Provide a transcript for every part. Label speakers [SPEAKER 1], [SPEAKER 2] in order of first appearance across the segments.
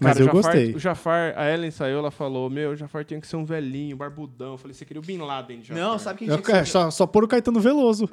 [SPEAKER 1] Mas
[SPEAKER 2] Cara,
[SPEAKER 1] eu
[SPEAKER 2] o Jafar-
[SPEAKER 1] gostei.
[SPEAKER 2] O Jafar, a Ellen saiu, ela falou: Meu, o Jafar tinha que ser um velhinho, barbudão. Eu falei: Você queria o Bin Laden, Jafar?
[SPEAKER 3] Não, sabe quem
[SPEAKER 1] Eu
[SPEAKER 3] tinha que
[SPEAKER 1] quero
[SPEAKER 3] ser?
[SPEAKER 1] É, só, só pôr o Caetano Veloso.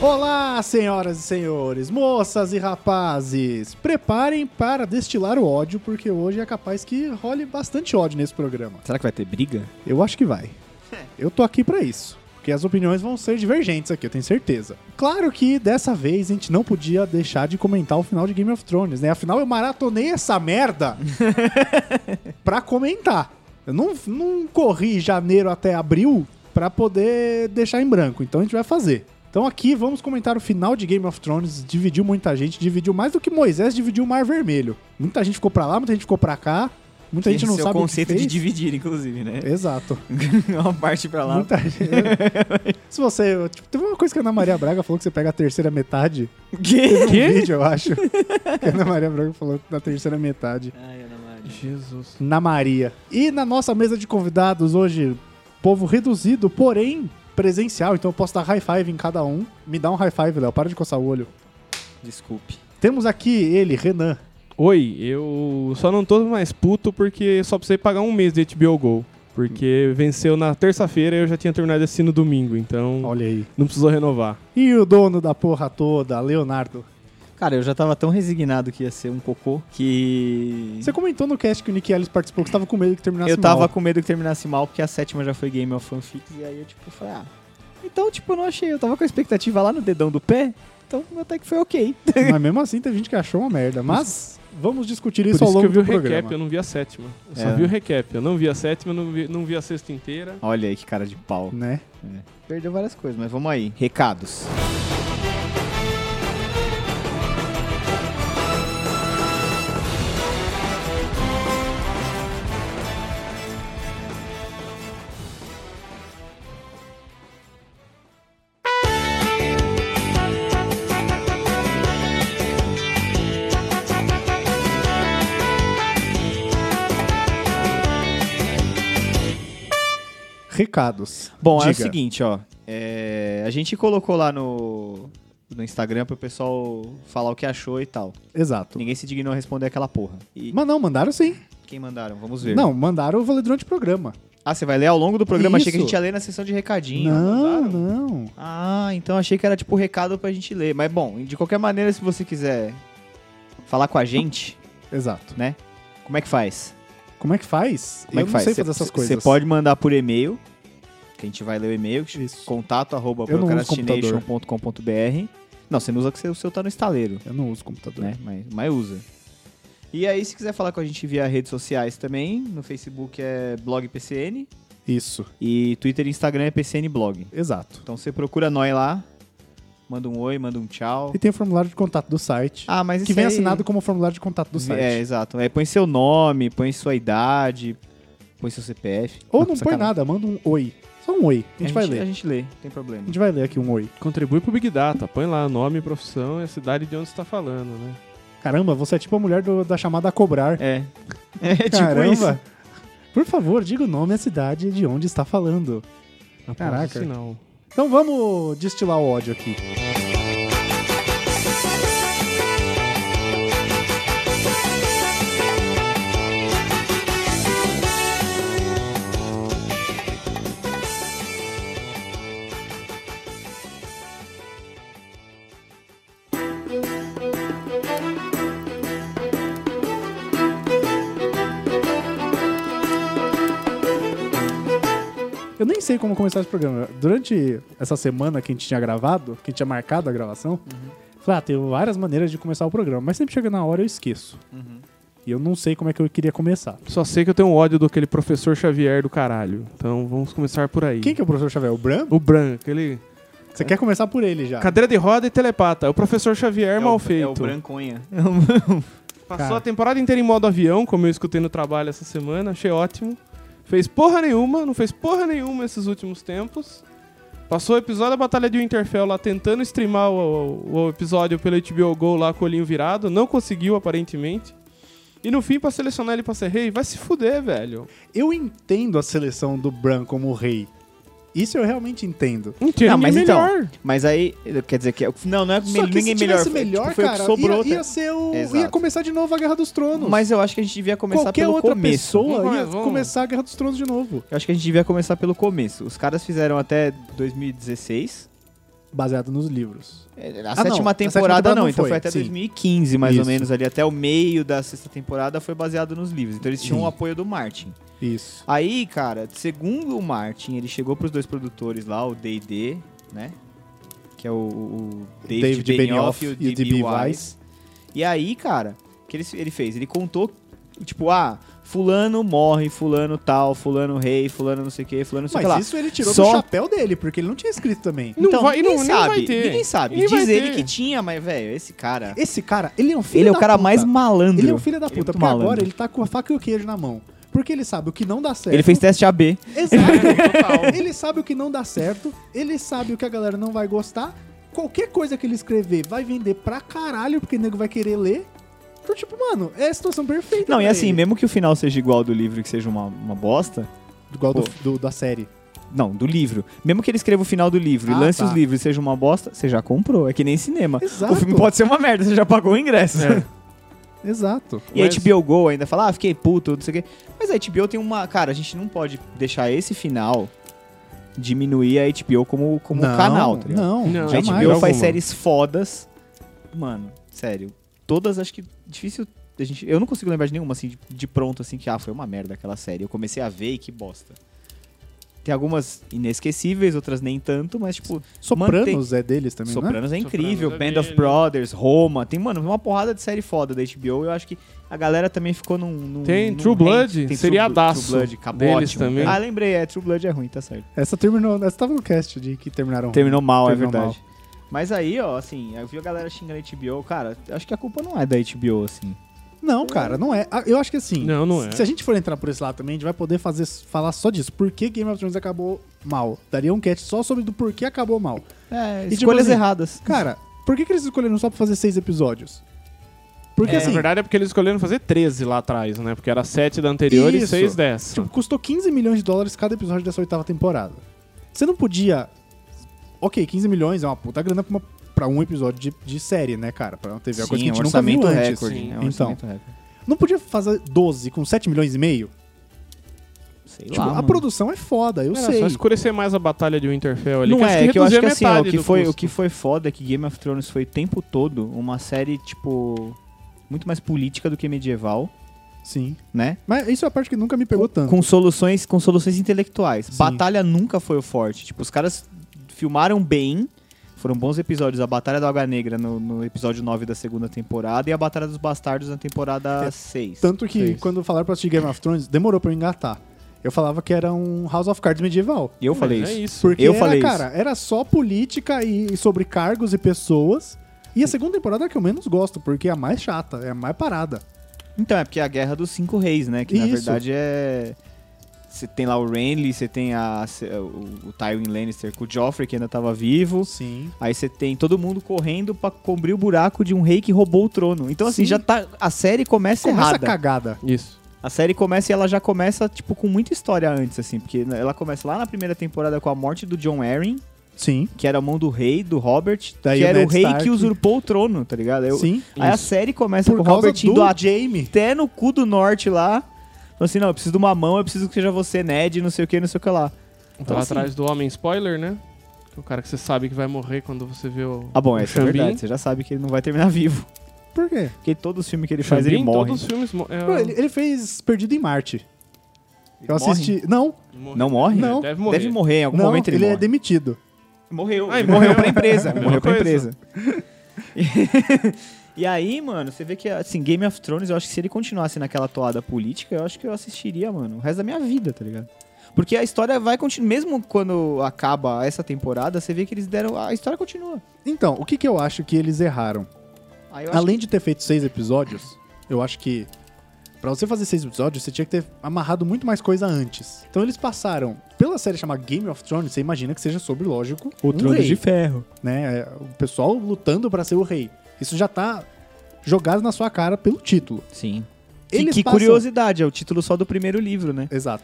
[SPEAKER 1] Olá, senhoras e senhores, moças e rapazes. Preparem para destilar o ódio, porque hoje é capaz que role bastante ódio nesse programa.
[SPEAKER 4] Será que vai ter briga?
[SPEAKER 1] Eu acho que vai. Eu tô aqui pra isso. Porque as opiniões vão ser divergentes aqui, eu tenho certeza. Claro que dessa vez a gente não podia deixar de comentar o final de Game of Thrones, né? Afinal, eu maratonei essa merda pra comentar. Eu não, não corri janeiro até abril pra poder deixar em branco. Então a gente vai fazer. Então aqui vamos comentar o final de Game of Thrones. Dividiu muita gente, dividiu mais do que Moisés dividiu o Mar Vermelho. Muita gente ficou pra lá, muita gente ficou pra cá. Muita gente não
[SPEAKER 4] Esse é
[SPEAKER 1] sabe
[SPEAKER 4] o conceito
[SPEAKER 1] o que
[SPEAKER 4] de
[SPEAKER 1] fez.
[SPEAKER 4] dividir, inclusive, né?
[SPEAKER 1] Exato.
[SPEAKER 4] Uma parte pra lá.
[SPEAKER 1] Muita gente- Se você. Tipo, teve uma coisa que a Ana Maria Braga falou que você pega a terceira metade.
[SPEAKER 4] Que?
[SPEAKER 1] Um vídeo, eu acho. Que a Ana Maria Braga falou da terceira metade.
[SPEAKER 4] Ai, Ana Maria.
[SPEAKER 2] Jesus.
[SPEAKER 1] Na Maria. E na nossa mesa de convidados hoje, povo reduzido, porém presencial. Então eu posso dar high five em cada um. Me dá um high five, Léo. Para de coçar o olho.
[SPEAKER 4] Desculpe.
[SPEAKER 1] Temos aqui ele, Renan.
[SPEAKER 2] Oi, eu só não tô mais puto porque só precisei pagar um mês de HBO Go. Porque venceu na terça-feira e eu já tinha terminado assim no domingo. Então
[SPEAKER 1] Olha aí.
[SPEAKER 2] não precisou renovar.
[SPEAKER 1] E o dono da porra toda, Leonardo.
[SPEAKER 4] Cara, eu já tava tão resignado que ia ser um cocô que.
[SPEAKER 1] Você comentou no cast que o Nick Ellis participou que você tava com medo que terminasse
[SPEAKER 4] Eu tava
[SPEAKER 1] mal.
[SPEAKER 4] com medo que terminasse mal, porque a sétima já foi Game of Fanfics, e aí eu, tipo, falei, ah. Então, tipo, eu não achei. Eu tava com a expectativa lá no dedão do pé, então até que foi ok.
[SPEAKER 1] Mas mesmo assim, teve gente que achou uma merda. Mas vamos discutir
[SPEAKER 2] Por
[SPEAKER 1] isso,
[SPEAKER 2] isso,
[SPEAKER 1] ao longo
[SPEAKER 2] que eu vi o
[SPEAKER 1] do
[SPEAKER 2] recap,
[SPEAKER 1] programa.
[SPEAKER 2] eu não vi a sétima. Eu só
[SPEAKER 4] É.
[SPEAKER 2] vi o recap. Eu não vi a sétima, não vi, não vi a sexta inteira.
[SPEAKER 4] Olha aí que cara de pau.
[SPEAKER 1] Né?
[SPEAKER 4] Perdeu várias coisas, mas vamos aí. Recados.
[SPEAKER 1] Recados.
[SPEAKER 4] Bom, é o
[SPEAKER 1] Diga.
[SPEAKER 4] seguinte, ó. É, a gente colocou lá no, no Instagram pro pessoal falar o que achou e tal.
[SPEAKER 1] Exato.
[SPEAKER 4] Ninguém se dignou a responder aquela porra. E
[SPEAKER 1] Mas não, mandaram sim.
[SPEAKER 4] quem mandaram? Vamos ver.
[SPEAKER 1] Não, mandaram, eu falei durante o programa.
[SPEAKER 4] Ah, você vai ler ao longo do programa? Achei que a
[SPEAKER 1] Isso.
[SPEAKER 4] gente ia ler na sessão de recadinho.
[SPEAKER 1] não,
[SPEAKER 4] mandaram?
[SPEAKER 1] não.
[SPEAKER 4] Ah, então achei que era tipo recado pra gente ler. Mas bom, de qualquer maneira, se você quiser falar com a gente,
[SPEAKER 1] Exato.
[SPEAKER 4] como é que faz?
[SPEAKER 1] Como é que faz?
[SPEAKER 4] Como
[SPEAKER 1] eu
[SPEAKER 4] é que
[SPEAKER 1] não
[SPEAKER 4] faz?
[SPEAKER 1] sei
[SPEAKER 4] Cê-
[SPEAKER 1] fazer essas
[SPEAKER 4] cê-
[SPEAKER 1] coisas.
[SPEAKER 4] Você pode mandar por e-mail, que a gente vai ler o e-mail,
[SPEAKER 1] Isso.
[SPEAKER 4] contato arroba
[SPEAKER 1] Eu não uso
[SPEAKER 4] procrastination.com.br. Não, você não usa que cê- o seu tá no estaleiro,
[SPEAKER 1] Eu não uso computador.
[SPEAKER 4] né? Mas, mas usa. E aí, se quiser falar com a gente via redes sociais também, no Facebook é blog PCN
[SPEAKER 1] Isso.
[SPEAKER 4] e Twitter e Instagram é PCN blog.
[SPEAKER 1] Exato.
[SPEAKER 4] Então você procura nós lá, manda um oi, manda um tchau.
[SPEAKER 1] E tem o formulário de contato do site.
[SPEAKER 4] Ah, mas
[SPEAKER 1] que
[SPEAKER 4] isso
[SPEAKER 1] vem
[SPEAKER 4] aí-
[SPEAKER 1] assinado como formulário de contato do site.
[SPEAKER 4] É, exato. É, põe seu nome, põe sua idade, põe seu CPF.
[SPEAKER 1] Ou não põe
[SPEAKER 4] sacanagem.
[SPEAKER 1] nada, manda um oi. Só um oi. A gente, vai ler.
[SPEAKER 4] A gente lê, não tem problema.
[SPEAKER 1] A gente vai ler aqui um oi.
[SPEAKER 2] Contribui pro Big Data. Põe lá nome, profissão e a cidade de onde você tá falando, né?
[SPEAKER 1] Caramba, você é tipo a mulher do- da chamada a cobrar.
[SPEAKER 4] É. É tipo
[SPEAKER 1] Caramba.
[SPEAKER 4] isso.
[SPEAKER 1] Por favor, diga o nome e a cidade de onde está falando.
[SPEAKER 2] Aponta
[SPEAKER 1] Caraca.
[SPEAKER 2] o Sinal.
[SPEAKER 1] Então vamos destilar o ódio aqui. Eu nem sei como começar esse programa. Durante essa semana que a gente tinha gravado, que a gente tinha marcado a gravação, falei, ah, tem várias maneiras de começar o programa, mas sempre chega na hora eu esqueço. E eu não sei como é que eu queria começar.
[SPEAKER 2] Só sei que eu tenho um ódio do aquele professor Xavier do caralho. Então vamos começar por aí.
[SPEAKER 1] Quem que é o professor Xavier? O Bram?
[SPEAKER 2] O branco, ele.
[SPEAKER 1] Você quer começar por ele já?
[SPEAKER 2] Cadeira de roda e telepata. O professor Xavier
[SPEAKER 4] É
[SPEAKER 2] mal
[SPEAKER 4] o-
[SPEAKER 2] feito.
[SPEAKER 4] É o branconha.
[SPEAKER 2] Passou
[SPEAKER 1] Cara.
[SPEAKER 2] a temporada inteira em modo avião, como eu escutei no trabalho essa semana, achei ótimo. Fez porra nenhuma, não fez porra nenhuma esses últimos tempos. Passou o episódio da Batalha de Winterfell lá tentando streamar o, o- o episódio pelo HBO Go lá com o olhinho virado. Não conseguiu, aparentemente. E no fim, pra selecionar ele pra ser rei, vai se fuder, velho.
[SPEAKER 1] Eu entendo a seleção do Bran como rei. Isso eu realmente entendo.
[SPEAKER 2] Não tinha
[SPEAKER 4] Não,
[SPEAKER 2] ninguém
[SPEAKER 4] mas então-
[SPEAKER 2] melhor.
[SPEAKER 4] Mas aí, quer dizer que. Não, não é
[SPEAKER 1] Só que se
[SPEAKER 4] ninguém
[SPEAKER 1] tivesse
[SPEAKER 4] foi-
[SPEAKER 1] melhor,
[SPEAKER 4] tipo, foi o que
[SPEAKER 1] cara,
[SPEAKER 4] sobrou,
[SPEAKER 1] ia, ia
[SPEAKER 4] tá?
[SPEAKER 1] ser o... ia
[SPEAKER 4] Exato.
[SPEAKER 1] começar de novo a Guerra dos Tronos.
[SPEAKER 4] Mas eu acho que a gente devia começar
[SPEAKER 1] Qualquer
[SPEAKER 4] pelo
[SPEAKER 1] outra
[SPEAKER 4] começo.
[SPEAKER 1] pessoa
[SPEAKER 2] Vamos,
[SPEAKER 1] ia
[SPEAKER 2] vamos.
[SPEAKER 1] começar a Guerra dos Tronos de novo.
[SPEAKER 4] Eu acho que a gente devia começar pelo começo. Os caras fizeram até 2016.
[SPEAKER 1] Baseado nos livros. Ah,
[SPEAKER 4] É, A, sétima,
[SPEAKER 1] não. A sétima
[SPEAKER 4] temporada
[SPEAKER 1] temporada
[SPEAKER 4] não,
[SPEAKER 1] não
[SPEAKER 4] então
[SPEAKER 1] foi,
[SPEAKER 4] foi até
[SPEAKER 1] sim.
[SPEAKER 4] 2015, mais ou
[SPEAKER 1] Isso.
[SPEAKER 4] menos, ali até o meio da sexta temporada foi baseado nos livros. Então eles tinham
[SPEAKER 1] Sim.
[SPEAKER 4] o apoio do Martin.
[SPEAKER 1] Isso.
[SPEAKER 4] Aí, cara, segundo o Martin, ele chegou pros dois produtores lá, o D&D, né? Que é o, o David, Benioff e o D.B. Weiss. E aí, cara, o que ele, ele fez? Ele contou, tipo, ah, fulano morre, fulano tal, fulano rei, fulano não sei o que, fulano não sei o que lá.
[SPEAKER 1] Mas isso ele tirou do
[SPEAKER 4] Só-
[SPEAKER 1] chapéu dele, porque ele não tinha escrito também.
[SPEAKER 2] Não vai- não-
[SPEAKER 4] Então, ninguém
[SPEAKER 2] nem vai
[SPEAKER 4] sabe,
[SPEAKER 2] ter.
[SPEAKER 4] ninguém sabe.
[SPEAKER 2] Ninguém
[SPEAKER 4] Diz
[SPEAKER 2] vai
[SPEAKER 4] ele
[SPEAKER 2] ter.
[SPEAKER 4] que tinha, mas, velho, esse cara...
[SPEAKER 1] Esse cara, ele é um filho
[SPEAKER 4] Ele é o
[SPEAKER 1] da
[SPEAKER 4] cara
[SPEAKER 1] puta.
[SPEAKER 4] mais malandro.
[SPEAKER 1] Ele é um filho da
[SPEAKER 4] Ele é
[SPEAKER 1] puta,
[SPEAKER 4] muito
[SPEAKER 1] porque agora
[SPEAKER 4] malandro.
[SPEAKER 1] ele tá com a faca e o queijo na mão. Porque ele sabe o que não dá certo.
[SPEAKER 4] Ele fez teste
[SPEAKER 1] é
[SPEAKER 4] AB.
[SPEAKER 1] um Exato. ele sabe o que não dá certo, ele sabe o que a galera não vai gostar. Qualquer coisa que ele escrever vai vender pra caralho, porque o nego vai querer ler. Então, tipo, mano, é a situação perfeita.
[SPEAKER 4] Não, e
[SPEAKER 1] pra
[SPEAKER 4] assim,
[SPEAKER 1] ele.
[SPEAKER 4] mesmo que o final seja igual do livro, que seja uma, uma bosta...
[SPEAKER 1] Igual do,
[SPEAKER 4] Pô.
[SPEAKER 1] do- da série.
[SPEAKER 4] Não, do livro. Mesmo que ele escreva o final do livro
[SPEAKER 1] Ah,
[SPEAKER 4] e lance
[SPEAKER 1] tá.
[SPEAKER 4] os livros e seja uma bosta, você já comprou. É que nem cinema.
[SPEAKER 1] Exato. É.
[SPEAKER 4] O filme pode ser uma merda, você já pagou o
[SPEAKER 2] É.
[SPEAKER 4] ingresso.
[SPEAKER 1] Exato.
[SPEAKER 4] E a
[SPEAKER 2] Mas-
[SPEAKER 4] HBO Go ainda fala, ah, fiquei puto, não sei o quê. Mas a HBO tem uma. Cara, a gente não pode deixar esse final diminuir a HBO como, como
[SPEAKER 1] Não,
[SPEAKER 4] canal, tá ligado?
[SPEAKER 1] Não,
[SPEAKER 2] Não,
[SPEAKER 4] a
[SPEAKER 1] jamais.
[SPEAKER 4] HBO
[SPEAKER 2] de alguma.
[SPEAKER 4] faz séries fodas. Mano, sério. Todas acho que. Difícil. A gente, eu não consigo lembrar de nenhuma, assim, de, de pronto, assim, que ah, foi uma merda aquela série. Eu comecei a ver e que bosta. Tem algumas inesquecíveis, outras nem tanto, mas, tipo,
[SPEAKER 1] Sopranos é deles também, né?
[SPEAKER 4] Sopranos é incrível,
[SPEAKER 2] Sopranos é
[SPEAKER 4] Band of
[SPEAKER 2] dele.
[SPEAKER 4] Brothers, Roma, tem, mano, uma porrada de série foda da HBO. Eu acho que a galera também ficou num. num-
[SPEAKER 2] Tem
[SPEAKER 4] num
[SPEAKER 2] True
[SPEAKER 4] rant.
[SPEAKER 2] Blood,
[SPEAKER 4] True
[SPEAKER 2] seriadaço
[SPEAKER 4] Blo- True Blood, acabou
[SPEAKER 2] deles
[SPEAKER 4] ótimo.
[SPEAKER 2] também.
[SPEAKER 4] Ah, lembrei, é, True Blood é ruim, tá certo.
[SPEAKER 1] Essa terminou. Essa tava no cast de que terminaram.
[SPEAKER 4] Terminou mal,
[SPEAKER 1] Terminou
[SPEAKER 4] é verdade. Mas aí, ó, assim, eu vi a galera xingando a HBO, cara, eu acho que a culpa não é da HBO, assim.
[SPEAKER 1] Não, cara, não é. Ah, Eu acho que assim.
[SPEAKER 2] Não, não é.
[SPEAKER 1] Se a gente for entrar por esse lado também, a gente vai poder fazer, falar só disso. Por que Game of Thrones acabou mal? Daria um cast só sobre do porquê acabou mal.
[SPEAKER 4] É,
[SPEAKER 1] tipo
[SPEAKER 4] escolhas
[SPEAKER 1] assim,
[SPEAKER 4] erradas.
[SPEAKER 1] Cara, por que, que eles escolheram só pra fazer seis episódios? Porque
[SPEAKER 4] É,
[SPEAKER 1] assim,
[SPEAKER 2] Na verdade é porque eles escolheram fazer 13 lá atrás, né? Porque era 7 da anterior
[SPEAKER 1] Isso.
[SPEAKER 2] e 6 dessa.
[SPEAKER 1] tipo, custou 15 milhões de dólares cada episódio dessa oitava temporada. Você não podia. Ok, 15 milhões é uma puta grana pra, uma- pra um episódio de, de série, né, cara? Pra uma TV, é uma coisa que a
[SPEAKER 4] um
[SPEAKER 1] gente nunca viu antes.
[SPEAKER 4] recorde,
[SPEAKER 2] Sim.
[SPEAKER 4] né? Um
[SPEAKER 1] Então.
[SPEAKER 4] orçamento recorde.
[SPEAKER 1] Não podia fazer 12 com 7 milhões e meio?
[SPEAKER 4] Sei
[SPEAKER 1] Tipo,
[SPEAKER 4] lá,
[SPEAKER 1] a
[SPEAKER 4] mano.
[SPEAKER 1] produção é foda, eu
[SPEAKER 2] Era
[SPEAKER 1] sei.
[SPEAKER 2] só escurecer mais a batalha de Winterfell ali.
[SPEAKER 4] Não é, que eu acho
[SPEAKER 2] reduzia
[SPEAKER 4] que assim, ó,
[SPEAKER 2] metade
[SPEAKER 4] o que,
[SPEAKER 2] do
[SPEAKER 4] foi, o
[SPEAKER 2] custo.
[SPEAKER 4] que foi foda é que Game of Thrones foi o tempo todo uma série, tipo, muito mais política do que medieval,
[SPEAKER 1] Sim.
[SPEAKER 4] né?
[SPEAKER 1] Mas isso é a parte que nunca me pegou tanto.
[SPEAKER 4] Com soluções, com soluções intelectuais.
[SPEAKER 1] Sim.
[SPEAKER 4] Batalha nunca foi o forte. Tipo, os caras filmaram bem, foram bons episódios. A Batalha da Alga Negra no, no episódio 9 da segunda temporada e a Batalha dos Bastardos na temporada
[SPEAKER 1] É,
[SPEAKER 4] 6.
[SPEAKER 1] Tanto que
[SPEAKER 2] Sim.
[SPEAKER 1] quando falaram pra assistir Game of Thrones, demorou pra eu engatar. Eu falava que era um House of Cards medieval.
[SPEAKER 4] E eu
[SPEAKER 2] Mas
[SPEAKER 4] falei
[SPEAKER 2] É
[SPEAKER 4] isso.
[SPEAKER 2] isso.
[SPEAKER 1] Porque
[SPEAKER 4] Eu
[SPEAKER 1] era,
[SPEAKER 4] falei
[SPEAKER 1] cara, era só política e, e sobre cargos e pessoas. E a segunda temporada é a que eu menos gosto, porque é a mais chata, é a mais parada.
[SPEAKER 4] Então, é porque é a Guerra dos Cinco Reis, né? Que na
[SPEAKER 1] Isso.
[SPEAKER 4] verdade é. Você tem lá o Renly, você tem a, o, o Tywin Lannister com o Joffrey, que ainda tava vivo.
[SPEAKER 1] Sim.
[SPEAKER 4] Aí você tem todo mundo correndo pra cobrir o buraco de um rei que roubou o trono. Então, assim,
[SPEAKER 1] Sim.
[SPEAKER 4] já tá. A série começa,
[SPEAKER 1] Começa a
[SPEAKER 4] errada.
[SPEAKER 1] cagada.
[SPEAKER 2] Isso.
[SPEAKER 4] A série começa e ela já começa, tipo, com muita história antes, assim. Porque ela começa lá na primeira temporada com a morte do John Arryn,
[SPEAKER 1] Sim.
[SPEAKER 4] que era a mão do rei, do Robert,
[SPEAKER 1] Daí
[SPEAKER 4] que
[SPEAKER 1] o
[SPEAKER 4] era o
[SPEAKER 1] Ned
[SPEAKER 4] rei
[SPEAKER 1] Stark.
[SPEAKER 4] que usurpou o trono, tá ligado? Aí, eu-
[SPEAKER 1] Sim.
[SPEAKER 4] aí a
[SPEAKER 2] Isso.
[SPEAKER 4] série começa
[SPEAKER 1] Por
[SPEAKER 4] com o
[SPEAKER 1] causa
[SPEAKER 4] Robert
[SPEAKER 1] do
[SPEAKER 4] indo até
[SPEAKER 1] Jamie.
[SPEAKER 4] até no cu do norte lá. Falou assim, não, eu preciso de uma mão, eu preciso que seja você, Ned, não sei o que, não sei o que lá.
[SPEAKER 2] Então,
[SPEAKER 4] Então,
[SPEAKER 2] lá
[SPEAKER 4] assim-
[SPEAKER 2] atrás do homem spoiler, né? Que é O cara que você sabe que vai morrer quando você vê o.
[SPEAKER 4] Ah, bom,
[SPEAKER 2] o
[SPEAKER 4] essa é
[SPEAKER 2] Xambin.
[SPEAKER 4] verdade, você já sabe que ele não vai terminar vivo.
[SPEAKER 1] Por quê?
[SPEAKER 4] Porque todos os filmes que ele
[SPEAKER 2] O
[SPEAKER 4] faz, ele
[SPEAKER 2] Xambin,
[SPEAKER 4] morre.
[SPEAKER 2] Todos os filmes mo- é,
[SPEAKER 1] Pô, ele, ele fez Perdido em Marte. eu
[SPEAKER 4] morre?
[SPEAKER 1] assisti. Não,
[SPEAKER 2] morre.
[SPEAKER 4] Não morre?
[SPEAKER 1] Não.
[SPEAKER 2] Deve morrer.
[SPEAKER 4] Deve morrer, em algum
[SPEAKER 1] não,
[SPEAKER 4] momento
[SPEAKER 1] ele,
[SPEAKER 4] ele,
[SPEAKER 1] é
[SPEAKER 4] morre.
[SPEAKER 1] demitido.
[SPEAKER 4] Morreu.
[SPEAKER 2] Ah,
[SPEAKER 4] ele
[SPEAKER 2] ele
[SPEAKER 4] morreu
[SPEAKER 2] morreu.
[SPEAKER 4] pra empresa.
[SPEAKER 2] Mesma
[SPEAKER 4] morreu pra
[SPEAKER 2] coisa.
[SPEAKER 4] empresa. E aí, mano, você vê que, assim, Game of Thrones, eu acho que se ele continuasse naquela toada política, eu acho que eu assistiria, mano, o resto da minha vida, tá ligado? Porque a história vai continuar, mesmo quando acaba essa temporada, você vê que eles deram, a história continua.
[SPEAKER 1] Então, o que, que eu acho que eles erraram?
[SPEAKER 4] Aí Ah, eu acho
[SPEAKER 1] Além de ter feito seis episódios, eu acho que pra você fazer seis episódios, você tinha que ter amarrado muito mais coisa antes. Então eles passaram pela série chamar Game of Thrones, você imagina que seja sobre, lógico,
[SPEAKER 4] é
[SPEAKER 3] O
[SPEAKER 1] um
[SPEAKER 3] Trono
[SPEAKER 1] rei,
[SPEAKER 3] de Ferro.
[SPEAKER 1] né? O pessoal lutando pra ser o rei. Isso já tá jogado na sua cara pelo título.
[SPEAKER 4] Sim. E
[SPEAKER 1] Eles
[SPEAKER 4] que
[SPEAKER 1] passam-
[SPEAKER 4] curiosidade, é o título só do primeiro livro, né?
[SPEAKER 1] Exato.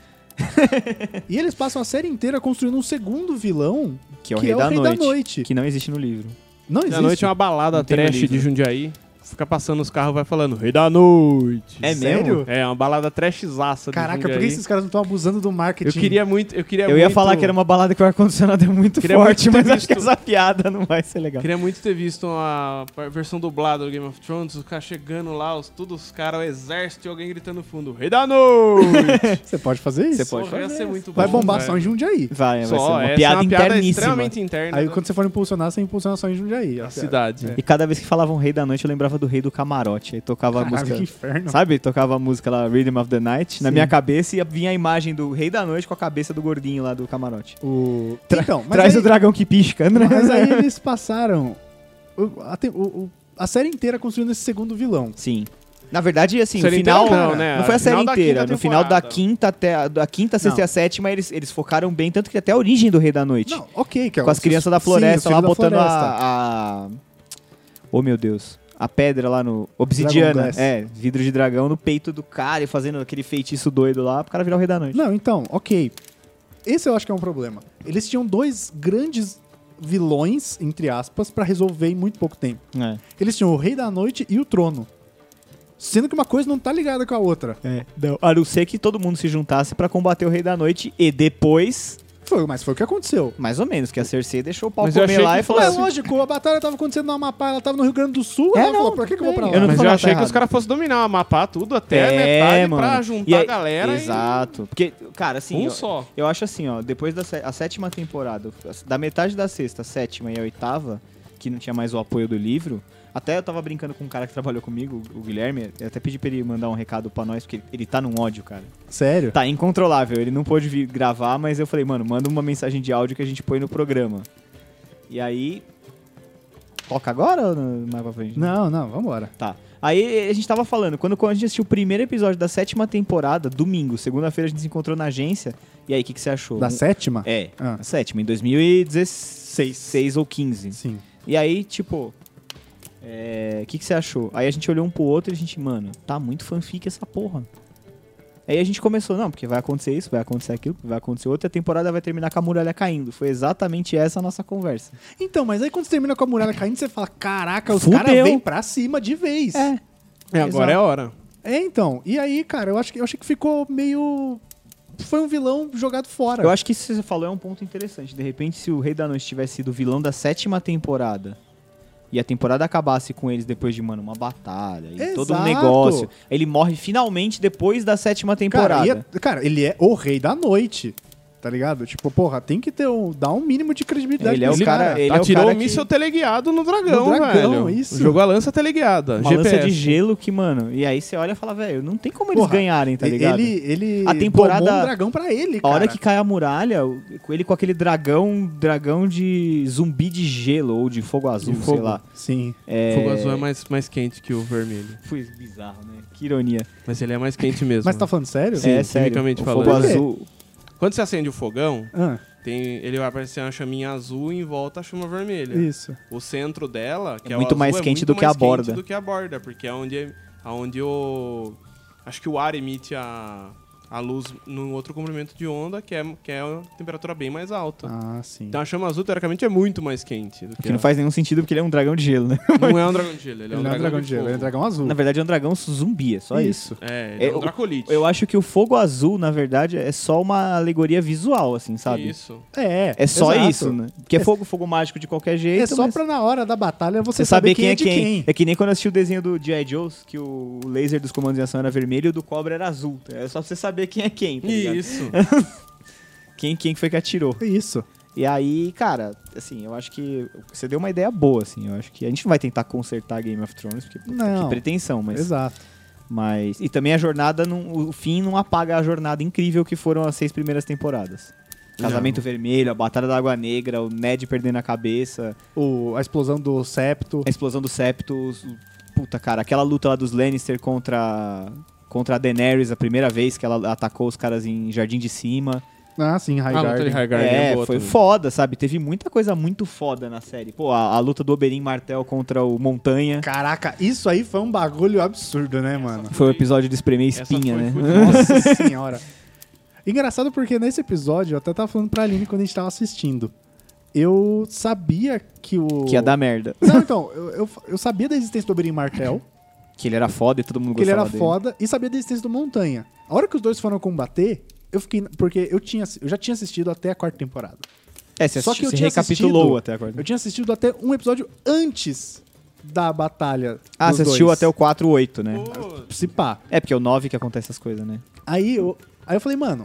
[SPEAKER 1] e eles passam a série inteira construindo um segundo vilão,
[SPEAKER 4] Que é o, rei, da noite,
[SPEAKER 1] noite.
[SPEAKER 4] Que não existe no livro.
[SPEAKER 1] Não
[SPEAKER 2] Da
[SPEAKER 1] existe.
[SPEAKER 2] noite é uma balada
[SPEAKER 4] Não tem
[SPEAKER 2] trash
[SPEAKER 4] livro.
[SPEAKER 2] de Jundiaí. Fica passando os carros, vai falando, Rei da Noite.
[SPEAKER 4] É
[SPEAKER 1] Sério?
[SPEAKER 2] É, uma balada trashzaça de
[SPEAKER 1] Caraca, por que
[SPEAKER 2] Jundiaí.
[SPEAKER 1] esses caras não estão abusando do
[SPEAKER 2] Eu
[SPEAKER 1] marketing?
[SPEAKER 2] queria muito, eu queria
[SPEAKER 4] eu ia
[SPEAKER 2] muito-
[SPEAKER 4] falar que era uma balada que o ar-condicionado é muito
[SPEAKER 2] Queria
[SPEAKER 4] forte,
[SPEAKER 2] muito ter
[SPEAKER 4] mas acho que
[SPEAKER 2] visto.
[SPEAKER 4] essa piada não vai ser legal.
[SPEAKER 2] Queria muito ter visto a par- versão dublada do Game of Thrones, os caras chegando lá, os, todos os caras, o exército e alguém gritando no fundo, Rei da Noite!
[SPEAKER 1] Você pode fazer isso?
[SPEAKER 4] Você pode
[SPEAKER 2] Porra, ia ser muito
[SPEAKER 1] Vai
[SPEAKER 2] bom, né?
[SPEAKER 1] bombar
[SPEAKER 2] velho.
[SPEAKER 1] só em Jundiaí.
[SPEAKER 4] Vai, vai ser
[SPEAKER 2] Só,
[SPEAKER 4] uma
[SPEAKER 2] essa
[SPEAKER 4] piada
[SPEAKER 2] é uma piada
[SPEAKER 4] interníssima.
[SPEAKER 2] extremamente interna
[SPEAKER 1] Aí
[SPEAKER 2] da-
[SPEAKER 1] quando você for impulsionar, você impulsiona só em Jundiaí.
[SPEAKER 2] da
[SPEAKER 1] A piada.
[SPEAKER 2] né? cidade.
[SPEAKER 1] É.
[SPEAKER 4] E cada vez que falavam Rei da Noite, eu lembrava do Rei do Camarote. Aí tocava a
[SPEAKER 1] Caralho,
[SPEAKER 4] música.
[SPEAKER 1] que inferno.
[SPEAKER 4] Sabe? Tocava a música lá, Rhythm of the Night, na
[SPEAKER 1] Sim.
[SPEAKER 4] minha cabeça e vinha a imagem do Rei da Noite com a cabeça do gordinho lá do camarote.
[SPEAKER 1] O... então, mas
[SPEAKER 4] Traz
[SPEAKER 1] aí-
[SPEAKER 4] o dragão que pisca, né?
[SPEAKER 1] Mas aí eles passaram o- a, te- o- o- a série inteira construindo esse segundo vilão.
[SPEAKER 4] Sim. Na verdade, assim,
[SPEAKER 2] Série
[SPEAKER 4] o final.
[SPEAKER 2] inteira não, né?
[SPEAKER 4] foi a série
[SPEAKER 2] Final da
[SPEAKER 4] inteira.
[SPEAKER 2] quinta
[SPEAKER 4] No final da
[SPEAKER 2] temporada.
[SPEAKER 4] quinta até a, da quinta, sexta e a sétima, eles, eles focaram bem, tanto que até a origem do Rei da Noite.
[SPEAKER 1] Não, ok, que é
[SPEAKER 4] com
[SPEAKER 1] o-
[SPEAKER 4] as crianças da
[SPEAKER 1] sim,
[SPEAKER 4] floresta
[SPEAKER 1] o
[SPEAKER 4] lá
[SPEAKER 1] filho da
[SPEAKER 4] botando
[SPEAKER 1] floresta.
[SPEAKER 4] a, a. Oh meu Deus. A pedra lá no. Obsidiana.
[SPEAKER 1] Glass.
[SPEAKER 4] É, vidro de dragão no peito do cara e fazendo aquele feitiço doido lá pro cara virar o rei da noite.
[SPEAKER 1] Não, então, ok. Esse eu acho que é um problema. Eles tinham dois grandes vilões, entre aspas, pra resolver em muito pouco tempo.
[SPEAKER 4] É.
[SPEAKER 1] Eles tinham o Rei da Noite e o Trono. Sendo que uma coisa não tá ligada com a outra.
[SPEAKER 4] É, não. A não ser que todo mundo se juntasse pra combater o Rei da Noite e depois,
[SPEAKER 1] Foi, mas foi o que aconteceu.
[SPEAKER 4] mais ou menos, que a Cersei deixou o pau
[SPEAKER 2] Mas eu
[SPEAKER 4] comer
[SPEAKER 2] achei
[SPEAKER 4] lá
[SPEAKER 2] que
[SPEAKER 4] e falou
[SPEAKER 1] É
[SPEAKER 4] assim.
[SPEAKER 1] lógico, a batalha tava acontecendo no Amapá, ela tava no Rio Grande do Sul,
[SPEAKER 4] É,
[SPEAKER 1] ela
[SPEAKER 4] não,
[SPEAKER 1] falou, pra que, que eu vou pra lá?
[SPEAKER 4] Eu não tô
[SPEAKER 2] Mas eu
[SPEAKER 4] falando
[SPEAKER 2] achei
[SPEAKER 4] tá
[SPEAKER 2] que
[SPEAKER 4] errado.
[SPEAKER 2] os caras fossem dominar, mapar tudo até a
[SPEAKER 4] É,
[SPEAKER 2] metade
[SPEAKER 4] mano.
[SPEAKER 2] pra
[SPEAKER 4] E
[SPEAKER 2] juntar
[SPEAKER 4] aí-
[SPEAKER 2] a galera
[SPEAKER 4] Exato. Porque, cara, assim.
[SPEAKER 2] e um
[SPEAKER 4] eu-
[SPEAKER 2] só.
[SPEAKER 4] Eu acho assim, ó, depois da sé- a sétima temporada, da metade da sexta, sétima e a oitava, que não tinha mais o apoio do livro, até eu tava brincando com um cara que trabalhou comigo, o Guilherme, eu até pedi pra ele mandar um recado pra nós, porque ele- ele tá num ódio, cara.
[SPEAKER 1] Sério?
[SPEAKER 4] Tá incontrolável, ele não pôde vir gravar, mas eu falei, mano, manda uma mensagem de áudio que a gente põe no programa. E aí. Toca agora ou não- mais pra frente?
[SPEAKER 1] Não, não, vambora.
[SPEAKER 4] Tá. Aí a gente tava falando, quando, quando a gente assistiu o primeiro episódio da sétima temporada, domingo, segunda-feira a gente se encontrou na agência. E aí, o que, que você achou?
[SPEAKER 1] Da
[SPEAKER 4] Um-
[SPEAKER 1] sétima?
[SPEAKER 4] é,
[SPEAKER 1] Ah.
[SPEAKER 4] a sétima, em 2016 ou 15.
[SPEAKER 1] Sim.
[SPEAKER 4] E aí, tipo, é, o que, que você achou? Aí a gente olhou um pro outro e a gente, mano, tá muito fanfic essa porra. Aí a gente começou, não, porque vai acontecer isso, vai acontecer aquilo, vai acontecer outra, e a temporada vai terminar com a muralha caindo. Foi exatamente essa a nossa conversa.
[SPEAKER 1] Então, mas aí quando você termina com a muralha caindo, você fala: caraca, os
[SPEAKER 4] Fudeu.
[SPEAKER 1] caras vêm pra cima de vez.
[SPEAKER 4] É.
[SPEAKER 2] É, agora é a hora.
[SPEAKER 1] É, então. E aí, cara, eu acho que eu achei que ficou meio. Foi um vilão jogado fora.
[SPEAKER 4] Eu acho que isso que você falou é um ponto interessante. De repente, se o Rei da Noite tivesse sido o vilão da sétima temporada e a temporada acabasse com eles depois de, mano, uma batalha e todo um
[SPEAKER 1] Exato.
[SPEAKER 4] negócio, ele morre finalmente depois da sétima é temporada.
[SPEAKER 1] Cara, ia- cara, ele é o rei da noite. Tá ligado? Tipo, porra, tem que ter um, dar um mínimo de credibilidade.
[SPEAKER 4] Ele é o
[SPEAKER 1] pra esse
[SPEAKER 4] cara- ele é o
[SPEAKER 2] Atirou tá
[SPEAKER 4] cara
[SPEAKER 2] o
[SPEAKER 4] que-
[SPEAKER 2] míssil teleguiado no dragão,
[SPEAKER 1] No dragão,
[SPEAKER 2] velho.
[SPEAKER 1] isso.
[SPEAKER 2] Jogou a lança teleguiada.
[SPEAKER 4] Uma
[SPEAKER 2] GPS.
[SPEAKER 4] lança de gelo que, mano. E aí você olha e fala, velho, não tem como eles
[SPEAKER 1] Porra,
[SPEAKER 4] ganharem, tá ligado?
[SPEAKER 1] Ele, ele
[SPEAKER 4] A temporada-
[SPEAKER 1] domou um dragão pra ele,
[SPEAKER 4] A
[SPEAKER 1] cara.
[SPEAKER 4] hora que cai a muralha, o- ele com aquele dragão, dragão de zumbi de gelo ou de fogo azul,
[SPEAKER 2] De
[SPEAKER 4] sei
[SPEAKER 2] fogo.
[SPEAKER 4] lá.
[SPEAKER 1] Sim.
[SPEAKER 4] É...
[SPEAKER 2] Fogo azul é mais, mais quente que o vermelho.
[SPEAKER 4] Foi bizarro, né? Que ironia.
[SPEAKER 2] Mas ele é mais quente mesmo.
[SPEAKER 1] Mas tá falando sério?
[SPEAKER 2] Sim,
[SPEAKER 4] é sério.
[SPEAKER 2] quimicamente
[SPEAKER 4] o fogo
[SPEAKER 2] falando.
[SPEAKER 4] azul.
[SPEAKER 2] Quando você acende o fogão,
[SPEAKER 1] Ah,
[SPEAKER 2] tem, ele vai aparecer uma chaminha azul e em volta a chama vermelha.
[SPEAKER 1] isso.
[SPEAKER 2] O centro dela, que
[SPEAKER 4] É
[SPEAKER 2] é, o
[SPEAKER 4] muito
[SPEAKER 2] azul,
[SPEAKER 4] mais
[SPEAKER 2] é
[SPEAKER 4] quente
[SPEAKER 2] muito
[SPEAKER 4] do que
[SPEAKER 2] mais
[SPEAKER 4] a borda.
[SPEAKER 2] quente do que a borda, porque é onde, aonde o... Acho que o ar emite a, a luz num outro comprimento de onda, que é, que é uma temperatura bem mais alta.
[SPEAKER 4] Tá.
[SPEAKER 1] Ah, sim.
[SPEAKER 2] Então a chama azul, teoricamente, é muito mais quente do que
[SPEAKER 4] Que não
[SPEAKER 2] a-
[SPEAKER 4] faz nenhum sentido porque ele é um dragão de gelo, né?
[SPEAKER 2] Não é um dragão de gelo, ele é
[SPEAKER 1] ele
[SPEAKER 2] um
[SPEAKER 1] não é
[SPEAKER 2] dragão,
[SPEAKER 1] dragão de
[SPEAKER 2] de
[SPEAKER 1] gelo, ele é
[SPEAKER 2] fogo.
[SPEAKER 1] dragão azul.
[SPEAKER 4] Na verdade é um dragão zumbi, é só isso.
[SPEAKER 2] É, ele é,
[SPEAKER 4] É,
[SPEAKER 2] um
[SPEAKER 4] o-
[SPEAKER 2] dracolite.
[SPEAKER 4] Eu acho que o fogo azul, na verdade, é só uma alegoria visual, assim, sabe?
[SPEAKER 2] Isso.
[SPEAKER 1] É,
[SPEAKER 4] É só
[SPEAKER 1] exato.
[SPEAKER 4] isso, né? Porque é fogo, fogo mágico de qualquer jeito.
[SPEAKER 1] É só
[SPEAKER 4] mas-
[SPEAKER 1] pra na hora da batalha você,
[SPEAKER 4] Você saber
[SPEAKER 1] saber
[SPEAKER 4] quem é
[SPEAKER 1] de
[SPEAKER 4] quem.
[SPEAKER 1] quem.
[SPEAKER 4] É que nem quando eu assisti o desenho do G.I. Joe's, que o laser dos comandos de ação era vermelho e o do cobra era azul. É só pra você saber quem é quem, tá ligado?
[SPEAKER 2] Isso.
[SPEAKER 4] Quem, quem foi que atirou.
[SPEAKER 1] Isso.
[SPEAKER 4] E aí, cara, assim, eu acho que você deu uma ideia boa, assim. Eu acho que a gente não vai tentar consertar Game of Thrones, porque puta,
[SPEAKER 1] Não.
[SPEAKER 4] que pretensão, mas,
[SPEAKER 1] Exato.
[SPEAKER 4] mas... E também a jornada, não, o fim não apaga a jornada incrível que foram as seis primeiras temporadas. Casamento Vermelho, a Batalha da Água Negra, o Ned perdendo a cabeça...
[SPEAKER 1] O, a explosão do septo.
[SPEAKER 4] A explosão do septos. Puta, cara, aquela luta lá dos Lannister contra contra a Daenerys a primeira vez que ela atacou os caras em Jardim de Cima.
[SPEAKER 1] Ah, sim, High
[SPEAKER 2] Ah, luta de
[SPEAKER 1] Garden.
[SPEAKER 2] Highgarden é,
[SPEAKER 4] é,
[SPEAKER 2] boa
[SPEAKER 4] foi
[SPEAKER 2] também.
[SPEAKER 4] foda, sabe? Teve muita coisa muito foda na série. Pô, a, a luta do Oberyn Martel contra o Montanha.
[SPEAKER 1] Caraca, isso aí foi um bagulho absurdo, né, mano?
[SPEAKER 4] Foi o episódio de espremer
[SPEAKER 2] Essa
[SPEAKER 4] espinha,
[SPEAKER 2] foi
[SPEAKER 4] né?
[SPEAKER 2] fudida.
[SPEAKER 1] Nossa senhora. Engraçado porque nesse episódio, eu até tava falando pra Aline quando a gente tava assistindo. Eu sabia que o.
[SPEAKER 4] Que ia dar merda.
[SPEAKER 1] Não, então, eu, eu, eu sabia da existência do Oberyn Martel,
[SPEAKER 4] Que ele era foda e todo mundo
[SPEAKER 1] que ele
[SPEAKER 4] gostava
[SPEAKER 1] era
[SPEAKER 4] dele.
[SPEAKER 1] foda, e sabia da existência do Montanha. A hora que os dois foram combater, eu fiquei. Porque eu, tinha, eu já tinha assistido até a quarta temporada.
[SPEAKER 4] É, você
[SPEAKER 1] Só
[SPEAKER 4] assisti-
[SPEAKER 1] que eu
[SPEAKER 4] você
[SPEAKER 1] tinha
[SPEAKER 4] recapitulou
[SPEAKER 1] assistido-
[SPEAKER 4] até agora.
[SPEAKER 1] Eu tinha assistido até um episódio antes da batalha.
[SPEAKER 4] Ah,
[SPEAKER 1] dos
[SPEAKER 4] você assistiu
[SPEAKER 1] dois. Uhum.
[SPEAKER 4] até o 4 8, né?
[SPEAKER 1] Se pá.
[SPEAKER 4] É, porque é o 9 que acontece essas coisas, né?
[SPEAKER 1] Aí eu, aí eu falei, mano,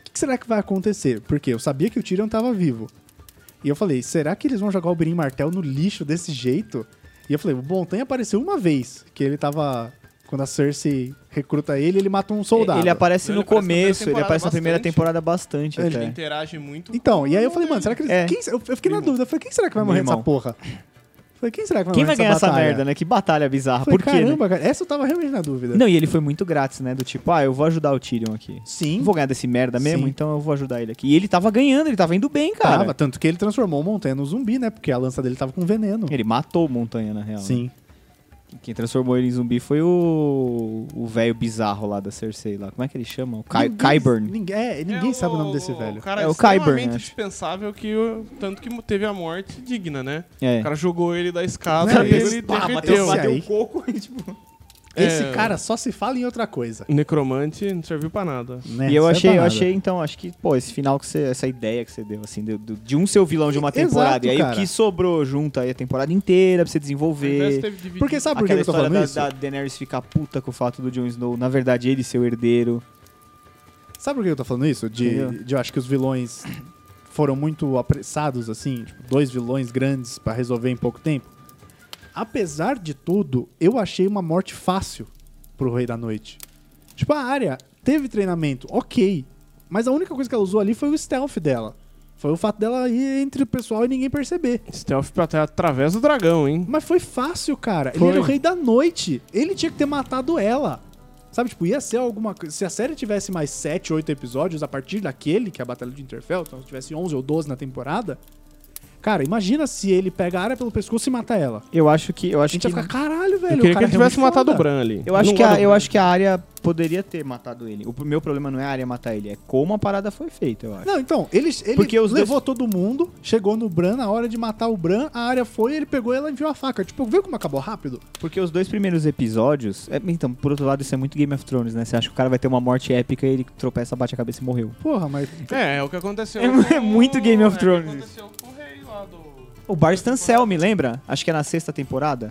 [SPEAKER 1] o que, que será que vai acontecer? Porque eu sabia que o Tyrion tava vivo. E eu falei, será que eles vão jogar o Oberyn Martel no lixo desse jeito? E eu falei, o Montanha apareceu uma vez, que ele tava... Quando a Cersei recruta ele, ele mata um soldado.
[SPEAKER 4] Ele aparece
[SPEAKER 2] Ele
[SPEAKER 4] no
[SPEAKER 2] aparece na primeira
[SPEAKER 4] começo, ele
[SPEAKER 2] temporada
[SPEAKER 4] aparece na primeira
[SPEAKER 2] bastante.
[SPEAKER 4] temporada bastante
[SPEAKER 1] Ele
[SPEAKER 2] Ele
[SPEAKER 4] até.
[SPEAKER 2] interage muito.
[SPEAKER 1] É. Então, e aí eu falei, mano, será que eles...
[SPEAKER 4] É.
[SPEAKER 1] quem- eu, eu fiquei na dúvida, eu falei, quem será que vai
[SPEAKER 4] Meu
[SPEAKER 1] morrer nessa
[SPEAKER 4] irmão.
[SPEAKER 1] porra? Eu falei, quem será que vai
[SPEAKER 4] Quem vai
[SPEAKER 1] morrer
[SPEAKER 4] ganhar essa
[SPEAKER 1] batalha?
[SPEAKER 4] merda, né? Que batalha bizarra.
[SPEAKER 1] Eu falei,
[SPEAKER 4] Por quê? né?
[SPEAKER 1] caramba, cara, essa eu tava realmente na dúvida.
[SPEAKER 4] Não, e ele foi muito grátis, né? Do tipo, ah, eu vou ajudar o Tyrion aqui.
[SPEAKER 1] Sim,
[SPEAKER 4] Não vou ganhar desse merda mesmo,
[SPEAKER 1] Sim.
[SPEAKER 4] então eu vou ajudar ele aqui. E ele tava ganhando, ele tava indo bem, cara.
[SPEAKER 1] tava, tanto que ele transformou o Montanha no zumbi, né? Porque a lança dele tava com veneno.
[SPEAKER 4] Ele matou o Montanha, na real. né?
[SPEAKER 1] Sim.
[SPEAKER 4] Quem transformou ele em zumbi foi o. o velho bizarro lá da Cersei lá. Como é que ele chama? O Ky
[SPEAKER 1] Ninguém-
[SPEAKER 4] Kyburn.
[SPEAKER 1] ninguém- é, ninguém sabe o nome desse velho.
[SPEAKER 2] Cara
[SPEAKER 4] É o Qyburn,
[SPEAKER 2] extremamente
[SPEAKER 4] acho.
[SPEAKER 2] dispensável que o- tanto que teve a morte digna, né?
[SPEAKER 4] É.
[SPEAKER 2] O cara jogou ele da escada
[SPEAKER 1] O cara
[SPEAKER 2] e
[SPEAKER 1] pegou
[SPEAKER 2] ele
[SPEAKER 1] pá,
[SPEAKER 2] derreteu.
[SPEAKER 1] bateu- aí.
[SPEAKER 4] coco e tipo.
[SPEAKER 1] Esse
[SPEAKER 2] É.
[SPEAKER 1] cara só se fala em outra coisa.
[SPEAKER 2] Necromante não serviu pra nada.
[SPEAKER 1] né?
[SPEAKER 4] E eu
[SPEAKER 1] Isso é
[SPEAKER 4] achei, eu
[SPEAKER 1] danado.
[SPEAKER 4] achei, então, acho que, pô, esse final que você. Essa ideia que você deu, assim, de, de- de um seu vilão de uma
[SPEAKER 1] Exato,
[SPEAKER 4] temporada. e aí
[SPEAKER 1] cara.
[SPEAKER 4] o que sobrou junto aí a temporada inteira pra você
[SPEAKER 2] Ao invés de
[SPEAKER 4] desenvolver.
[SPEAKER 2] ter dividido-
[SPEAKER 1] Porque sabe por que
[SPEAKER 4] Aquela
[SPEAKER 1] eu tô
[SPEAKER 4] história
[SPEAKER 1] falando
[SPEAKER 4] da,
[SPEAKER 1] isso?
[SPEAKER 4] da Daenerys ficar puta com o fato do Jon Snow, na verdade, ele ser o herdeiro.
[SPEAKER 1] Sabe por que eu tô falando isso? De,
[SPEAKER 4] Entendeu?
[SPEAKER 1] de eu acho que os vilões foram muito apressados, assim, tipo, dois vilões grandes pra resolver em pouco tempo. Apesar de tudo, eu achei uma morte fácil pro Rei da Noite. Tipo, a área teve treinamento, ok. Mas a única coisa que ela usou ali foi o stealth dela. Foi o fato dela ir entre o pessoal e ninguém perceber.
[SPEAKER 2] Stealth pra até através do dragão, hein?
[SPEAKER 1] Mas foi fácil, cara. Ele
[SPEAKER 2] Foi.
[SPEAKER 1] era o rei da noite. Ele tinha que ter matado ela. Sabe, tipo, ia ser alguma coisa. Se a série tivesse mais 7, 8 episódios a partir daquele, que é a Batalha de Interfell, então se tivesse 11 ou 12 na temporada. Cara, imagina se ele pega a área pelo pescoço e mata ela.
[SPEAKER 4] Eu acho que. Eu
[SPEAKER 1] A
[SPEAKER 4] acho
[SPEAKER 1] gente
[SPEAKER 4] que.
[SPEAKER 1] ia ficar, caralho, velho.
[SPEAKER 2] eu
[SPEAKER 1] o
[SPEAKER 2] queria que
[SPEAKER 1] cara
[SPEAKER 2] ele
[SPEAKER 1] é muito
[SPEAKER 2] tivesse matado o
[SPEAKER 1] foda."
[SPEAKER 2] Bran ali.
[SPEAKER 4] Eu acho,
[SPEAKER 2] Não
[SPEAKER 4] que a,
[SPEAKER 2] guarda o
[SPEAKER 4] eu
[SPEAKER 2] Bran.
[SPEAKER 4] acho que a área poderia ter matado ele. O pro- meu problema não é a área matar ele, é como a parada foi feita, eu acho.
[SPEAKER 1] Não, então, ele, ele
[SPEAKER 4] Porque os
[SPEAKER 1] levou todo mundo, chegou no Bran, na hora de matar o Bran, a área foi, ele pegou ela e enviou a faca. Tipo, viu como acabou rápido?
[SPEAKER 4] Porque os dois primeiros episódios. é, então, por outro lado, isso é muito Game of Thrones, né? Você acha que o cara vai ter uma morte épica e ele tropeça, bate a cabeça e morreu.
[SPEAKER 1] Porra, mas.
[SPEAKER 2] É, é o que aconteceu.
[SPEAKER 4] É
[SPEAKER 2] com-
[SPEAKER 4] muito Game of Thrones.
[SPEAKER 2] É o que aconteceu com o rei lá do.
[SPEAKER 4] O Barstan Selmy, lembra? Acho que é na sexta temporada.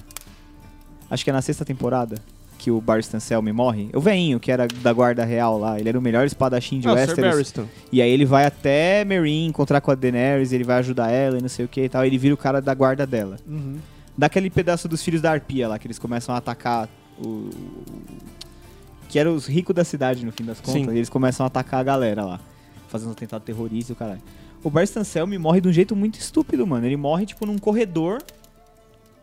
[SPEAKER 4] Acho que é na sexta temporada que o Barstan Selmy morre. O veinho, que era da guarda real lá. Ele era o melhor espadachim de
[SPEAKER 2] Ah, o Sir
[SPEAKER 4] Westeros.
[SPEAKER 2] Barristan.
[SPEAKER 4] E aí ele vai até Meereen encontrar com a Daenerys, ele vai ajudar ela e não sei o que e tal. Ele vira o cara da guarda dela.
[SPEAKER 1] Uhum.
[SPEAKER 4] Daquele pedaço dos filhos da arpia lá, que eles começam a atacar o... Que eram os ricos da cidade, no fim das contas.
[SPEAKER 2] Sim.
[SPEAKER 4] E eles começam a atacar a galera lá. Fazendo um atentado terrorista e o caralho. O Barstan Selmy morre de um jeito muito estúpido, mano. Ele morre, tipo, num corredor.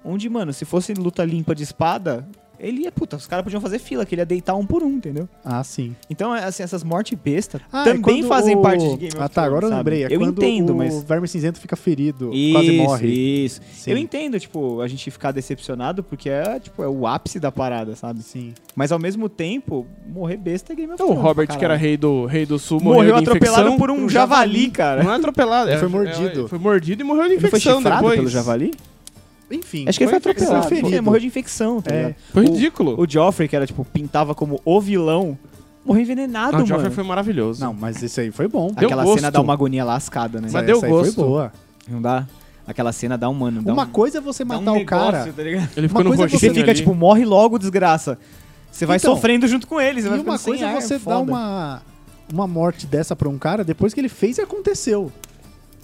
[SPEAKER 4] Onde, mano, se fosse luta limpa de espada, ele ia... Puta, os caras podiam fazer fila, que ele ia deitar um por um, entendeu?
[SPEAKER 1] Ah, sim.
[SPEAKER 4] Então, é, assim, essas mortes besta
[SPEAKER 1] Ah, é
[SPEAKER 4] também
[SPEAKER 1] quando
[SPEAKER 4] fazem
[SPEAKER 1] o-
[SPEAKER 4] parte de Game of Thrones.
[SPEAKER 1] Ah, tá, agora eu
[SPEAKER 4] sabe?
[SPEAKER 1] lembrei. É
[SPEAKER 4] eu
[SPEAKER 1] quando
[SPEAKER 4] entendo,
[SPEAKER 1] o
[SPEAKER 4] mas.
[SPEAKER 1] verme cinzento fica ferido,
[SPEAKER 4] Isso,
[SPEAKER 1] quase morre.
[SPEAKER 4] Isso.
[SPEAKER 1] Sim.
[SPEAKER 4] Eu entendo, tipo, a gente ficar decepcionado porque é, tipo, é o ápice da parada, sabe?
[SPEAKER 1] Sim.
[SPEAKER 4] Mas ao mesmo tempo, morrer besta é Game of
[SPEAKER 2] Então, o
[SPEAKER 4] Thrones.
[SPEAKER 2] Robert,
[SPEAKER 4] pra
[SPEAKER 2] que era
[SPEAKER 4] caralho.
[SPEAKER 2] rei do, rei do sul, morreu,
[SPEAKER 4] morreu
[SPEAKER 2] de
[SPEAKER 4] atropelado
[SPEAKER 2] infecção.
[SPEAKER 4] por um javali, cara.
[SPEAKER 2] Não é atropelado,
[SPEAKER 1] Ele
[SPEAKER 2] é-
[SPEAKER 1] foi
[SPEAKER 2] é-
[SPEAKER 1] mordido.
[SPEAKER 2] foi mordido e morreu de
[SPEAKER 4] Ele foi
[SPEAKER 2] infecção
[SPEAKER 4] chifrado
[SPEAKER 2] depois.
[SPEAKER 4] pelo javali?
[SPEAKER 1] Enfim.
[SPEAKER 4] Acho que ele foi
[SPEAKER 2] Foi infecção,
[SPEAKER 4] atropelado.
[SPEAKER 1] foi
[SPEAKER 4] pô.
[SPEAKER 1] ferido.
[SPEAKER 4] Ele morreu de infecção, tá
[SPEAKER 1] É.
[SPEAKER 4] ligado?
[SPEAKER 2] Foi
[SPEAKER 4] O-
[SPEAKER 2] ridículo.
[SPEAKER 4] O Joffrey, que era, tipo, pintava como o vilão, morreu envenenado,
[SPEAKER 2] Não, Ah, o
[SPEAKER 4] mano.
[SPEAKER 2] Joffrey foi maravilhoso.
[SPEAKER 1] Não, mas esse aí foi bom.
[SPEAKER 2] Deu
[SPEAKER 4] Aquela
[SPEAKER 2] gosto.
[SPEAKER 4] cena dá uma agonia lascada, né?
[SPEAKER 2] Mas deu
[SPEAKER 1] essa aí
[SPEAKER 2] gosto.
[SPEAKER 1] Foi boa.
[SPEAKER 4] Não dá? Aquela cena dá um, mano. Dá
[SPEAKER 1] Uma
[SPEAKER 4] um,
[SPEAKER 1] coisa é você
[SPEAKER 4] dá um
[SPEAKER 1] matar o cara.
[SPEAKER 4] negócio, tá ligado?
[SPEAKER 2] Ele
[SPEAKER 1] Uma
[SPEAKER 2] ficou no
[SPEAKER 1] coisa é
[SPEAKER 2] roxinho
[SPEAKER 1] você
[SPEAKER 4] E você
[SPEAKER 2] ali.
[SPEAKER 4] fica tipo, morre logo, desgraça. Você vai
[SPEAKER 1] Então,
[SPEAKER 4] sofrendo junto com eles. Você vai
[SPEAKER 1] E uma
[SPEAKER 4] ficando sem
[SPEAKER 1] coisa é
[SPEAKER 4] ar,
[SPEAKER 1] você dar
[SPEAKER 4] foda.
[SPEAKER 1] uma, uma morte dessa pra um cara depois que ele fez e aconteceu.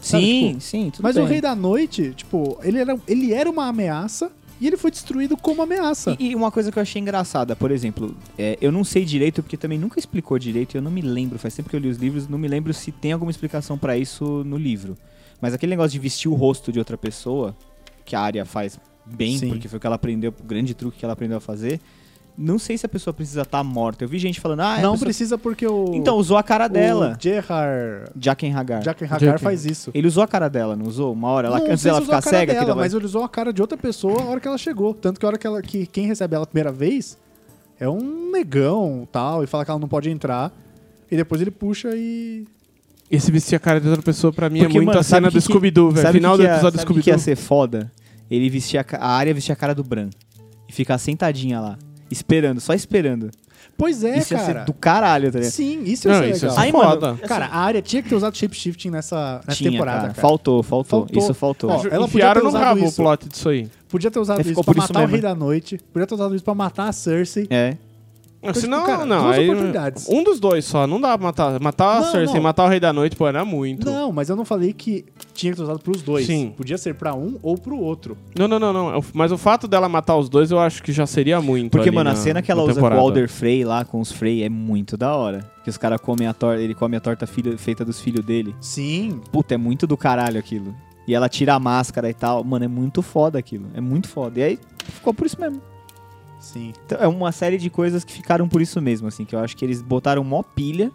[SPEAKER 1] sabe,
[SPEAKER 4] Sim,
[SPEAKER 1] tipo,
[SPEAKER 4] sim. tudo
[SPEAKER 1] Mas o
[SPEAKER 4] bem.
[SPEAKER 1] Rei da Noite, tipo, ele era, ele era uma ameaça e ele foi destruído como ameaça.
[SPEAKER 4] E, e uma coisa que eu achei engraçada, por exemplo, é, eu não sei direito, porque também nunca explicou direito, eu não me lembro, faz tempo que eu li os livros, não me lembro se tem alguma explicação pra isso no livro. Mas aquele negócio de vestir o rosto de outra pessoa, que a área faz bem,
[SPEAKER 1] Sim.
[SPEAKER 4] porque foi o que ela aprendeu, o grande truque que ela aprendeu a fazer, Não sei se a pessoa precisa estar morta. Eu vi gente falando, ah, a
[SPEAKER 1] não
[SPEAKER 4] pessoa-
[SPEAKER 1] precisa porque o.
[SPEAKER 4] Então, usou a cara dela.
[SPEAKER 1] O Gerhard.
[SPEAKER 4] Jaquen Hagar.
[SPEAKER 1] Jaquen Hagar
[SPEAKER 2] Jaquen.
[SPEAKER 1] faz isso.
[SPEAKER 4] Ele usou a cara dela, não usou? Uma hora, ela,
[SPEAKER 1] Não,
[SPEAKER 4] antes
[SPEAKER 1] sei
[SPEAKER 4] dela
[SPEAKER 1] se usou
[SPEAKER 4] ficar
[SPEAKER 1] a cara
[SPEAKER 4] cega. que
[SPEAKER 1] dela,
[SPEAKER 4] dava-
[SPEAKER 1] mas ele usou a cara de outra pessoa a hora que ela chegou. Tanto que a hora que, ela, que quem recebe ela a primeira vez é um negão tal, e fala que ela não pode entrar. E depois ele puxa e.
[SPEAKER 2] Esse vestir a cara de outra pessoa pra mim
[SPEAKER 4] Porque,
[SPEAKER 2] é muito
[SPEAKER 4] mano,
[SPEAKER 2] a
[SPEAKER 4] sabe
[SPEAKER 2] cena
[SPEAKER 4] que
[SPEAKER 2] do
[SPEAKER 4] que-
[SPEAKER 2] Scooby-Doo, velho.
[SPEAKER 4] sabe
[SPEAKER 2] Final
[SPEAKER 4] que
[SPEAKER 2] do
[SPEAKER 4] que ia-
[SPEAKER 2] episódio do
[SPEAKER 4] sabe que que ia
[SPEAKER 2] Scooby-Doo.
[SPEAKER 4] ser foda? Ele vestia a, ca- a área vestia a cara do Bran. E ficar sentadinha lá. Esperando, só esperando.
[SPEAKER 1] Pois é,
[SPEAKER 4] isso ia
[SPEAKER 1] cara.
[SPEAKER 4] ser do caralho, tá ligado?
[SPEAKER 1] Sim, isso ia
[SPEAKER 2] Não,
[SPEAKER 1] ser
[SPEAKER 2] isso é
[SPEAKER 1] legal.
[SPEAKER 4] Aí, mano,
[SPEAKER 2] foda.
[SPEAKER 1] Cara, a área tinha que ter usado shapeshifting nessa, nessa
[SPEAKER 4] Tinha,
[SPEAKER 1] temporada.
[SPEAKER 4] cara.
[SPEAKER 1] cara.
[SPEAKER 4] Faltou, faltou,
[SPEAKER 1] Faltou.
[SPEAKER 4] Isso faltou.
[SPEAKER 1] Ó, ela podia
[SPEAKER 2] Enfiaram
[SPEAKER 1] ter
[SPEAKER 2] no
[SPEAKER 1] usado
[SPEAKER 2] rabo o
[SPEAKER 1] isso.
[SPEAKER 2] plot disso aí.
[SPEAKER 1] Podia ter usado
[SPEAKER 4] É,
[SPEAKER 1] isso
[SPEAKER 4] ficou
[SPEAKER 1] pra
[SPEAKER 4] por isso
[SPEAKER 1] matar o
[SPEAKER 4] mesmo,
[SPEAKER 1] Rei da Noite. Podia ter usado isso pra matar a Cersei.
[SPEAKER 4] é.
[SPEAKER 1] tipo,
[SPEAKER 2] Senão,
[SPEAKER 1] cara,
[SPEAKER 2] não,
[SPEAKER 1] duas
[SPEAKER 2] aí,
[SPEAKER 1] oportunidades.
[SPEAKER 2] um dos dois só, não dá pra matar. Matar
[SPEAKER 1] Não,
[SPEAKER 2] a Cersei,
[SPEAKER 1] não.
[SPEAKER 2] matar o Rei da Noite, pô, era muito.
[SPEAKER 1] Não, mas eu não falei que tinha que ter usado pros dois.
[SPEAKER 2] Sim.
[SPEAKER 1] Podia ser pra um ou pro outro.
[SPEAKER 2] Não, não, não, não. Mas o fato dela matar os dois eu acho que já seria muito.
[SPEAKER 4] Porque,
[SPEAKER 2] ali
[SPEAKER 4] mano, a
[SPEAKER 2] na-
[SPEAKER 4] cena que ela
[SPEAKER 2] na
[SPEAKER 4] usa com o
[SPEAKER 2] temporada.
[SPEAKER 4] Alder Frey lá, com os Frey, é muito da hora. Que os caras comem a torta, ele come a torta filha- feita dos filhos dele.
[SPEAKER 1] Sim.
[SPEAKER 4] Puta, é muito do caralho aquilo. E ela tira a máscara e tal. Mano, é muito foda aquilo. É muito foda. E aí ficou por isso mesmo.
[SPEAKER 1] Sim.
[SPEAKER 4] Então, é uma série de coisas que ficaram por isso mesmo, assim. Que eu acho que eles botaram mó pilha.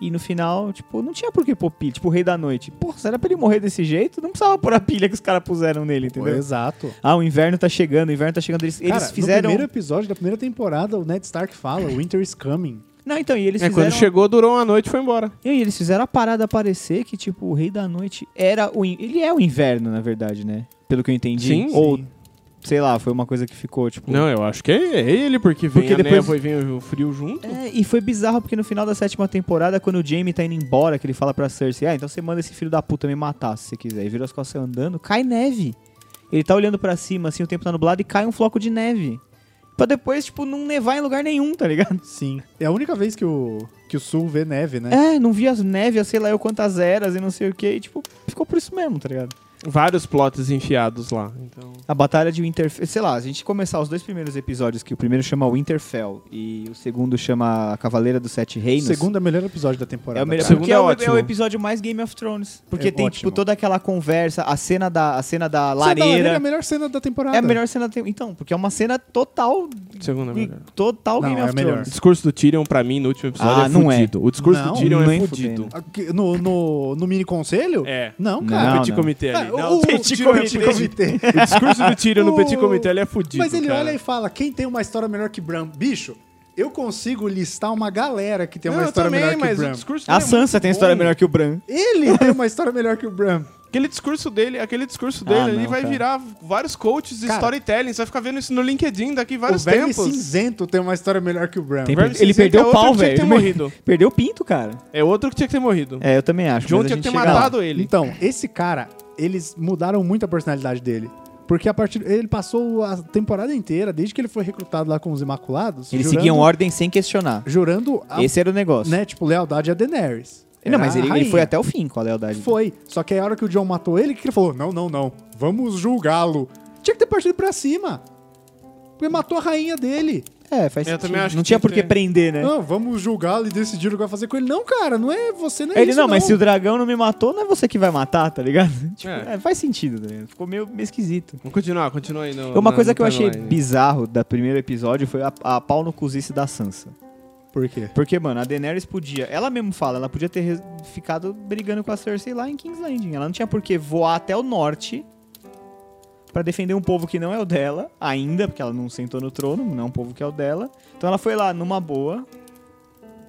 [SPEAKER 4] E no final, tipo, não tinha por que pôr pilha. Tipo, o Rei da Noite. Porra, será pra ele morrer desse jeito? Não precisava pôr a pilha que os caras puseram nele, entendeu?
[SPEAKER 1] Exato.
[SPEAKER 4] Ah, o inverno tá chegando, o inverno tá chegando. Eles, eles
[SPEAKER 1] Cara, no
[SPEAKER 4] fizeram.
[SPEAKER 1] primeiro episódio da primeira temporada, o Ned Stark fala, Winter is coming.
[SPEAKER 4] Não, então, e eles
[SPEAKER 2] É,
[SPEAKER 4] fizeram.
[SPEAKER 2] quando chegou, durou uma noite e foi embora.
[SPEAKER 4] E aí, eles fizeram a parada aparecer que, tipo, o Rei da Noite era o. in- Ele é o inverno, na verdade, né? Pelo que eu entendi.
[SPEAKER 2] Sim.
[SPEAKER 4] Ou, sei lá, foi uma coisa que ficou, tipo.
[SPEAKER 2] Não, eu acho que é ele, porque vem
[SPEAKER 4] Porque
[SPEAKER 2] a
[SPEAKER 4] depois-
[SPEAKER 2] névoa e vem o frio junto.
[SPEAKER 4] É, e foi bizarro porque no final da sétima temporada, quando o Jamie tá indo embora, que ele fala pra Cersei: Ah, então você manda esse filho da puta me matar se você quiser. E vira as costas andando, cai neve. Ele tá olhando pra cima, assim, o tempo tá nublado e cai um floco de neve. Pra depois, tipo, não nevar em lugar nenhum, tá ligado?
[SPEAKER 1] Sim. É a única vez que o, que o Sul vê neve, né?
[SPEAKER 4] É, não via as neves, sei lá eu quantas eras e não sei o que. E, tipo, ficou por isso mesmo, tá ligado?
[SPEAKER 2] Vários plots enfiados lá. Então...
[SPEAKER 4] A batalha de Winterfell. Sei lá, a gente começar os dois primeiros episódios, que o primeiro chama Winterfell e o segundo chama a Cavaleira dos Sete
[SPEAKER 1] O
[SPEAKER 4] Reinos.
[SPEAKER 1] segundo é o melhor episódio da temporada.
[SPEAKER 4] É o melhor,
[SPEAKER 1] cara.
[SPEAKER 2] Segundo
[SPEAKER 4] porque
[SPEAKER 2] é
[SPEAKER 4] é, o,
[SPEAKER 2] ótimo.
[SPEAKER 4] é o episódio mais Game of Thrones. Porque
[SPEAKER 1] É
[SPEAKER 4] tem,
[SPEAKER 1] ótimo.
[SPEAKER 4] tipo, toda aquela conversa, a cena da, a cena da
[SPEAKER 1] Cena da
[SPEAKER 4] lareira.
[SPEAKER 1] é a melhor cena da temporada.
[SPEAKER 4] é a melhor cena da tem- Então, porque é uma cena total.
[SPEAKER 2] Segunda Tá melhor.
[SPEAKER 4] Total
[SPEAKER 1] Não,
[SPEAKER 4] Game
[SPEAKER 1] é
[SPEAKER 4] of
[SPEAKER 1] a melhor.
[SPEAKER 2] O
[SPEAKER 4] Thrones.
[SPEAKER 2] discurso do Tyrion, pra mim, no último episódio,
[SPEAKER 4] Ah,
[SPEAKER 2] é
[SPEAKER 4] não é.
[SPEAKER 2] fudido. O discurso
[SPEAKER 1] Não,
[SPEAKER 2] do Tyrion
[SPEAKER 4] nem
[SPEAKER 2] é fudido.
[SPEAKER 4] fudendo.
[SPEAKER 1] Aqui, Ah, No, no, no mini conselho?
[SPEAKER 2] É.
[SPEAKER 1] Não,
[SPEAKER 4] Não,
[SPEAKER 1] cara.
[SPEAKER 2] Petit comitê ali.
[SPEAKER 1] Cara,
[SPEAKER 2] Não,
[SPEAKER 1] o-
[SPEAKER 2] É, o,
[SPEAKER 1] o Tyrion
[SPEAKER 4] comitê.
[SPEAKER 1] Petit comitê.
[SPEAKER 2] o discurso do Tyrion no Petit
[SPEAKER 1] O-
[SPEAKER 2] Comitê ele é fudido.
[SPEAKER 1] Mas ele
[SPEAKER 2] cara.
[SPEAKER 1] olha e fala: quem tem uma história melhor que Bram? Bicho, eu consigo listar uma galera que tem uma
[SPEAKER 2] Não, eu
[SPEAKER 1] história
[SPEAKER 2] também,
[SPEAKER 1] melhor que
[SPEAKER 2] mas
[SPEAKER 1] Bram.
[SPEAKER 2] o discurso dele
[SPEAKER 4] A
[SPEAKER 2] é
[SPEAKER 4] Sansa
[SPEAKER 2] muito
[SPEAKER 4] tem história
[SPEAKER 2] bom.
[SPEAKER 4] melhor que o Bran.
[SPEAKER 1] Ele tem uma história melhor que o Bram.
[SPEAKER 2] Aquele discurso dele, aquele discurso
[SPEAKER 4] Ah,
[SPEAKER 2] dele ali
[SPEAKER 4] não,
[SPEAKER 2] vai
[SPEAKER 4] cara.
[SPEAKER 2] virar vários coaches de
[SPEAKER 1] Cara,
[SPEAKER 2] storytelling. Você vai ficar vendo isso no LinkedIn daqui
[SPEAKER 1] O
[SPEAKER 2] vários
[SPEAKER 1] velho
[SPEAKER 2] tempos.
[SPEAKER 1] cinzento tem uma história melhor que o Bram.
[SPEAKER 4] Tem-
[SPEAKER 2] O Verme
[SPEAKER 4] Ele
[SPEAKER 2] Cinzento
[SPEAKER 4] perdeu
[SPEAKER 2] é
[SPEAKER 4] o
[SPEAKER 2] outro
[SPEAKER 4] pau,
[SPEAKER 2] que tinha que ter
[SPEAKER 4] velho.
[SPEAKER 2] morrido.
[SPEAKER 4] Perdeu o pinto, cara.
[SPEAKER 2] É outro que tinha que ter morrido.
[SPEAKER 4] É, eu também acho.
[SPEAKER 2] John
[SPEAKER 4] mas a
[SPEAKER 2] tinha que
[SPEAKER 4] gente
[SPEAKER 2] ter
[SPEAKER 4] chega lá.
[SPEAKER 2] matado ele.
[SPEAKER 1] Então, esse cara, eles mudaram muito a personalidade dele. Porque a partir. Ele passou a temporada inteira, desde que ele foi recrutado lá com os Imaculados.
[SPEAKER 4] Eles
[SPEAKER 1] jurando-
[SPEAKER 4] seguiam ordem sem questionar.
[SPEAKER 1] Jurando
[SPEAKER 2] Ah,
[SPEAKER 1] a,
[SPEAKER 4] um Esse era o negócio.
[SPEAKER 1] né, tipo, lealdade a Daenerys.
[SPEAKER 4] Não, mas
[SPEAKER 1] Era
[SPEAKER 4] ele,
[SPEAKER 1] a
[SPEAKER 4] ele
[SPEAKER 1] rainha.
[SPEAKER 4] foi até o fim com a lealdade.
[SPEAKER 1] Foi. Só que aí a hora que o John matou ele, o que ele falou? Não, não, não. Vamos julgá-lo. Tinha que ter partido pra cima. Porque matou a rainha dele.
[SPEAKER 4] É, faz
[SPEAKER 2] Eu
[SPEAKER 4] sentido.
[SPEAKER 2] também acho
[SPEAKER 4] não
[SPEAKER 2] que
[SPEAKER 4] tinha
[SPEAKER 2] tem
[SPEAKER 4] por
[SPEAKER 2] que
[SPEAKER 4] que
[SPEAKER 2] ter.
[SPEAKER 4] prender, né?
[SPEAKER 1] Não, vamos julgá-lo e decidir o que vai fazer com ele. Não, cara, não é você, não é
[SPEAKER 4] ele,
[SPEAKER 1] isso,
[SPEAKER 4] não, mas se o dragão não me matou, não é você que vai matar, tá ligado? Tipo,
[SPEAKER 2] É.
[SPEAKER 4] é, faz sentido, tá ligado? Ficou meio, meio esquisito.
[SPEAKER 2] Vamos continuar, continua aí. No,
[SPEAKER 4] É Uma
[SPEAKER 2] na-
[SPEAKER 4] coisa
[SPEAKER 2] no
[SPEAKER 4] que eu achei
[SPEAKER 2] timeline.
[SPEAKER 4] bizarro da primeiro episódio foi a, a pau no cozice da Sansa.
[SPEAKER 1] Por quê?
[SPEAKER 4] Porque, mano, a Daenerys podia... Ela mesmo fala, ela podia ter res- ficado brigando com a Cersei lá em King's Landing. Ela não tinha por que voar até o norte pra defender um povo que não é o dela ainda, porque ela não sentou no trono, não é um povo que é o dela. Então ela foi lá numa boa,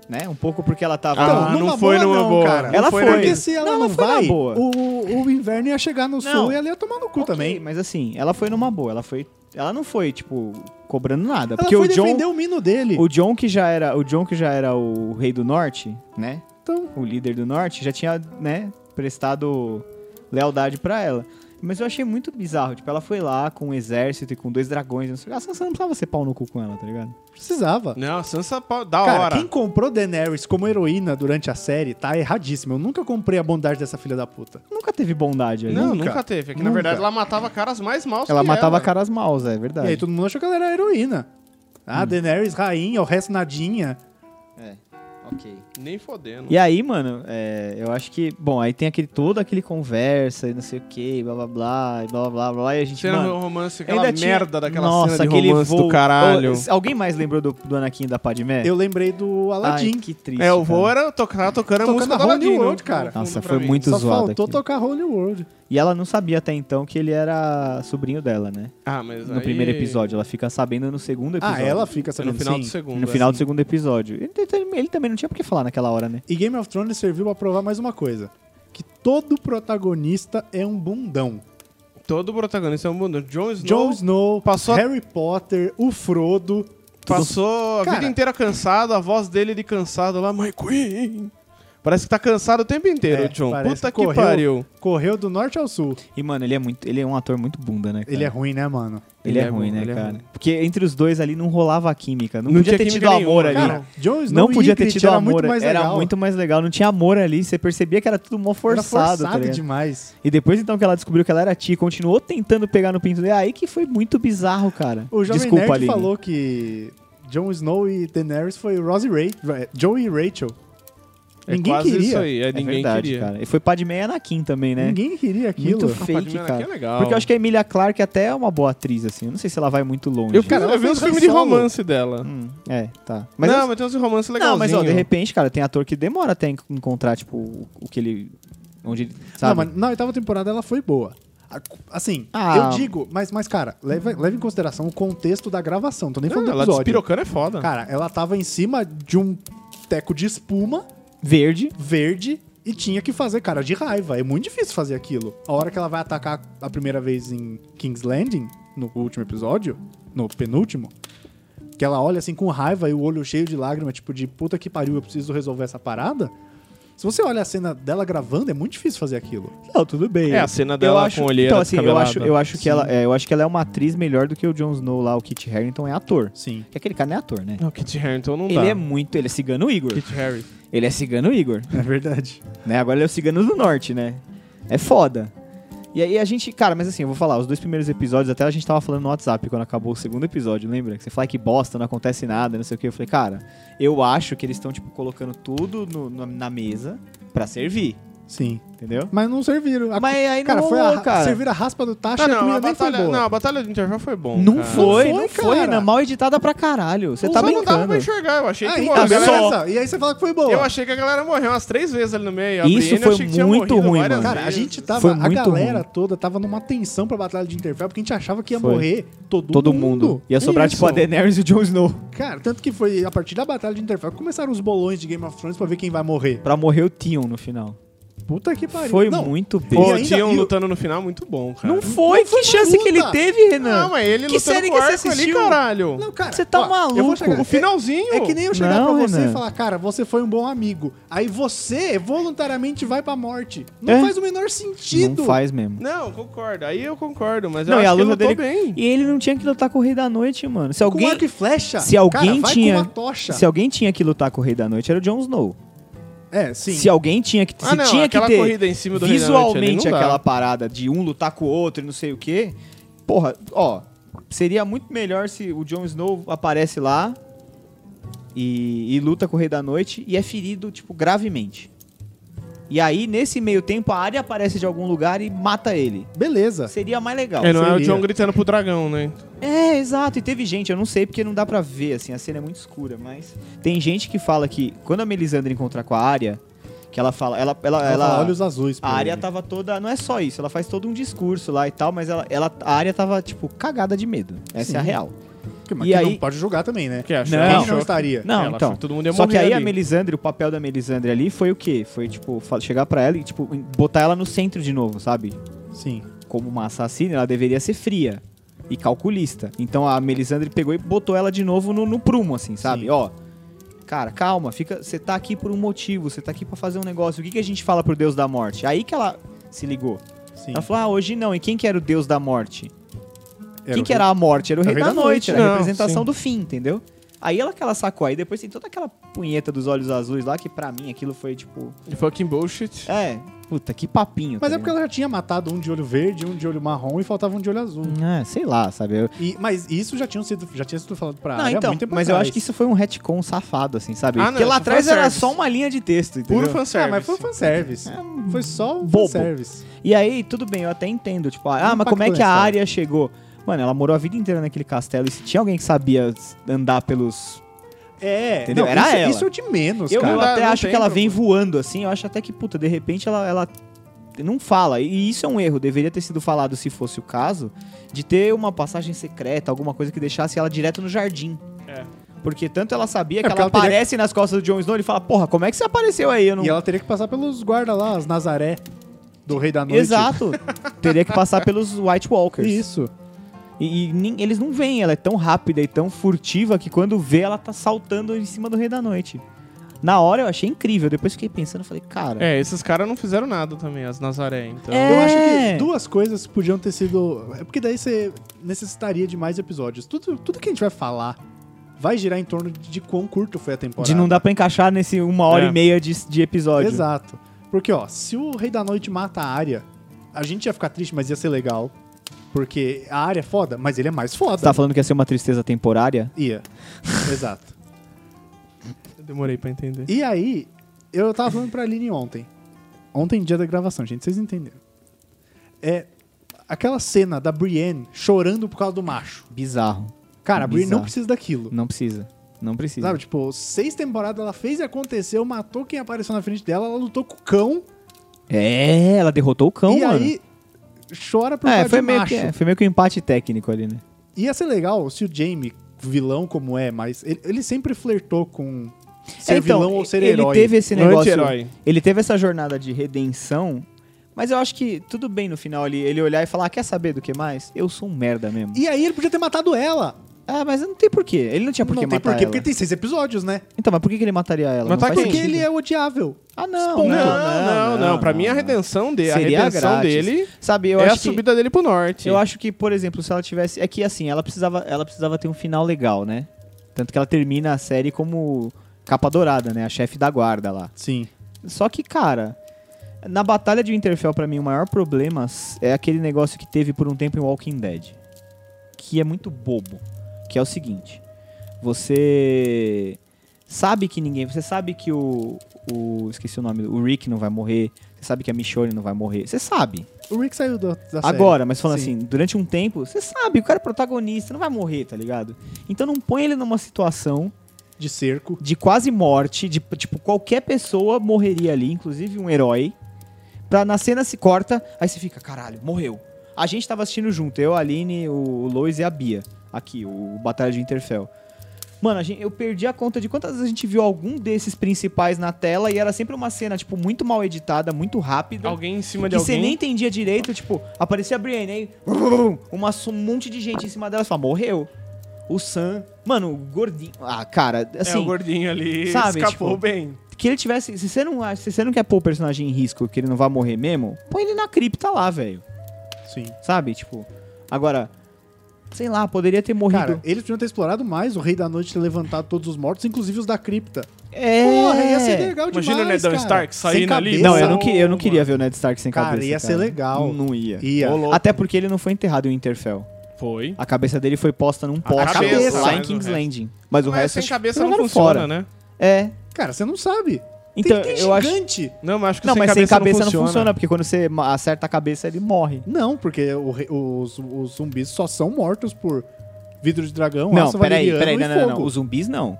[SPEAKER 4] né? Um pouco porque ela tava...
[SPEAKER 2] Ah,
[SPEAKER 1] Então,
[SPEAKER 2] não
[SPEAKER 1] numa
[SPEAKER 2] foi numa boa.
[SPEAKER 1] Cara.
[SPEAKER 2] Não
[SPEAKER 4] Ela foi.
[SPEAKER 1] Porque se ela
[SPEAKER 4] Não,
[SPEAKER 1] não,
[SPEAKER 4] ela foi na
[SPEAKER 1] vai,
[SPEAKER 4] boa.
[SPEAKER 1] O, o inverno ia chegar no
[SPEAKER 4] Não.
[SPEAKER 1] sul e ela ia tomar no cu
[SPEAKER 4] Ok,
[SPEAKER 1] também.
[SPEAKER 4] Mas assim, ela foi numa boa, ela foi. Ela não foi, tipo, cobrando nada.
[SPEAKER 1] Ela
[SPEAKER 4] porque
[SPEAKER 1] foi
[SPEAKER 4] o John.
[SPEAKER 1] defender o mino dele.
[SPEAKER 4] O John que já era. O John que já era o rei do norte, né?
[SPEAKER 1] Então,
[SPEAKER 4] O líder do norte, já tinha, né, prestado lealdade pra ela. Mas eu achei muito bizarro. Tipo, ela foi lá com um exército e com dois dragões. Não sei, a Sansa não precisava ser pau no cu com ela, tá ligado?
[SPEAKER 1] precisava.
[SPEAKER 2] Não, a Sansa pa- da
[SPEAKER 1] Cara,
[SPEAKER 2] hora.
[SPEAKER 1] quem comprou Daenerys como heroína durante a série tá erradíssimo. Eu nunca comprei a bondade dessa filha da puta.
[SPEAKER 4] Nunca teve bondade ali.
[SPEAKER 2] Não, nunca,
[SPEAKER 1] Nunca.
[SPEAKER 2] teve. É que, na
[SPEAKER 1] Nunca.
[SPEAKER 2] verdade, ela matava caras mais maus
[SPEAKER 4] Ela
[SPEAKER 2] que
[SPEAKER 4] matava
[SPEAKER 2] ela.
[SPEAKER 4] caras maus, é
[SPEAKER 1] E aí
[SPEAKER 4] verdade.
[SPEAKER 1] todo mundo achou que ela era heroína. Ah, Daenerys, rainha, o resto nadinha.
[SPEAKER 4] Ok.
[SPEAKER 2] Nem fodendo.
[SPEAKER 4] E aí, mano, é, eu acho que. Bom, aí tem aquele, todo aquele conversa e não sei o que, blá blá blá, e blá blá blá, blá, e a gente.
[SPEAKER 2] Cena
[SPEAKER 4] mano,
[SPEAKER 2] do romance, aquela
[SPEAKER 4] ainda tinha-
[SPEAKER 2] merda daquela
[SPEAKER 4] Nossa,
[SPEAKER 2] cena de
[SPEAKER 4] aquele
[SPEAKER 2] romance
[SPEAKER 4] voo-
[SPEAKER 2] do caralho.
[SPEAKER 4] Oh, alguém mais lembrou do, do Anakin e da Padmé?
[SPEAKER 1] Eu lembrei do
[SPEAKER 4] É. Ai,
[SPEAKER 1] Aladdin.
[SPEAKER 4] que triste.
[SPEAKER 2] é, o
[SPEAKER 4] cara.
[SPEAKER 2] voo era tocar, tocando a
[SPEAKER 1] Tocando
[SPEAKER 2] música
[SPEAKER 1] a
[SPEAKER 2] do
[SPEAKER 1] Holy
[SPEAKER 2] Aladdin, né?
[SPEAKER 1] World,
[SPEAKER 2] no
[SPEAKER 1] cara.
[SPEAKER 2] fundo
[SPEAKER 4] Nossa,
[SPEAKER 2] pra
[SPEAKER 4] foi
[SPEAKER 2] mim.
[SPEAKER 4] muito
[SPEAKER 1] Só
[SPEAKER 4] zoado
[SPEAKER 1] faltou
[SPEAKER 4] aquilo.
[SPEAKER 1] tocar Holy World.
[SPEAKER 4] E ela não sabia até então que ele era sobrinho dela, né?
[SPEAKER 2] Ah, mas
[SPEAKER 4] No
[SPEAKER 2] aí-
[SPEAKER 4] primeiro episódio. Ela fica sabendo no segundo episódio.
[SPEAKER 1] Ah, ela fica sabendo
[SPEAKER 2] No assim. final
[SPEAKER 1] sim.
[SPEAKER 2] do segundo.
[SPEAKER 4] No final do segundo episódio. Ele, ele- ele também não tinha por que falar naquela hora, né?
[SPEAKER 1] E Game of Thrones serviu pra provar mais uma coisa. Que todo protagonista é um bundão.
[SPEAKER 2] segundo. assim. Todo protagonista é um mundo. Jon Snow
[SPEAKER 1] Jon Snow,
[SPEAKER 2] passou-
[SPEAKER 1] Harry Potter, o Frodo.
[SPEAKER 2] passou a
[SPEAKER 1] Cara.
[SPEAKER 2] vida inteira cansado, a voz dele de cansado lá, My Queen. Parece que tá cansado o tempo inteiro,
[SPEAKER 1] É,
[SPEAKER 2] John.
[SPEAKER 1] parece
[SPEAKER 2] Puta que
[SPEAKER 1] correu-
[SPEAKER 2] pariu.
[SPEAKER 1] Correu do norte ao sul.
[SPEAKER 4] E, mano, ele é muito. Ele é um ator muito bunda, né? Cara?
[SPEAKER 1] Ele é ruim, né, mano?
[SPEAKER 4] Ele, é,
[SPEAKER 2] Ele é
[SPEAKER 4] ruim,
[SPEAKER 2] bom,
[SPEAKER 4] né,
[SPEAKER 2] ele é
[SPEAKER 4] cara?
[SPEAKER 2] ruim.
[SPEAKER 4] Porque entre os dois ali não rolava a química. Não,
[SPEAKER 2] Não
[SPEAKER 4] podia
[SPEAKER 2] tinha
[SPEAKER 4] ter
[SPEAKER 2] química
[SPEAKER 4] tido amor
[SPEAKER 2] nenhuma,
[SPEAKER 4] ali.
[SPEAKER 2] cara.
[SPEAKER 1] Jon Snow
[SPEAKER 4] É, Não podia
[SPEAKER 1] e
[SPEAKER 4] ter
[SPEAKER 1] Ygritte
[SPEAKER 4] tido
[SPEAKER 1] era
[SPEAKER 4] amor.
[SPEAKER 1] muito mais
[SPEAKER 4] era
[SPEAKER 1] legal.
[SPEAKER 4] muito mais legal. Não tinha amor ali. Você percebia que era tudo mó
[SPEAKER 1] Era
[SPEAKER 4] forçado. tá
[SPEAKER 1] forçado
[SPEAKER 4] ligado?
[SPEAKER 1] demais.
[SPEAKER 4] E depois então que ela descobriu que ela era tia, e continuou tentando pegar no pinto dele. Aí que foi muito bizarro, cara.
[SPEAKER 1] O Jovem
[SPEAKER 4] Desculpa,
[SPEAKER 1] Nerd
[SPEAKER 4] Aline.
[SPEAKER 1] falou que Jon Snow e Daenerys foi Rose e Ra Joe e Rachel.
[SPEAKER 2] É
[SPEAKER 1] Ninguém
[SPEAKER 2] quase
[SPEAKER 1] queria.
[SPEAKER 2] isso aí. É,
[SPEAKER 4] É
[SPEAKER 2] ninguém
[SPEAKER 4] verdade,
[SPEAKER 2] queria.
[SPEAKER 4] cara. E foi Padmé e Anakin também, né?
[SPEAKER 1] Ninguém queria aquilo.
[SPEAKER 4] Muito
[SPEAKER 2] A
[SPEAKER 4] fake,
[SPEAKER 2] Padmé
[SPEAKER 4] cara.
[SPEAKER 2] aqui é legal.
[SPEAKER 4] Porque eu acho que a Emilia Clarke até é uma boa atriz, assim. Eu não sei se ela vai muito longe.
[SPEAKER 2] Eu, cara,
[SPEAKER 1] ela
[SPEAKER 2] eu vi
[SPEAKER 1] fez
[SPEAKER 2] os
[SPEAKER 1] Han
[SPEAKER 2] filmes de
[SPEAKER 1] Solo.
[SPEAKER 2] romance dela.
[SPEAKER 4] Hum, é, tá.
[SPEAKER 2] Mas
[SPEAKER 4] Mas
[SPEAKER 2] não,
[SPEAKER 4] eu-
[SPEAKER 2] mas é tem uns romances
[SPEAKER 4] não,
[SPEAKER 2] legais.
[SPEAKER 4] mas ó, de repente, cara, tem ator que demora até en- encontrar, tipo, o o que ele. Onde ele. Sabe?
[SPEAKER 1] Não, mas na oitava temporada ela foi boa. A- Assim,
[SPEAKER 4] Ah.
[SPEAKER 1] eu digo, mas, mas cara, leva, leva em consideração o contexto da gravação. Tô nem falando do
[SPEAKER 2] ela
[SPEAKER 1] episódio.
[SPEAKER 2] despirocando é foda.
[SPEAKER 1] Cara, ela tava em cima de um teco de espuma
[SPEAKER 4] Verde.
[SPEAKER 1] verde e tinha que fazer cara de raiva. É muito difícil fazer aquilo. A hora que ela vai atacar a primeira vez em King's Landing, no último episódio, no penúltimo, que ela olha assim com raiva e o olho cheio de lágrima, tipo de puta que pariu, eu preciso resolver essa parada. Se você olha a cena dela gravando, é muito difícil fazer aquilo.
[SPEAKER 4] Não, tudo bem.
[SPEAKER 2] É, a cena dela com a olheira
[SPEAKER 4] Então, assim, eu
[SPEAKER 2] descabelada.
[SPEAKER 4] acho, eu, acho que
[SPEAKER 1] Sim.
[SPEAKER 4] ela, é, eu acho que ela é uma atriz melhor do que o Jon Snow lá, o Kit Harington é ator.
[SPEAKER 1] Sim.
[SPEAKER 4] Porque aquele cara não é ator, né?
[SPEAKER 2] Não, o Kit Harington não dá.
[SPEAKER 4] Ele é muito. Ele é cigano Igor.
[SPEAKER 2] Kit Harry.
[SPEAKER 4] Ele é cigano Igor.
[SPEAKER 1] É verdade.
[SPEAKER 4] né? Agora ele é o Cigano do Norte, né? É foda. E aí a gente, cara, mas assim, eu vou falar, os dois primeiros episódios, até a gente tava falando no WhatsApp quando acabou o segundo episódio, lembra? Que você fala que bosta, não acontece nada, não sei o que. Eu falei, cara, eu acho que eles estão, tipo, colocando tudo no- no- na mesa pra servir,
[SPEAKER 1] Sim.
[SPEAKER 4] entendeu?
[SPEAKER 1] Mas não serviram. A-
[SPEAKER 4] Mas aí não
[SPEAKER 1] cara, foi
[SPEAKER 4] rolou,
[SPEAKER 1] a,
[SPEAKER 4] cara.
[SPEAKER 1] servir a raspa do tacho
[SPEAKER 2] Ah,
[SPEAKER 1] e a
[SPEAKER 2] não, a
[SPEAKER 1] comida nem foi
[SPEAKER 2] batalha,
[SPEAKER 1] boa.
[SPEAKER 2] não, a batalha do intervalo foi bom.
[SPEAKER 4] Não
[SPEAKER 2] cara.
[SPEAKER 4] foi,
[SPEAKER 1] Não
[SPEAKER 4] não
[SPEAKER 1] foi,
[SPEAKER 4] foi,
[SPEAKER 1] cara.
[SPEAKER 4] na mal editada pra caralho. Você
[SPEAKER 2] Não,
[SPEAKER 4] tá
[SPEAKER 2] só Não dava pra
[SPEAKER 4] brincando.
[SPEAKER 2] enxergar, eu achei
[SPEAKER 1] Ah,
[SPEAKER 2] que
[SPEAKER 1] então,
[SPEAKER 2] morreu.
[SPEAKER 4] beleza.
[SPEAKER 2] Galera,
[SPEAKER 1] beleza. E aí você fala que foi boa.
[SPEAKER 2] Eu achei que a galera morreu umas três vezes ali no meio. A
[SPEAKER 4] Isso
[SPEAKER 2] Brienne, eu
[SPEAKER 4] foi
[SPEAKER 2] achei que tinha
[SPEAKER 4] muito
[SPEAKER 2] morrido
[SPEAKER 4] ruim,
[SPEAKER 2] várias
[SPEAKER 4] mano.
[SPEAKER 1] Cara, a
[SPEAKER 2] vezes.
[SPEAKER 1] gente tava.
[SPEAKER 4] Foi
[SPEAKER 1] a
[SPEAKER 4] muito
[SPEAKER 1] galera
[SPEAKER 4] ruim.
[SPEAKER 1] toda tava numa tensão pra Batalha de Interfell, porque a gente achava que ia
[SPEAKER 4] Foi.
[SPEAKER 1] morrer todo,
[SPEAKER 4] Todo mundo. Ia sobrar, tipo, a
[SPEAKER 2] Isso.
[SPEAKER 4] Daenerys e o Jon Snow.
[SPEAKER 1] Cara, tanto que foi a partir da Batalha de Interfell que começaram os bolões de Game of Thrones pra ver quem vai morrer.
[SPEAKER 4] Pra morrer o Tion no final.
[SPEAKER 1] Puta que pariu.
[SPEAKER 4] Foi
[SPEAKER 1] Não,
[SPEAKER 4] muito
[SPEAKER 2] Pô,
[SPEAKER 4] bem.
[SPEAKER 1] ainda-
[SPEAKER 2] tinha um
[SPEAKER 1] e o-
[SPEAKER 2] lutando no final muito bom, cara.
[SPEAKER 4] Não foi?
[SPEAKER 1] foi
[SPEAKER 4] Que chance
[SPEAKER 1] uma
[SPEAKER 4] que ele
[SPEAKER 1] luta.
[SPEAKER 4] teve, Renan?
[SPEAKER 2] Não, mas ele
[SPEAKER 4] Que
[SPEAKER 2] lutando
[SPEAKER 4] série
[SPEAKER 2] com
[SPEAKER 4] que
[SPEAKER 2] o
[SPEAKER 4] você
[SPEAKER 2] arco ali,
[SPEAKER 4] assistiu?
[SPEAKER 2] caralho.
[SPEAKER 1] Não, cara.
[SPEAKER 4] Você tá
[SPEAKER 1] ó, Eu
[SPEAKER 4] maluco?
[SPEAKER 1] vou chegar,
[SPEAKER 2] O finalzinho.
[SPEAKER 1] É, é que nem eu chegar
[SPEAKER 4] Não,
[SPEAKER 1] pra você
[SPEAKER 4] Renan.
[SPEAKER 1] e falar, cara, você foi um bom amigo. Aí você voluntariamente vai pra morte. Não
[SPEAKER 4] É.
[SPEAKER 1] faz o menor sentido.
[SPEAKER 4] Não faz mesmo.
[SPEAKER 2] Não, concordo. Aí eu concordo, mas
[SPEAKER 4] Não,
[SPEAKER 2] eu
[SPEAKER 4] e a
[SPEAKER 2] acho que ele
[SPEAKER 4] luta
[SPEAKER 2] lutou
[SPEAKER 4] dele-
[SPEAKER 2] bem.
[SPEAKER 4] E ele não tinha que lutar com o Rei da Noite, mano. Se alguém,
[SPEAKER 1] Com arco e flecha.
[SPEAKER 4] se alguém
[SPEAKER 1] cara, vai
[SPEAKER 4] tinha-
[SPEAKER 1] Com uma tocha.
[SPEAKER 4] se alguém tinha que lutar com o Rei da Noite, era o Jon Snow.
[SPEAKER 1] É, sim.
[SPEAKER 4] Se alguém tinha que, se
[SPEAKER 2] Ah, não,
[SPEAKER 4] tinha que
[SPEAKER 2] aquela
[SPEAKER 4] ter
[SPEAKER 2] corrida em cima do Rei da Noite ali
[SPEAKER 4] visualmente
[SPEAKER 2] não dá.
[SPEAKER 4] aquela parada de um lutar com o outro e não sei o quê. Porra, ó, seria muito melhor se o Jon Snow aparece lá e, e luta com o Rei da Noite e é ferido tipo gravemente. E aí nesse meio tempo a área aparece de algum lugar e mata ele.
[SPEAKER 1] Beleza.
[SPEAKER 4] Seria mais legal.
[SPEAKER 2] É, não é o
[SPEAKER 1] seria.
[SPEAKER 2] John gritando pro dragão, né?
[SPEAKER 4] É, exato. E teve gente, eu não sei porque não dá pra ver, assim, a cena é muito escura, mas tem gente que fala que quando a Melisandre encontrar com a Arya, que ela fala, ela ela,
[SPEAKER 1] Ela
[SPEAKER 4] ela-
[SPEAKER 1] fala olhos azuis. pra
[SPEAKER 4] a Arya
[SPEAKER 1] ele.
[SPEAKER 4] tava toda, não é só isso, ela faz todo um discurso lá e tal, mas ela, ela a Arya tava tipo cagada de medo. Essa é a
[SPEAKER 1] Sim.
[SPEAKER 4] real.
[SPEAKER 1] Que- Mas
[SPEAKER 4] E
[SPEAKER 1] que
[SPEAKER 4] aí-
[SPEAKER 1] não pode julgar também, né?
[SPEAKER 2] Que achou,
[SPEAKER 4] Não.
[SPEAKER 1] Quem
[SPEAKER 2] achou
[SPEAKER 1] não
[SPEAKER 2] que-
[SPEAKER 1] estaria?
[SPEAKER 4] Não,
[SPEAKER 2] Ela achou
[SPEAKER 4] então.
[SPEAKER 2] que todo mundo ia
[SPEAKER 4] Só que
[SPEAKER 2] morrer
[SPEAKER 4] aí a
[SPEAKER 2] ali.
[SPEAKER 4] Melisandre, o papel da Melisandre ali foi o quê? Foi tipo fa- chegar pra ela e tipo botar ela no centro de novo, sabe?
[SPEAKER 1] Sim.
[SPEAKER 4] como uma assassina, ela deveria ser fria e calculista. Então a Melisandre pegou e botou ela de novo no, no prumo, assim, sabe?
[SPEAKER 1] Sim.
[SPEAKER 4] Ó, cara, calma, fica. Você tá aqui por um motivo, você tá aqui pra fazer um negócio. O que, que a gente fala pro Deus da Morte? Aí que ela se ligou.
[SPEAKER 1] Sim.
[SPEAKER 4] Ela falou: ah, hoje não. E quem que era o Deus da Morte?
[SPEAKER 1] Era
[SPEAKER 4] quem
[SPEAKER 1] o
[SPEAKER 4] que era a morte? Era o Rei, da, Noite, era
[SPEAKER 2] Não,
[SPEAKER 4] a representação
[SPEAKER 2] sim.
[SPEAKER 4] do fim, entendeu? Aí ela que ela sacou, aí depois tem toda aquela punheta dos olhos azuis lá, que pra mim aquilo foi tipo.
[SPEAKER 2] Fucking bullshit.
[SPEAKER 4] É, Puta, que papinho.
[SPEAKER 1] Mas
[SPEAKER 4] tá
[SPEAKER 1] é porque
[SPEAKER 4] ligado?
[SPEAKER 1] ela já tinha matado um de olho verde, um de olho marrom e faltava um de olho azul.
[SPEAKER 4] É, sei lá, sabe? Eu-
[SPEAKER 1] E- mas isso já, tinha sido, já tinha sido falado pra
[SPEAKER 4] Não,
[SPEAKER 1] área há
[SPEAKER 4] então,
[SPEAKER 1] Ah, muito tempo
[SPEAKER 4] mas eu
[SPEAKER 1] atrás.
[SPEAKER 4] acho que isso foi um retcon safado, assim, sabe?
[SPEAKER 2] Ah, não,
[SPEAKER 4] porque lá
[SPEAKER 2] isso foi
[SPEAKER 4] atrás era
[SPEAKER 2] fanservice.
[SPEAKER 4] só uma linha de texto, entendeu?
[SPEAKER 2] Puro
[SPEAKER 1] Ah,
[SPEAKER 2] fanservice.
[SPEAKER 1] mas foi um fanservice. Foi só um
[SPEAKER 4] É bobo.
[SPEAKER 1] fanservice.
[SPEAKER 4] E aí, tudo bem, eu até entendo, tipo, ah, mas
[SPEAKER 1] impactou
[SPEAKER 4] como é que
[SPEAKER 1] na
[SPEAKER 4] a
[SPEAKER 1] história.
[SPEAKER 4] área chegou? Mano, ela morou a vida inteira naquele castelo e se tinha alguém que sabia andar pelos
[SPEAKER 1] É,
[SPEAKER 4] Entendeu?
[SPEAKER 1] não,
[SPEAKER 4] Era
[SPEAKER 1] isso,
[SPEAKER 4] ela.
[SPEAKER 1] isso é o de menos,
[SPEAKER 4] Eu,
[SPEAKER 1] cara.
[SPEAKER 4] eu
[SPEAKER 2] Não dá-
[SPEAKER 4] até
[SPEAKER 2] não
[SPEAKER 4] acho
[SPEAKER 2] tem
[SPEAKER 4] que ela
[SPEAKER 2] problema.
[SPEAKER 4] vem voando, assim. Eu acho até que, puta, de repente ela, ela não fala. E isso é um erro. Deveria ter sido falado, se fosse o caso, de ter uma passagem secreta, alguma coisa que deixasse ela direto no jardim.
[SPEAKER 2] É.
[SPEAKER 4] Porque tanto ela sabia que
[SPEAKER 1] porque
[SPEAKER 4] ela,
[SPEAKER 1] ela teria-
[SPEAKER 4] aparece nas costas do Jon Snow, ele fala, porra, como é que você apareceu aí? Eu não...
[SPEAKER 1] E ela teria que passar pelos guardas lá, as Nazaré do Rei da Noite.
[SPEAKER 4] Exato. Teria que passar pelos White Walkers.
[SPEAKER 1] Isso.
[SPEAKER 4] E, e nem- eles não veem, ela é tão rápida e tão furtiva que quando vê, ela tá saltando em cima do Rei da Noite. Na hora eu achei incrível, depois fiquei pensando, falei, cara...
[SPEAKER 2] É, esses caras não fizeram nada também, as Nazaré, então.
[SPEAKER 4] É.
[SPEAKER 1] Eu acho que duas coisas podiam ter sido. É porque daí você necessitaria de mais episódios. Tudo, tudo que a gente vai falar vai girar em torno de, de quão curto foi a temporada.
[SPEAKER 4] De não dar pra encaixar nesse uma hora
[SPEAKER 2] É.
[SPEAKER 4] e meia de, de episódio.
[SPEAKER 1] Exato. Porque, ó, se o Rei da Noite mata a área, a gente ia ficar triste, mas ia ser legal. Porque a área é foda, mas ele é mais
[SPEAKER 4] Você tá
[SPEAKER 1] foda.
[SPEAKER 4] falando que ia ser uma tristeza temporária?
[SPEAKER 1] Ia. Exato.
[SPEAKER 2] Eu demorei pra entender.
[SPEAKER 1] E aí, eu tava falando pra Aline ontem. Ontem, dia da gravação, gente, vocês entenderam. É. Aquela cena da Brienne chorando por causa do macho.
[SPEAKER 4] Bizarro.
[SPEAKER 1] Cara, a Brienne não
[SPEAKER 4] Bizarro.
[SPEAKER 1] precisa daquilo.
[SPEAKER 4] Não precisa. Não precisa.
[SPEAKER 1] Sabe, tipo, seis temporadas ela fez e aconteceu, matou quem apareceu na frente dela, ela lutou com o cão.
[SPEAKER 4] É, ela derrotou o cão,
[SPEAKER 1] e
[SPEAKER 4] mano.
[SPEAKER 1] aí, chora por
[SPEAKER 4] é,
[SPEAKER 1] causa
[SPEAKER 4] foi
[SPEAKER 1] de
[SPEAKER 4] meio,
[SPEAKER 1] macho.
[SPEAKER 4] que, é, foi meio que um empate técnico ali, né?
[SPEAKER 1] Ia ser legal se o Jamie, vilão como é, mas ele, ele sempre flertou com ser
[SPEAKER 4] É, então,
[SPEAKER 1] vilão ou ser
[SPEAKER 4] ele
[SPEAKER 1] herói.
[SPEAKER 4] teve esse
[SPEAKER 2] Não é
[SPEAKER 4] negócio.
[SPEAKER 2] anti-herói.
[SPEAKER 4] Ele teve essa jornada de redenção, mas eu acho que tudo bem no final ali ele olhar e falar: "Ah, quer saber do que mais? Eu sou um merda mesmo.
[SPEAKER 1] E aí ele podia ter matado ela.
[SPEAKER 4] Ah, mas não tem porquê. Ele não tinha porquê
[SPEAKER 1] não tem
[SPEAKER 4] é matar
[SPEAKER 1] porquê,
[SPEAKER 4] ela.
[SPEAKER 1] porque tem seis episódios, né?
[SPEAKER 4] Então, mas por que que ele mataria ela?
[SPEAKER 2] Matar
[SPEAKER 4] não faz
[SPEAKER 2] quem?
[SPEAKER 1] Porque
[SPEAKER 4] sentido.
[SPEAKER 1] ele é odiável.
[SPEAKER 4] Ah, não.
[SPEAKER 2] tá Não,
[SPEAKER 1] Ponto.
[SPEAKER 2] não, não, Pra mim, é a
[SPEAKER 4] não.
[SPEAKER 2] redenção dele, a
[SPEAKER 4] Seria
[SPEAKER 2] redenção
[SPEAKER 4] grátis.
[SPEAKER 2] dele
[SPEAKER 4] Sabe, eu
[SPEAKER 2] é a
[SPEAKER 4] acho que...
[SPEAKER 2] subida dele pro norte.
[SPEAKER 4] Eu acho que, por exemplo, se ela tivesse. É que assim, ela precisava, ela precisava ter um final legal, né? Tanto que ela termina a série como capa dourada, né? A chefe da guarda lá.
[SPEAKER 1] Sim.
[SPEAKER 4] Só que, cara, na Batalha de Winterfell, pra mim, o maior problema s- é aquele negócio que teve por um tempo em Walking Dead. Que é muito bobo. Que é o seguinte: você sabe que ninguém. Você sabe que o. o esqueci o nome. O Rick não vai morrer. Você sabe que a Michonne não vai morrer. Você sabe.
[SPEAKER 1] O Rick saiu da, da série.
[SPEAKER 4] Agora, mas falando
[SPEAKER 1] Tá Sim.
[SPEAKER 4] assim, durante um tempo, você sabe, o cara é protagonista, não vai morrer, tá ligado? Então não põe ele numa situação
[SPEAKER 1] De cerco.
[SPEAKER 4] de quase morte, de tipo, qualquer pessoa morreria ali, inclusive um herói. Pra na cena se corta, aí você fica, caralho, morreu. A gente tava assistindo junto, eu, a Aline, o Lois e a Bia, aqui, o Batalha de Interfell. Mano, a gente- eu perdi a conta de quantas vezes a gente viu algum desses principais na tela e era sempre uma cena, tipo, muito mal editada, muito rápida
[SPEAKER 2] Alguém em cima de
[SPEAKER 4] que você
[SPEAKER 2] alguém.
[SPEAKER 4] nem entendia direito, tipo, aparecia a Brienne aí, brum, uma, su- um monte de gente em cima dela, você fala, morreu. O Sam, mano, o gordinho. Ah, cara,
[SPEAKER 2] é,
[SPEAKER 4] assim,
[SPEAKER 2] o gordinho ali
[SPEAKER 4] sabe,
[SPEAKER 2] escapou
[SPEAKER 4] tipo,
[SPEAKER 2] bem.
[SPEAKER 4] que ele tivesse. Se você, não, acha- se você não quer pôr o personagem em risco, que ele não vai morrer mesmo, põe ele na cripta lá, velho.
[SPEAKER 1] Sim.
[SPEAKER 4] Sabe? Tipo, agora, sei lá, poderia ter morrido.
[SPEAKER 1] Cara, eles podiam ter explorado mais o Rei da Noite ter levantado todos os mortos, inclusive os da cripta.
[SPEAKER 4] é.
[SPEAKER 1] Porra, ia ser legal demais,
[SPEAKER 2] Imagina o Nedão
[SPEAKER 1] cara.
[SPEAKER 2] Stark
[SPEAKER 1] Sem
[SPEAKER 2] saindo ali.
[SPEAKER 1] cabeça.
[SPEAKER 4] Não, eu não,
[SPEAKER 2] Essa-
[SPEAKER 4] que- eu não queria ver o Ned Stark sem
[SPEAKER 1] Cara,
[SPEAKER 4] cabeça.
[SPEAKER 1] ia ser legal.
[SPEAKER 4] Não ia.
[SPEAKER 1] Ia.
[SPEAKER 2] Ô, louco.
[SPEAKER 4] Até porque ele não foi enterrado em Winterfell.
[SPEAKER 2] Foi.
[SPEAKER 4] A cabeça dele foi posta num poste
[SPEAKER 1] cabeça,
[SPEAKER 4] lá em
[SPEAKER 2] mas o
[SPEAKER 4] King's
[SPEAKER 2] resto.
[SPEAKER 4] Landing. Mas o
[SPEAKER 2] Mas
[SPEAKER 4] resto
[SPEAKER 2] sem
[SPEAKER 4] acho que
[SPEAKER 2] cabeça não
[SPEAKER 4] jogaram
[SPEAKER 2] funciona,
[SPEAKER 4] fora.
[SPEAKER 2] né?
[SPEAKER 4] É.
[SPEAKER 1] Cara, você não sabe.
[SPEAKER 4] Então,
[SPEAKER 1] tem, tem
[SPEAKER 4] eu acho.
[SPEAKER 1] gigante.
[SPEAKER 2] Não, mas acho que
[SPEAKER 4] Não,
[SPEAKER 2] sem,
[SPEAKER 4] mas
[SPEAKER 2] cabeça
[SPEAKER 4] sem cabeça não funciona.
[SPEAKER 2] funciona.
[SPEAKER 4] porque quando você ma- acerta a cabeça, ele morre.
[SPEAKER 1] Não, porque o re- os, os zumbis só são mortos por vidro de dragão,
[SPEAKER 4] Não,
[SPEAKER 1] aço
[SPEAKER 4] peraí,
[SPEAKER 1] valeriano
[SPEAKER 4] peraí,
[SPEAKER 1] e
[SPEAKER 4] não, é não, não.
[SPEAKER 1] fogo.
[SPEAKER 4] Os zumbis não.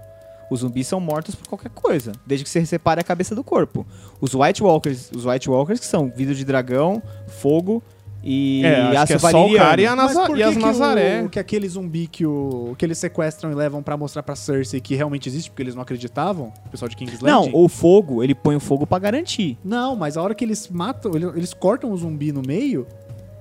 [SPEAKER 4] Os zumbis são mortos por qualquer coisa, desde que você separe a cabeça do corpo. Os White Walkers, os White Walkers que são vidro de dragão, fogo e
[SPEAKER 2] É, acho que é
[SPEAKER 4] aço
[SPEAKER 2] só o
[SPEAKER 4] valeriano.
[SPEAKER 2] cara e a
[SPEAKER 1] Mas
[SPEAKER 2] Naza-
[SPEAKER 1] por
[SPEAKER 2] e
[SPEAKER 1] que
[SPEAKER 2] as
[SPEAKER 1] que
[SPEAKER 2] Nazaré.
[SPEAKER 1] O, que aquele zumbi que, o, que eles sequestram e levam pra mostrar pra Cersei que realmente existe, porque eles não acreditavam, o pessoal de King's
[SPEAKER 4] Não,
[SPEAKER 1] Landing?
[SPEAKER 4] o fogo, ele põe o fogo pra garantir.
[SPEAKER 1] Não, mas a hora que eles matam, ele- eles cortam o zumbi no meio,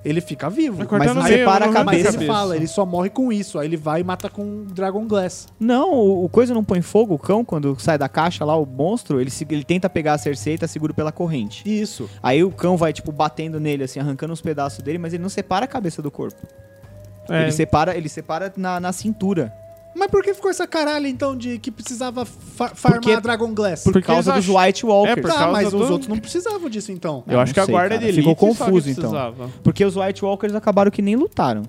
[SPEAKER 1] ele fica vivo.
[SPEAKER 2] Vai cortar
[SPEAKER 4] né? mas
[SPEAKER 2] no
[SPEAKER 4] não
[SPEAKER 2] meio,
[SPEAKER 4] separa a
[SPEAKER 2] não arranca
[SPEAKER 1] Mas
[SPEAKER 4] cabeça.
[SPEAKER 1] ele fala, ele só morre com isso. Aí ele vai e mata com um Dragon Glass.
[SPEAKER 4] Não, o, o coisa não põe fogo, o cão quando sai da caixa lá, o monstro, ele, se- ele tenta pegar a Cersei e tá seguro pela corrente.
[SPEAKER 1] Isso.
[SPEAKER 4] Aí o cão vai, tipo, batendo nele, assim, arrancando uns pedaços dele, mas ele não separa a cabeça do corpo.
[SPEAKER 2] É.
[SPEAKER 4] Ele separa, ele separa na, na cintura.
[SPEAKER 1] Mas por que ficou essa caralho então de que precisava fa- farmar
[SPEAKER 4] Porque-
[SPEAKER 1] Dragon Glass?
[SPEAKER 4] Por
[SPEAKER 2] Porque
[SPEAKER 4] causa
[SPEAKER 2] eles
[SPEAKER 4] dos White Walkers.
[SPEAKER 2] É, por
[SPEAKER 1] tá,
[SPEAKER 2] causa
[SPEAKER 1] mas
[SPEAKER 2] do-
[SPEAKER 1] os outros não precisavam disso então.
[SPEAKER 2] Eu
[SPEAKER 4] Ah,
[SPEAKER 2] acho
[SPEAKER 4] não
[SPEAKER 2] que a
[SPEAKER 4] sei,
[SPEAKER 2] guarda
[SPEAKER 4] cara.
[SPEAKER 2] de elite sabe
[SPEAKER 4] Ficou
[SPEAKER 2] que
[SPEAKER 4] confuso, então.
[SPEAKER 2] precisava.
[SPEAKER 4] Porque os White Walkers acabaram que nem lutaram.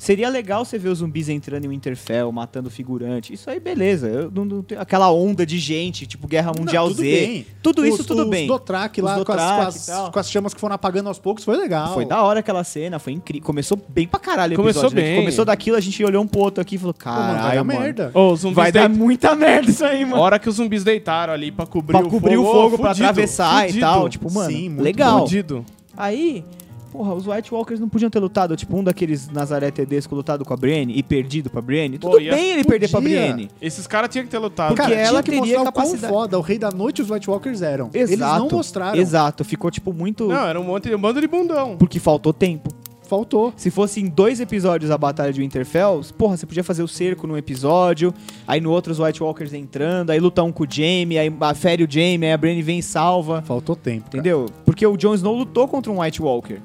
[SPEAKER 4] Seria legal você ver os zumbis entrando em Winterfell, matando figurante. Isso aí, beleza. Eu não- não tenho- aquela onda de gente, tipo Guerra
[SPEAKER 1] Não,
[SPEAKER 4] Mundial
[SPEAKER 1] um tudo
[SPEAKER 4] Z.
[SPEAKER 1] bem.
[SPEAKER 4] Tudo
[SPEAKER 1] Os-
[SPEAKER 4] isso, tudo
[SPEAKER 1] os
[SPEAKER 4] bem.
[SPEAKER 1] Dothraki
[SPEAKER 4] Os
[SPEAKER 1] lá com, as,
[SPEAKER 4] Dothraki
[SPEAKER 1] com as-
[SPEAKER 4] e tal.
[SPEAKER 1] com as chamas que foram apagando aos poucos foi legal.
[SPEAKER 4] Foi da hora aquela cena, foi incrível. Começou bem pra caralho o
[SPEAKER 2] Começou
[SPEAKER 4] episódio, né?
[SPEAKER 2] bem.
[SPEAKER 4] Que Começou daquilo, a gente olhou um pro outro aqui e falou,
[SPEAKER 1] Pô, mano, vai
[SPEAKER 4] caralho,
[SPEAKER 1] dar
[SPEAKER 4] mano.
[SPEAKER 1] merda.
[SPEAKER 2] Ô, os zumbis
[SPEAKER 4] Vai dar
[SPEAKER 2] deit-
[SPEAKER 4] muita merda isso aí, mano.
[SPEAKER 2] hora que os zumbis deitaram ali pra cobrir
[SPEAKER 4] Pra
[SPEAKER 2] o
[SPEAKER 4] cobrir
[SPEAKER 2] fogo.
[SPEAKER 4] o fogo, pra
[SPEAKER 2] fudido,
[SPEAKER 4] atravessar e
[SPEAKER 2] fudido,
[SPEAKER 4] tal. Tipo, mano,
[SPEAKER 1] Sim, muito
[SPEAKER 4] legal.
[SPEAKER 2] Fudido.
[SPEAKER 4] Aí, porra, os White Walkers não podiam ter lutado. Tipo, um daqueles Nazaré Tedesco lutado com a Brienne e perdido pra Brienne.
[SPEAKER 2] Pô,
[SPEAKER 4] Tudo
[SPEAKER 2] ia-
[SPEAKER 4] bem ele perder pra
[SPEAKER 1] Podia.
[SPEAKER 4] Brienne.
[SPEAKER 2] Esses caras tinham que ter lutado.
[SPEAKER 4] Porque é
[SPEAKER 1] Cara, tinha
[SPEAKER 4] ela
[SPEAKER 1] que
[SPEAKER 4] teria
[SPEAKER 1] mostrar o
[SPEAKER 4] capacidade.
[SPEAKER 1] quão foda o Rei da Noite e os White Walkers eram. Eles não mostraram.
[SPEAKER 4] Exato, ficou tipo muito.
[SPEAKER 2] Não, era um monte de um bando de bundão.
[SPEAKER 4] Porque faltou tempo.
[SPEAKER 1] Faltou.
[SPEAKER 4] Se fosse em dois episódios a Batalha de Winterfell, porra, você podia fazer o cerco num episódio, aí no outro os White Walkers entrando, aí lutar um com o Jaime, aí fere o Jaime, aí a Brienne vem e salva.
[SPEAKER 1] Faltou tempo. cara.
[SPEAKER 4] Entendeu? Porque o Jon Snow lutou contra um White Walker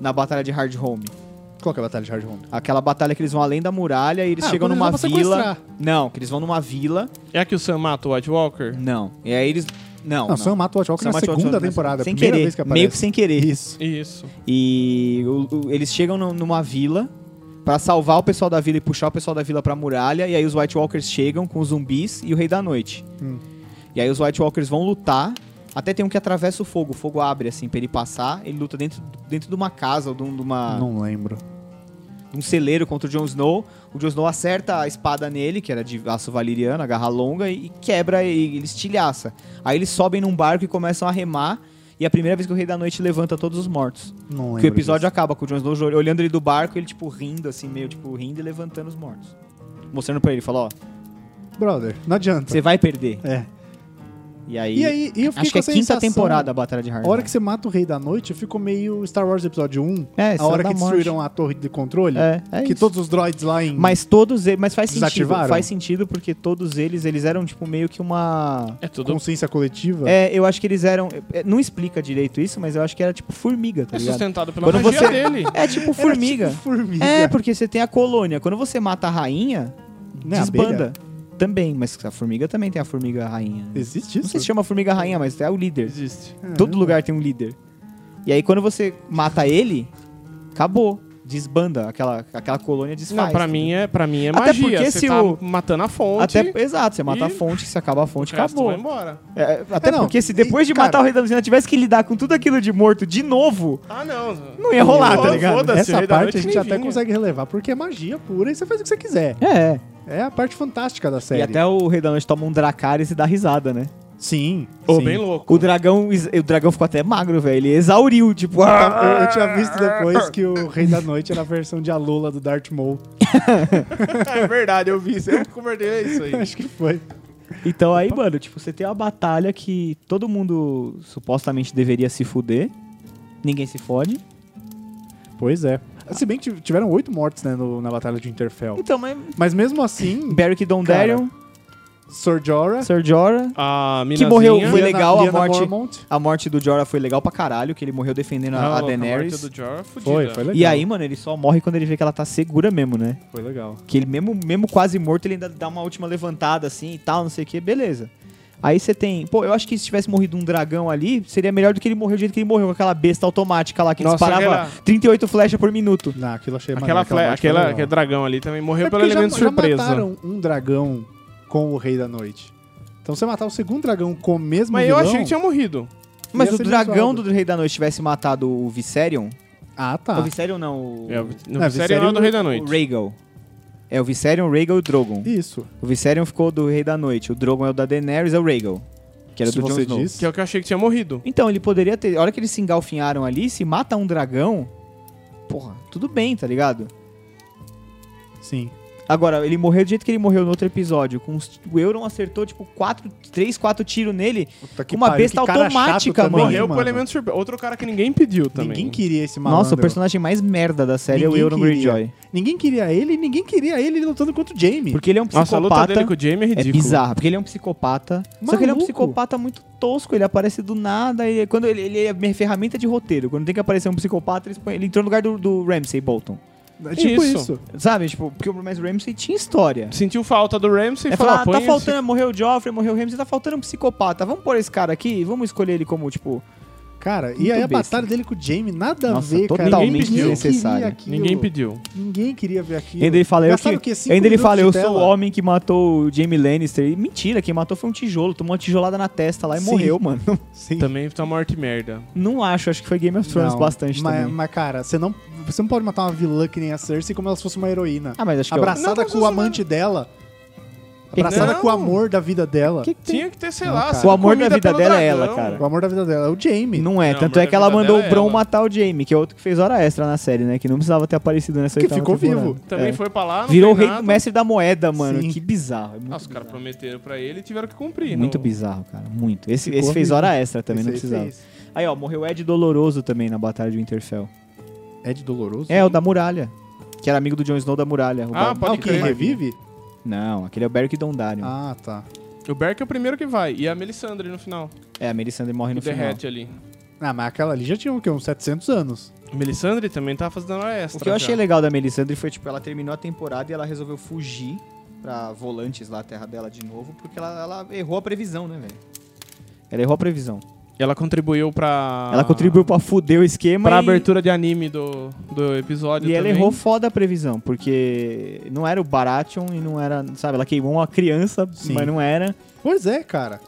[SPEAKER 4] na Batalha de Hard Home.
[SPEAKER 1] Qual que é a Batalha de Hard Home?
[SPEAKER 4] Aquela batalha que eles vão além da muralha e eles
[SPEAKER 1] Ah,
[SPEAKER 4] chegam
[SPEAKER 1] quando eles
[SPEAKER 4] numa
[SPEAKER 1] vão pra
[SPEAKER 4] vila.
[SPEAKER 1] sequestrar.
[SPEAKER 4] Não, que eles vão numa vila.
[SPEAKER 2] É a que o Sam mata o White Walker?
[SPEAKER 4] Não. E aí eles. Não.
[SPEAKER 1] Não, Sam mata o White Walker
[SPEAKER 4] Sam
[SPEAKER 1] na
[SPEAKER 4] mata o White
[SPEAKER 1] segunda
[SPEAKER 4] Walker, mas
[SPEAKER 1] temporada.
[SPEAKER 4] Sem
[SPEAKER 1] primeira
[SPEAKER 4] querer.
[SPEAKER 1] vez que aparece.
[SPEAKER 4] meio que sem querer isso.
[SPEAKER 2] Isso.
[SPEAKER 4] E o- o- eles chegam num- numa vila pra salvar o pessoal da vila e puxar o pessoal da vila pra muralha. E aí os White Walkers chegam com os zumbis e o Rei da Noite.
[SPEAKER 1] Hum.
[SPEAKER 4] E aí os White Walkers vão lutar. Até tem um que atravessa o fogo. O fogo abre, assim, pra ele passar. Ele luta dentro, dentro de uma casa ou de um- de uma
[SPEAKER 1] Não lembro.
[SPEAKER 4] um celeiro contra o Jon Snow. O Jon Snow acerta a espada nele, que era de aço valiriano, a garra longa, e e quebra e ele estilhaça. Aí eles sobem num barco e começam a remar. E é a primeira vez que o Rei da Noite levanta todos os mortos.
[SPEAKER 1] Não lembro.
[SPEAKER 4] Que o episódio
[SPEAKER 1] disso.
[SPEAKER 4] acaba com o Jon Snow jo- olhando ele do barco, ele tipo rindo, assim, meio tipo rindo e levantando os mortos. Mostrando pra ele, falou, ó,
[SPEAKER 1] Brother, não adianta.
[SPEAKER 4] você vai perder.
[SPEAKER 1] É.
[SPEAKER 4] E aí,
[SPEAKER 1] E aí, e eu fiquei com
[SPEAKER 4] acho que
[SPEAKER 1] a
[SPEAKER 4] é quinta
[SPEAKER 1] sensação-
[SPEAKER 4] temporada a Batalha de Hard.
[SPEAKER 1] A hora que você mata o Rei da Noite, ficou meio Star Wars Episódio 1. a
[SPEAKER 4] É, Estrela
[SPEAKER 1] hora
[SPEAKER 4] da
[SPEAKER 1] que
[SPEAKER 4] Morte.
[SPEAKER 1] destruíram a torre de controle.
[SPEAKER 4] É, é
[SPEAKER 1] que
[SPEAKER 4] isso.
[SPEAKER 1] todos os droids lá em...
[SPEAKER 4] Mas todos eles, mas faz sentido,
[SPEAKER 1] Desativaram?
[SPEAKER 4] faz sentido porque todos eles, eles eram tipo meio que uma
[SPEAKER 2] É tudo.
[SPEAKER 1] consciência coletiva. tipo,
[SPEAKER 4] É, eu acho que eles eram. é, Não explica direito isso, mas eu acho que era tipo formiga, tá
[SPEAKER 2] É
[SPEAKER 4] ligado?
[SPEAKER 2] sustentado pela
[SPEAKER 4] Quando
[SPEAKER 2] magia
[SPEAKER 4] você-
[SPEAKER 2] dele.
[SPEAKER 4] É tipo
[SPEAKER 1] Era
[SPEAKER 4] formiga.
[SPEAKER 1] tipo formiga.
[SPEAKER 4] É, porque você tem a colônia. Quando você mata a rainha,
[SPEAKER 1] Né, a
[SPEAKER 4] desbanda.
[SPEAKER 1] abelha?
[SPEAKER 4] Também, mas a formiga também tem a formiga rainha. né?
[SPEAKER 1] Existe
[SPEAKER 4] Não
[SPEAKER 1] isso?
[SPEAKER 4] sei se chama formiga rainha, mas é o líder.
[SPEAKER 2] Existe.
[SPEAKER 4] Todo lugar tem um líder. E aí quando você mata ele, acabou. Desbanda. Aquela, aquela colônia desfaz.
[SPEAKER 2] Não, pra
[SPEAKER 4] entendeu?
[SPEAKER 2] mim é, pra mim é
[SPEAKER 4] Até
[SPEAKER 2] magia.
[SPEAKER 4] porque
[SPEAKER 2] você
[SPEAKER 4] se
[SPEAKER 2] tá
[SPEAKER 4] o-
[SPEAKER 2] matando a fonte.
[SPEAKER 4] Até, exato, você mata
[SPEAKER 2] E-
[SPEAKER 4] a fonte, se acaba a fonte,
[SPEAKER 2] o resto
[SPEAKER 4] acabou.
[SPEAKER 2] vai embora.
[SPEAKER 4] É, até
[SPEAKER 1] É, não,
[SPEAKER 4] porque se depois
[SPEAKER 1] e,
[SPEAKER 4] de
[SPEAKER 1] cara-
[SPEAKER 4] matar o rei da Lucina tivesse que lidar com tudo aquilo de morto de novo,
[SPEAKER 2] Ah, não.
[SPEAKER 4] não ia rolar, tá
[SPEAKER 2] Foda-
[SPEAKER 4] ligado?
[SPEAKER 2] foda-se, o
[SPEAKER 1] Essa
[SPEAKER 2] Rei da
[SPEAKER 1] parte
[SPEAKER 2] Noite
[SPEAKER 1] a gente
[SPEAKER 2] nem
[SPEAKER 1] até
[SPEAKER 4] um-
[SPEAKER 2] vinha.
[SPEAKER 1] consegue relevar, porque é magia pura e você faz o que você quiser.
[SPEAKER 4] É.
[SPEAKER 1] É a parte fantástica da série.
[SPEAKER 4] E até o Rei da Noite toma um Dracarys e dá risada, né?
[SPEAKER 1] Sim.
[SPEAKER 2] Ô,
[SPEAKER 1] sim.
[SPEAKER 2] bem louco.
[SPEAKER 4] O dragão, o dragão ficou até magro, velho. Ele exauriu, tipo.
[SPEAKER 1] Eu,
[SPEAKER 4] "Ah!"
[SPEAKER 1] eu tinha visto depois que o Rei da Noite era a versão de Alula do Darth Maul.
[SPEAKER 2] é verdade, eu vi. Você converteu isso aí.
[SPEAKER 1] Acho que foi.
[SPEAKER 4] Então aí, mano, tipo, você tem uma batalha que todo mundo supostamente deveria se fuder. Ninguém se fode.
[SPEAKER 1] Pois é. Se bem que tiv- tiveram oito mortes, né, no- na Batalha de Interfell.
[SPEAKER 4] Então, mas.
[SPEAKER 1] Mas mesmo assim,
[SPEAKER 4] Beric Dondarion,
[SPEAKER 1] Sor Jorah,
[SPEAKER 4] Sir Jorah.
[SPEAKER 2] A
[SPEAKER 4] Que morreu,
[SPEAKER 2] minazinha-
[SPEAKER 4] foi legal a
[SPEAKER 1] Liana
[SPEAKER 4] morte.
[SPEAKER 1] Mormont.
[SPEAKER 4] A morte do Jorah foi legal pra caralho, que ele morreu defendendo
[SPEAKER 2] Ah,
[SPEAKER 4] a, a
[SPEAKER 2] louco,
[SPEAKER 4] Daenerys.
[SPEAKER 2] morte do Jorah é fudida.
[SPEAKER 1] Foi, foi legal.
[SPEAKER 4] E aí, mano, ele só morre quando ele vê que ela tá segura mesmo, né?
[SPEAKER 1] Foi legal.
[SPEAKER 4] Que ele, mesmo, mesmo quase morto, ele ainda dá uma última levantada assim e tal, não sei o que, beleza. Aí você tem. Pô, eu acho que se tivesse morrido um dragão ali, seria melhor do que ele morrer do jeito que ele morreu, com aquela besta automática lá que
[SPEAKER 2] Nossa,
[SPEAKER 4] disparava
[SPEAKER 2] aquela-
[SPEAKER 4] 38 flechas por minuto.
[SPEAKER 1] Não, aquilo achei
[SPEAKER 2] Aquela, fle-
[SPEAKER 1] morte foi
[SPEAKER 2] aquela,
[SPEAKER 1] legal.
[SPEAKER 2] aquele dragão ali também morreu
[SPEAKER 1] É
[SPEAKER 2] pelo
[SPEAKER 1] porque já-
[SPEAKER 2] elemento
[SPEAKER 1] já
[SPEAKER 2] surpresa.
[SPEAKER 1] mataram um dragão com o Rei da Noite. Então você matar o segundo dragão com o mesmo
[SPEAKER 2] Mas eu
[SPEAKER 1] vilão...
[SPEAKER 2] achei que tinha morrido.
[SPEAKER 4] Mas
[SPEAKER 1] Ia
[SPEAKER 4] o
[SPEAKER 1] ser
[SPEAKER 4] dragão
[SPEAKER 1] desenrolado.
[SPEAKER 4] do Rei da Noite tivesse matado o Viserion.
[SPEAKER 1] Ah,
[SPEAKER 4] É O
[SPEAKER 1] tá.
[SPEAKER 4] Viserion não, o.
[SPEAKER 2] É,
[SPEAKER 1] é
[SPEAKER 2] o no série não é do Rei da Noite.
[SPEAKER 4] o Rhaegal. É o Viserion, o Rhaegal e o Drogon.
[SPEAKER 1] Isso.
[SPEAKER 4] O Viserion ficou do Rei da Noite, o Drogon é o da Daenerys, é o Rhaegal. Que era
[SPEAKER 1] Se
[SPEAKER 4] do Jon
[SPEAKER 1] você
[SPEAKER 4] Snow.
[SPEAKER 1] diz.
[SPEAKER 2] Que é o que eu achei que tinha morrido.
[SPEAKER 4] Então, ele poderia ter. A hora que eles se engalfinharam ali, se mata um dragão. Porra, tudo bem, tá ligado?
[SPEAKER 1] Sim.
[SPEAKER 4] Agora, ele morreu do jeito que ele morreu no outro episódio. Com os- o Euron acertou, tipo, 4, 3, 4 tiros nele.
[SPEAKER 1] Puta que
[SPEAKER 4] Uma
[SPEAKER 1] pariu,
[SPEAKER 4] besta
[SPEAKER 1] que cara chato
[SPEAKER 4] automática,
[SPEAKER 1] também,
[SPEAKER 4] mano.
[SPEAKER 2] morreu
[SPEAKER 1] hein,
[SPEAKER 2] pelo elemento surpresa. Outro cara que ninguém pediu também.
[SPEAKER 1] Ninguém queria esse malandro.
[SPEAKER 4] Nossa, o personagem mais merda da série é
[SPEAKER 1] Ninguém
[SPEAKER 4] o Euron
[SPEAKER 1] queria.
[SPEAKER 4] Greyjoy.
[SPEAKER 1] Ninguém queria ele e ninguém queria ele lutando contra o Jamie.
[SPEAKER 4] Porque ele é um
[SPEAKER 2] Nossa, a
[SPEAKER 4] psicopata.
[SPEAKER 2] luta dele com o Jamie é
[SPEAKER 4] é
[SPEAKER 2] ridícula.
[SPEAKER 4] bizarra, porque ele é um psicopata. Só que ele é um
[SPEAKER 1] Maluco.
[SPEAKER 4] psicopata muito tosco, ele aparece do nada. Ele, é quando ele, ele é minha ferramenta de roteiro. Quando tem que aparecer um psicopata, eles põem- ele entrou no lugar do, do Ramsay Bolton.
[SPEAKER 1] É tipo isso.
[SPEAKER 2] Isso.
[SPEAKER 4] Sabe, tipo, porque o Mads Ramsey tinha história.
[SPEAKER 2] Sentiu falta do Ramsey e
[SPEAKER 4] É
[SPEAKER 2] falou,
[SPEAKER 4] falar,
[SPEAKER 2] ah,
[SPEAKER 4] ah, tá
[SPEAKER 2] põe esse-
[SPEAKER 4] faltando, morreu o Joffrey, morreu o Ramsey, tá faltando um psicopata. Vamos pôr esse cara aqui, vamos escolher ele como, tipo,
[SPEAKER 1] Cara, e
[SPEAKER 4] Muito
[SPEAKER 1] aí a
[SPEAKER 4] besta.
[SPEAKER 1] batalha dele com o Jamie, nada a
[SPEAKER 4] Nossa,
[SPEAKER 1] ver, cara.
[SPEAKER 4] totalmente
[SPEAKER 1] Ninguém queria
[SPEAKER 4] desnecessária.
[SPEAKER 1] aquilo.
[SPEAKER 2] Ninguém pediu.
[SPEAKER 1] Ninguém queria ver aquilo.
[SPEAKER 4] Ainda ele fala, eu,
[SPEAKER 1] Gastaram
[SPEAKER 4] que,
[SPEAKER 1] o quê? Cinco
[SPEAKER 4] ainda ele
[SPEAKER 1] minutos
[SPEAKER 4] fala,
[SPEAKER 1] de
[SPEAKER 4] eu
[SPEAKER 1] tela?
[SPEAKER 4] sou o homem que matou o Jamie Lannister. E mentira, quem matou foi um tijolo, tomou uma tijolada na testa lá e
[SPEAKER 1] Sim.
[SPEAKER 4] morreu, mano.
[SPEAKER 1] Sim.
[SPEAKER 2] Também tá morte merda.
[SPEAKER 4] Não acho, acho que foi Game of Thrones
[SPEAKER 1] Não,
[SPEAKER 4] bastante
[SPEAKER 1] mas,
[SPEAKER 4] também.
[SPEAKER 1] mas, cara, você não, você não pode matar uma vilã que nem a Cersei como ela fosse uma heroína.
[SPEAKER 4] Ah, mas acho que eu...
[SPEAKER 2] Não, tá
[SPEAKER 1] Abraçada
[SPEAKER 2] mas
[SPEAKER 1] com o
[SPEAKER 2] isso
[SPEAKER 1] amante dela. Abraçada
[SPEAKER 2] Não.
[SPEAKER 1] com o amor da vida dela.
[SPEAKER 4] que que tem?
[SPEAKER 2] Tinha que ter, sei
[SPEAKER 1] Não,
[SPEAKER 2] lá,
[SPEAKER 1] cara.
[SPEAKER 2] sido
[SPEAKER 4] O amor da
[SPEAKER 2] comida
[SPEAKER 4] vida
[SPEAKER 2] pelo
[SPEAKER 4] dela é ela,
[SPEAKER 2] dragão.
[SPEAKER 4] cara.
[SPEAKER 1] O amor da vida dela é o Jamie.
[SPEAKER 4] Não é,
[SPEAKER 2] Não,
[SPEAKER 4] tanto é
[SPEAKER 2] mas
[SPEAKER 4] que
[SPEAKER 2] a
[SPEAKER 4] ela
[SPEAKER 2] vida
[SPEAKER 4] mandou
[SPEAKER 2] dela
[SPEAKER 4] o
[SPEAKER 2] é
[SPEAKER 4] Bron
[SPEAKER 2] ela.
[SPEAKER 4] matar o Jamie, que é outro que fez hora extra na série, né? Que não precisava ter aparecido nessa
[SPEAKER 1] Que
[SPEAKER 4] oitava
[SPEAKER 1] ficou
[SPEAKER 4] temporada.
[SPEAKER 1] vivo.
[SPEAKER 2] Também
[SPEAKER 4] É.
[SPEAKER 2] foi pra lá, não
[SPEAKER 4] Virou o
[SPEAKER 2] fez
[SPEAKER 4] rei,
[SPEAKER 2] nada.
[SPEAKER 4] o mestre da moeda, mano.
[SPEAKER 1] Sim.
[SPEAKER 4] Que bizarro. é muito
[SPEAKER 2] Nossa, os caras prometeram pra ele e tiveram que cumprir. né?
[SPEAKER 4] Muito
[SPEAKER 2] não-
[SPEAKER 4] bizarro, cara. Muito. Esse,
[SPEAKER 1] Ficou
[SPEAKER 4] esse fez
[SPEAKER 1] horrível.
[SPEAKER 4] hora extra também,
[SPEAKER 1] Esse
[SPEAKER 4] não
[SPEAKER 1] aí
[SPEAKER 4] precisava.
[SPEAKER 1] fez.
[SPEAKER 4] Aí, ó, morreu o Ed Doloroso também na Batalha de Winterfell.
[SPEAKER 1] É de doloroso?
[SPEAKER 4] É, o da muralha. Que era amigo do Jon Snow da muralha. O
[SPEAKER 2] Ah,
[SPEAKER 4] Bar-
[SPEAKER 1] Ah,
[SPEAKER 2] pode
[SPEAKER 1] o que
[SPEAKER 2] crer.
[SPEAKER 1] revive?
[SPEAKER 4] Não, aquele é o Beric Dondarrion.
[SPEAKER 1] Ah, tá.
[SPEAKER 2] O Berk é o primeiro que vai. E a Melisandre no final.
[SPEAKER 4] É, a Melisandre morre
[SPEAKER 2] que
[SPEAKER 4] no final.
[SPEAKER 2] derrete ali.
[SPEAKER 1] Ah, mas aquela ali já tinha o quê? Uns 700 anos.
[SPEAKER 2] Melisandre também tá fazendo hora extra.
[SPEAKER 4] O que eu achei
[SPEAKER 2] já.
[SPEAKER 4] legal da Melisandre foi, tipo, ela terminou a temporada e ela resolveu fugir pra Volantes, lá, a terra dela, de novo, porque ela, ela errou a previsão, né, velho? Ela errou a previsão.
[SPEAKER 2] Ela contribuiu pra.
[SPEAKER 1] Ah.
[SPEAKER 4] Ela contribuiu pra fuder o esquema
[SPEAKER 2] pra
[SPEAKER 4] e...
[SPEAKER 2] abertura de anime do, do episódio.
[SPEAKER 4] E ela
[SPEAKER 2] também.
[SPEAKER 4] errou foda a previsão, porque não era o Baratheon e não era, sabe, ela queimou uma criança,
[SPEAKER 1] Sim.
[SPEAKER 4] mas não era.
[SPEAKER 1] Pois é, cara.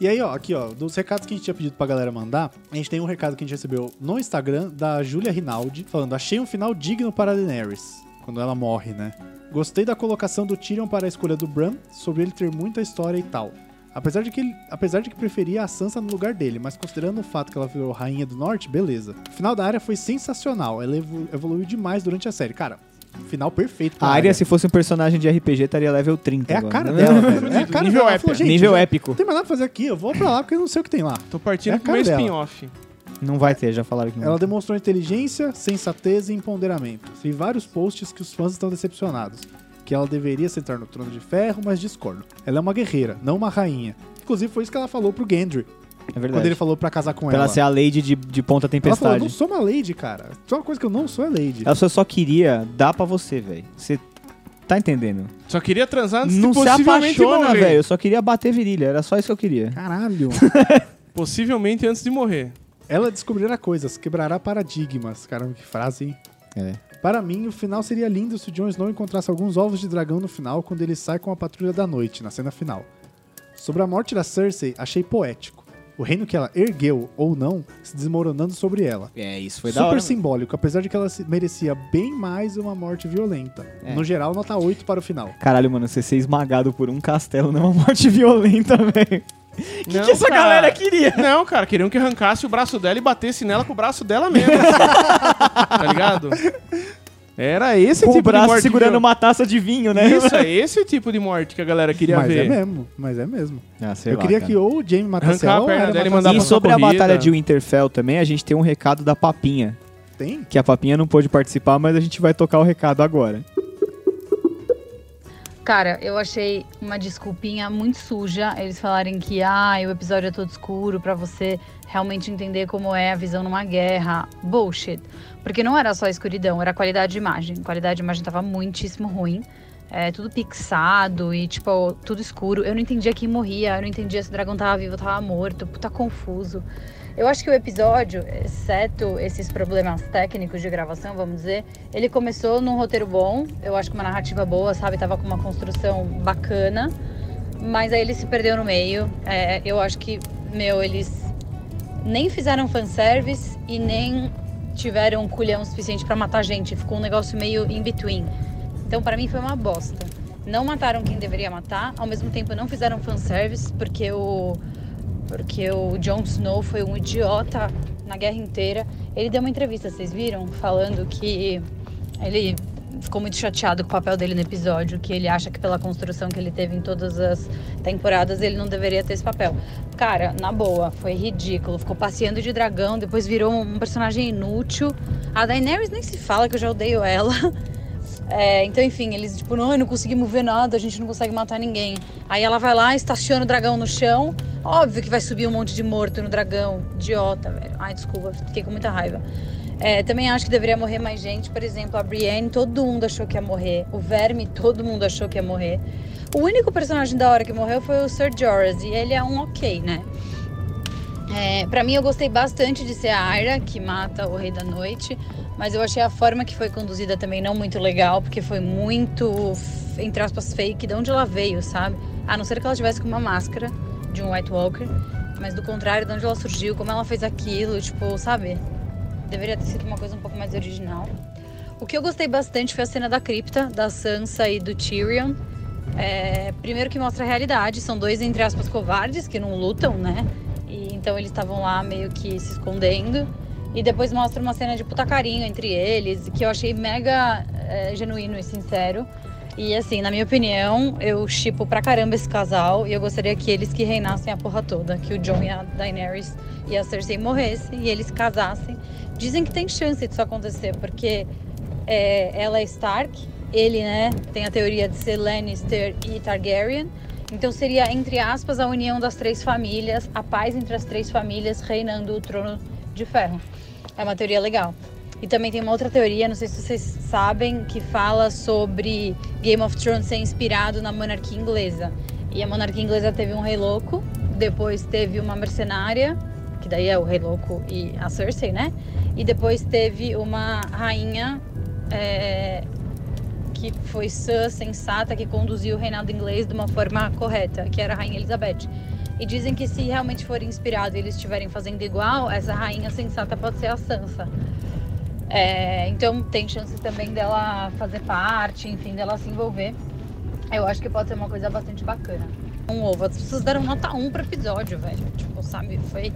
[SPEAKER 1] E aí, ó, aqui, ó, dos recados que a gente tinha pedido pra galera mandar, a gente tem um recado que a gente recebeu no Instagram da Júlia Rinaldi, falando: Achei um final digno para a Daenerys, quando ela morre, né? Gostei da colocação do Tyrion para a escolha do Bran, sobre ele ter muita história e tal. Apesar de que ele- apesar de que preferia a Sansa no lugar dele, mas considerando o fato que ela virou rainha do norte, beleza. O final da área foi sensacional, ela evo- evoluiu demais durante a série. Cara, final perfeito. pra
[SPEAKER 4] A
[SPEAKER 1] Arya.
[SPEAKER 4] Arya, se fosse um personagem de RPG, estaria level
[SPEAKER 1] Ah,
[SPEAKER 4] 30
[SPEAKER 1] É a
[SPEAKER 4] agora.
[SPEAKER 1] cara
[SPEAKER 4] Não,
[SPEAKER 1] dela,
[SPEAKER 4] não,
[SPEAKER 1] velho. É a cara
[SPEAKER 2] Nível
[SPEAKER 1] dela. Ela
[SPEAKER 2] épico.
[SPEAKER 1] falou, gente,
[SPEAKER 4] Nível
[SPEAKER 1] já-
[SPEAKER 4] épico.
[SPEAKER 1] Não tem mais nada pra fazer aqui, eu vou pra lá porque eu não sei o que tem lá.
[SPEAKER 2] Tô
[SPEAKER 1] É
[SPEAKER 2] partindo
[SPEAKER 1] a
[SPEAKER 2] pro meu
[SPEAKER 1] cara dela.
[SPEAKER 2] spin-off.
[SPEAKER 4] Não vai ter, já falaram que não.
[SPEAKER 1] Ela
[SPEAKER 4] vai ter.
[SPEAKER 1] demonstrou inteligência, sensatez e empoderamento. Vi vários posts que os fãs estão decepcionados. Que ela deveria sentar no trono de ferro, mas discordo. Ela é uma guerreira, não uma rainha. Inclusive, foi isso que ela falou pro Gendry,
[SPEAKER 4] É verdade.
[SPEAKER 1] quando ele falou pra casar com
[SPEAKER 4] pra
[SPEAKER 1] ela.
[SPEAKER 4] ela ser a Lady de, de Ponta
[SPEAKER 1] Ela falou, eu
[SPEAKER 4] Tempestade.
[SPEAKER 1] não sou uma lady, cara. Só uma coisa que eu não sou é lady.
[SPEAKER 4] Ela só, só queria dar pra você, velho. Você tá entendendo?
[SPEAKER 2] Só queria transar antes
[SPEAKER 4] não
[SPEAKER 2] de
[SPEAKER 4] se
[SPEAKER 2] possivelmente
[SPEAKER 4] apaixona,
[SPEAKER 2] morrer.
[SPEAKER 4] velho. Eu só queria bater virilha. Era só isso que eu queria.
[SPEAKER 1] Caralho.
[SPEAKER 2] Possivelmente antes de morrer.
[SPEAKER 1] ela descobrirá coisas, quebrará paradigmas. Caramba, que frase, hein?
[SPEAKER 4] É.
[SPEAKER 1] Para mim, o final seria lindo se o Jon Snow encontrasse alguns ovos de dragão no final quando ele sai com a patrulha da noite, na cena final. Sobre a morte da Cersei, achei poético. O reino que ela ergueu, ou não, se desmoronando sobre ela.
[SPEAKER 4] É, isso foi
[SPEAKER 1] Super
[SPEAKER 4] da hora.
[SPEAKER 1] simbólico, apesar de que ela se- merecia bem mais uma morte violenta.
[SPEAKER 4] É.
[SPEAKER 1] No geral, nota 8 para o final.
[SPEAKER 4] Caralho, mano, você ser esmagado por um castelo não é uma morte violenta, velho.
[SPEAKER 2] O
[SPEAKER 4] O que, que essa galera queria?
[SPEAKER 2] Não, cara, queriam que arrancasse o braço dela e batesse nela com o braço dela mesmo. assim. tá ligado? Era esse
[SPEAKER 4] Com
[SPEAKER 2] tipo
[SPEAKER 4] o
[SPEAKER 2] de
[SPEAKER 4] braço
[SPEAKER 2] morte
[SPEAKER 4] segurando
[SPEAKER 2] viol-
[SPEAKER 4] uma taça de vinho, né?
[SPEAKER 2] Isso, é esse tipo de morte que a galera queria
[SPEAKER 1] mas
[SPEAKER 2] ver.
[SPEAKER 1] é mesmo, mas é mesmo.
[SPEAKER 4] Ah, sei
[SPEAKER 1] Eu
[SPEAKER 4] lá,
[SPEAKER 1] queria
[SPEAKER 4] cara.
[SPEAKER 1] que ou o Jaime matasse
[SPEAKER 2] Arrancar a
[SPEAKER 1] ela ou
[SPEAKER 2] perna
[SPEAKER 1] ela
[SPEAKER 2] dela e mandar
[SPEAKER 1] matasse
[SPEAKER 2] pra
[SPEAKER 4] E
[SPEAKER 1] ela.
[SPEAKER 4] sobre a
[SPEAKER 2] corrida.
[SPEAKER 4] batalha de Winterfell também, a gente tem um recado da Papinha.
[SPEAKER 1] Tem?
[SPEAKER 4] Que a Papinha não pôde participar, mas a gente vai tocar o recado agora.
[SPEAKER 3] Cara, eu achei uma desculpinha muito suja eles falarem que ah, o episódio é todo escuro pra você realmente entender como é a visão numa guerra. Bullshit. Porque não era só escuridão, era qualidade de imagem. A qualidade de imagem tava muitíssimo ruim. É, tudo pixado e, tipo, tudo escuro. Eu não entendia quem morria, eu não entendia se o dragão tava vivo ou tava morto. Puta confuso. Eu acho que o episódio, exceto esses problemas técnicos de gravação, vamos dizer, ele começou num roteiro bom, eu acho que uma narrativa boa, sabe? Tava com uma construção bacana, mas aí ele se perdeu no meio. É, eu acho que, meu, eles nem fizeram fanservice e nem tiveram um culhão suficiente pra matar gente. Ficou um negócio meio in between. Então, pra mim, foi uma bosta. Não mataram quem deveria matar, ao mesmo tempo não fizeram fanservice, porque o. Porque o Jon Snow foi um idiota na guerra inteira. Ele deu uma entrevista, vocês viram? Falando que ele ficou muito chateado com o papel dele no episódio, que ele acha que pela construção que ele teve em todas as temporadas, ele não deveria ter esse papel. Cara, na boa, foi ridículo. Ficou passeando de dragão, depois virou um personagem inútil. A Daenerys nem se fala que eu já odeio ela. É, então, enfim, eles, tipo, não, não conseguimos ver nada, a gente não consegue matar ninguém. Aí ela vai lá, estaciona o dragão no chão. Óbvio que vai subir um monte de morto no dragão. Idiota, velho. Ai, desculpa, fiquei com muita raiva. É, também acho que deveria morrer mais gente. Por exemplo, a Brienne, todo mundo achou que ia morrer. O Verme, todo mundo achou que ia morrer. O único personagem da hora que morreu foi o Sir Jorah e ele é um ok, né? É, para mim, eu gostei bastante de ser a Arya, que mata o Rei da Noite, mas eu achei a forma que foi conduzida também não muito legal, porque foi muito, entre aspas, fake, de onde ela veio, sabe? A não ser que ela tivesse com uma máscara de um White Walker, mas do contrário, de onde ela surgiu, como ela fez aquilo, tipo, sabe? Deveria ter sido uma coisa um pouco mais original. O que eu gostei bastante foi a cena da cripta, da Sansa e do Tyrion. É, primeiro que mostra a realidade, são dois, entre aspas, covardes que não lutam, né? E, então eles estavam lá meio que se escondendo. E depois mostra uma cena de puta carinho entre eles, que eu achei mega é, genuíno e sincero. E assim, na minha opinião, eu chipo pra caramba esse casal e eu gostaria que eles que reinassem a porra toda, que o John e a Daenerys e a Cersei morressem e eles casassem. Dizem que tem chance disso acontecer, porque é, ela é Stark, ele, né, tem a teoria de ser Lannister e Targaryen. Então seria, entre aspas, a união das três famílias, a paz entre as três famílias reinando o trono de ferro. É uma teoria legal. E também tem uma outra teoria, não sei se vocês sabem, que fala sobre Game of Thrones ser inspirado na monarquia inglesa. E a monarquia inglesa teve um rei louco, depois teve uma mercenária, que daí é o rei louco e a Cersei, né? E depois teve uma rainha é, que foi sã, sensata, que conduziu o reinado inglês de uma forma correta, que era a Rainha Elizabeth. E dizem que se realmente for inspirado e eles estiverem fazendo igual, essa rainha sensata pode ser a Sansa. É, então tem chance também dela fazer parte, enfim, dela se envolver. Eu acho que pode ser uma coisa bastante bacana. Um ovo, as pessoas deram nota 1 pro episódio, velho. Tipo, sabe, foi.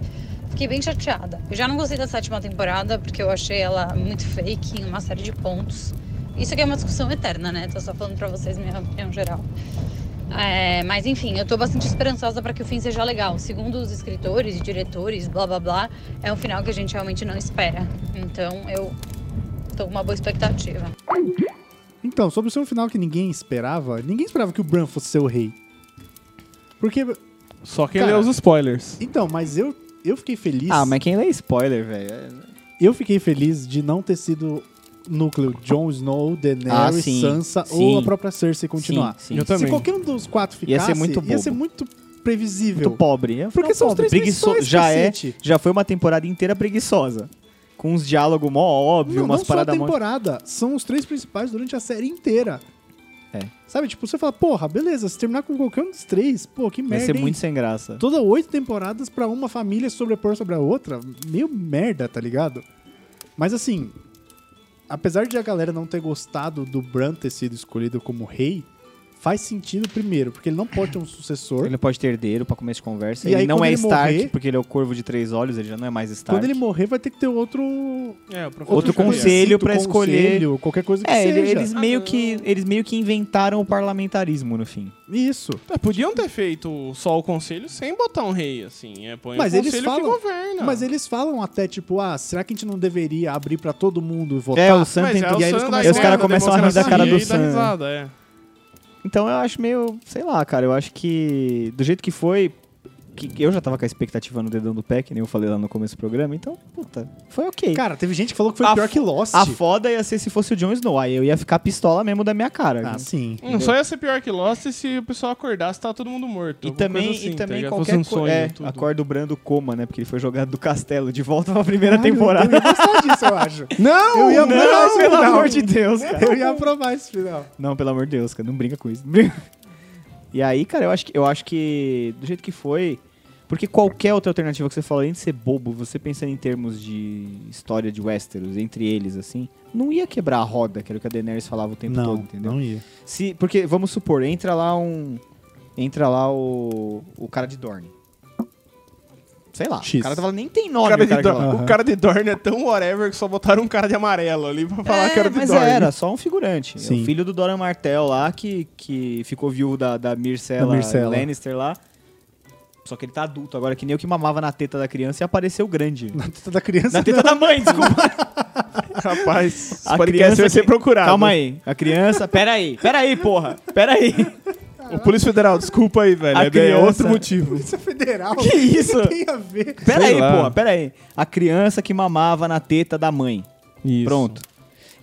[SPEAKER 3] Fiquei bem chateada. Eu já não gostei da sétima temporada, porque eu achei ela muito fake em uma série de pontos. Isso aqui é uma discussão eterna, né? Tô só falando pra vocês minha opinião geral. É, mas enfim, eu tô bastante esperançosa para que o fim seja legal. Segundo os escritores e diretores, blá blá blá, é um final que a gente realmente não espera. Então eu tô com uma boa expectativa.
[SPEAKER 1] Então, sobre ser um final que ninguém esperava, ninguém esperava que o Bran fosse ser o rei. Porque.
[SPEAKER 2] Só quem lê os spoilers.
[SPEAKER 1] Então, mas eu, eu fiquei feliz.
[SPEAKER 4] Ah, mas quem lê spoiler, É, velho?
[SPEAKER 1] Eu fiquei feliz de não ter sido núcleo Jon Snow, Daenerys,
[SPEAKER 4] Ah, sim,
[SPEAKER 1] Sansa
[SPEAKER 4] sim.
[SPEAKER 1] ou a própria Cersei continuar.
[SPEAKER 4] Sim, sim.
[SPEAKER 2] Eu também.
[SPEAKER 1] Se qualquer um dos quatro ficasse,
[SPEAKER 4] Ia ser muito bobo.
[SPEAKER 1] muito previsível.
[SPEAKER 4] Muito pobre. É um
[SPEAKER 1] Porque
[SPEAKER 4] final
[SPEAKER 1] são os
[SPEAKER 4] pobre.
[SPEAKER 1] três lençóis,
[SPEAKER 4] Já é,
[SPEAKER 1] cacete.
[SPEAKER 4] já foi uma temporada inteira preguiçosa. Com uns diálogos mó óbvio,
[SPEAKER 1] Não,
[SPEAKER 4] umas
[SPEAKER 1] não só a
[SPEAKER 4] paradas mó...
[SPEAKER 1] temporada, são os três principais durante a série inteira.
[SPEAKER 4] É.
[SPEAKER 1] Sabe, tipo, você fala, porra, beleza, se terminar com qualquer um dos três, pô, que
[SPEAKER 4] Vai
[SPEAKER 1] merda.
[SPEAKER 4] ser
[SPEAKER 1] hein?
[SPEAKER 4] muito sem graça.
[SPEAKER 1] Toda oito temporadas pra uma família sobrepor sobre a outra, meio merda, tá ligado? Mas assim, apesar de a galera não ter gostado do Bran ter sido escolhido como rei, faz sentido primeiro, porque ele não pode ter um sucessor.
[SPEAKER 4] Ele é não pode ter herdeiro pra começo de conversa.
[SPEAKER 1] E
[SPEAKER 4] ele
[SPEAKER 1] aí,
[SPEAKER 4] não
[SPEAKER 1] quando
[SPEAKER 4] é
[SPEAKER 1] ele
[SPEAKER 4] Stark,
[SPEAKER 1] morrer-
[SPEAKER 4] porque ele é o corvo de três olhos, ele já não é mais Stark.
[SPEAKER 1] Quando ele morrer, vai ter que ter outro
[SPEAKER 2] É, o professor
[SPEAKER 4] Outro
[SPEAKER 2] Xavier.
[SPEAKER 4] conselho. pra escolher.
[SPEAKER 1] conselho, qualquer coisa que
[SPEAKER 4] É, ele-
[SPEAKER 1] seja.
[SPEAKER 4] eles meio
[SPEAKER 2] Ah, não.
[SPEAKER 4] que eles meio que inventaram o parlamentarismo no fim.
[SPEAKER 1] Isso.
[SPEAKER 2] É, podiam ter feito só o conselho sem botar um rei, assim. É, põe
[SPEAKER 1] Mas
[SPEAKER 2] o
[SPEAKER 1] eles
[SPEAKER 2] conselho que
[SPEAKER 1] falam-
[SPEAKER 2] governa.
[SPEAKER 1] Mas eles falam até tipo, ah, será que a gente não deveria abrir pra todo mundo e votar?
[SPEAKER 4] É, o Sam
[SPEAKER 2] Mas
[SPEAKER 4] tem
[SPEAKER 2] é
[SPEAKER 4] tudo.
[SPEAKER 2] o
[SPEAKER 4] E aí eles
[SPEAKER 2] Sam
[SPEAKER 4] come-
[SPEAKER 2] da
[SPEAKER 4] os caras
[SPEAKER 2] guerra,
[SPEAKER 4] começam a rir da
[SPEAKER 2] democracia
[SPEAKER 4] cara do
[SPEAKER 2] e da
[SPEAKER 4] Sam.
[SPEAKER 2] risada, é.
[SPEAKER 4] Então eu acho meio, sei lá, cara, eu acho que do jeito que foi, que eu já tava com a expectativa no dedão do pé, que nem eu falei lá no começo do programa, então, puta, foi ok.
[SPEAKER 1] Cara, teve gente que falou que foi
[SPEAKER 4] A
[SPEAKER 1] pior
[SPEAKER 4] fo-
[SPEAKER 1] que Lost.
[SPEAKER 4] a foda ia ser se fosse o Jon Snow, aí eu ia ficar pistola mesmo da minha cara.
[SPEAKER 1] ah, sim.
[SPEAKER 2] Hum, só ia ser pior que Lost se o pessoal acordasse e tava todo mundo morto.
[SPEAKER 4] E
[SPEAKER 2] alguma
[SPEAKER 4] também,
[SPEAKER 2] coisa assim,
[SPEAKER 4] e
[SPEAKER 2] tá
[SPEAKER 4] também
[SPEAKER 2] ligado?
[SPEAKER 4] qualquer
[SPEAKER 2] Fosse um
[SPEAKER 4] co-
[SPEAKER 2] sonho,
[SPEAKER 4] é,
[SPEAKER 2] tudo.
[SPEAKER 4] acorda o Brando coma, né? Porque ele foi jogado do castelo de volta pra primeira
[SPEAKER 1] Caralho,
[SPEAKER 4] temporada.
[SPEAKER 1] Eu ia gostar disso, eu acho. Eu
[SPEAKER 4] Não,
[SPEAKER 1] ia aprovar
[SPEAKER 4] não,
[SPEAKER 1] esse
[SPEAKER 4] pelo
[SPEAKER 1] final.
[SPEAKER 4] amor de Deus, cara.
[SPEAKER 1] Eu ia aprovar esse final.
[SPEAKER 4] Não, pelo amor de Deus, cara, não brinca com isso. não brinca. E aí, cara, eu acho que eu acho que do jeito que foi, porque qualquer outra alternativa que você falou, além de ser bobo, você pensando em termos de história de Westeros entre eles assim, não ia quebrar a roda, que era o que a Daenerys falava o tempo todo, entendeu?
[SPEAKER 1] ia.
[SPEAKER 4] Se, porque vamos supor, entra lá um entra lá o o cara de Dorne. Sei lá,
[SPEAKER 1] X.
[SPEAKER 4] o cara tava nem tem
[SPEAKER 2] O
[SPEAKER 4] nome,
[SPEAKER 2] cara,
[SPEAKER 4] o cara
[SPEAKER 2] de
[SPEAKER 4] que
[SPEAKER 2] Dorne,
[SPEAKER 4] tava lá.
[SPEAKER 1] Aham.
[SPEAKER 2] o cara de Dorne é tão whatever que só botaram um cara de amarelo ali pra falar que era de
[SPEAKER 4] É, mas
[SPEAKER 2] Dorne.
[SPEAKER 4] era, só um figurante. É
[SPEAKER 1] Sim.
[SPEAKER 4] O filho do Dora Martel lá, que, que ficou viúvo da, da Myrcella,
[SPEAKER 1] Da Myrcella.
[SPEAKER 4] Lannister lá. Só que ele tá adulto agora, que nem o que mamava na teta da criança e apareceu grande.
[SPEAKER 1] Na teta tá da criança.
[SPEAKER 4] Na teta da mãe, desculpa.
[SPEAKER 2] Rapaz, esse
[SPEAKER 4] A
[SPEAKER 2] podcast
[SPEAKER 4] criança
[SPEAKER 2] vai ser
[SPEAKER 4] que-
[SPEAKER 2] procurado.
[SPEAKER 4] Calma aí. A criança... Pera aí, pera aí, porra. Pera aí.
[SPEAKER 2] O Polícia Federal, desculpa aí, velho.
[SPEAKER 4] A
[SPEAKER 2] é, é
[SPEAKER 4] criança-
[SPEAKER 2] outro motivo.
[SPEAKER 1] Polícia Federal.
[SPEAKER 4] Que isso?
[SPEAKER 1] tem a ver?
[SPEAKER 4] Pera
[SPEAKER 2] Sei
[SPEAKER 4] aí,
[SPEAKER 2] lá.
[SPEAKER 4] porra, pera aí. A criança que mamava na teta da mãe.
[SPEAKER 2] Isso.
[SPEAKER 4] Pronto.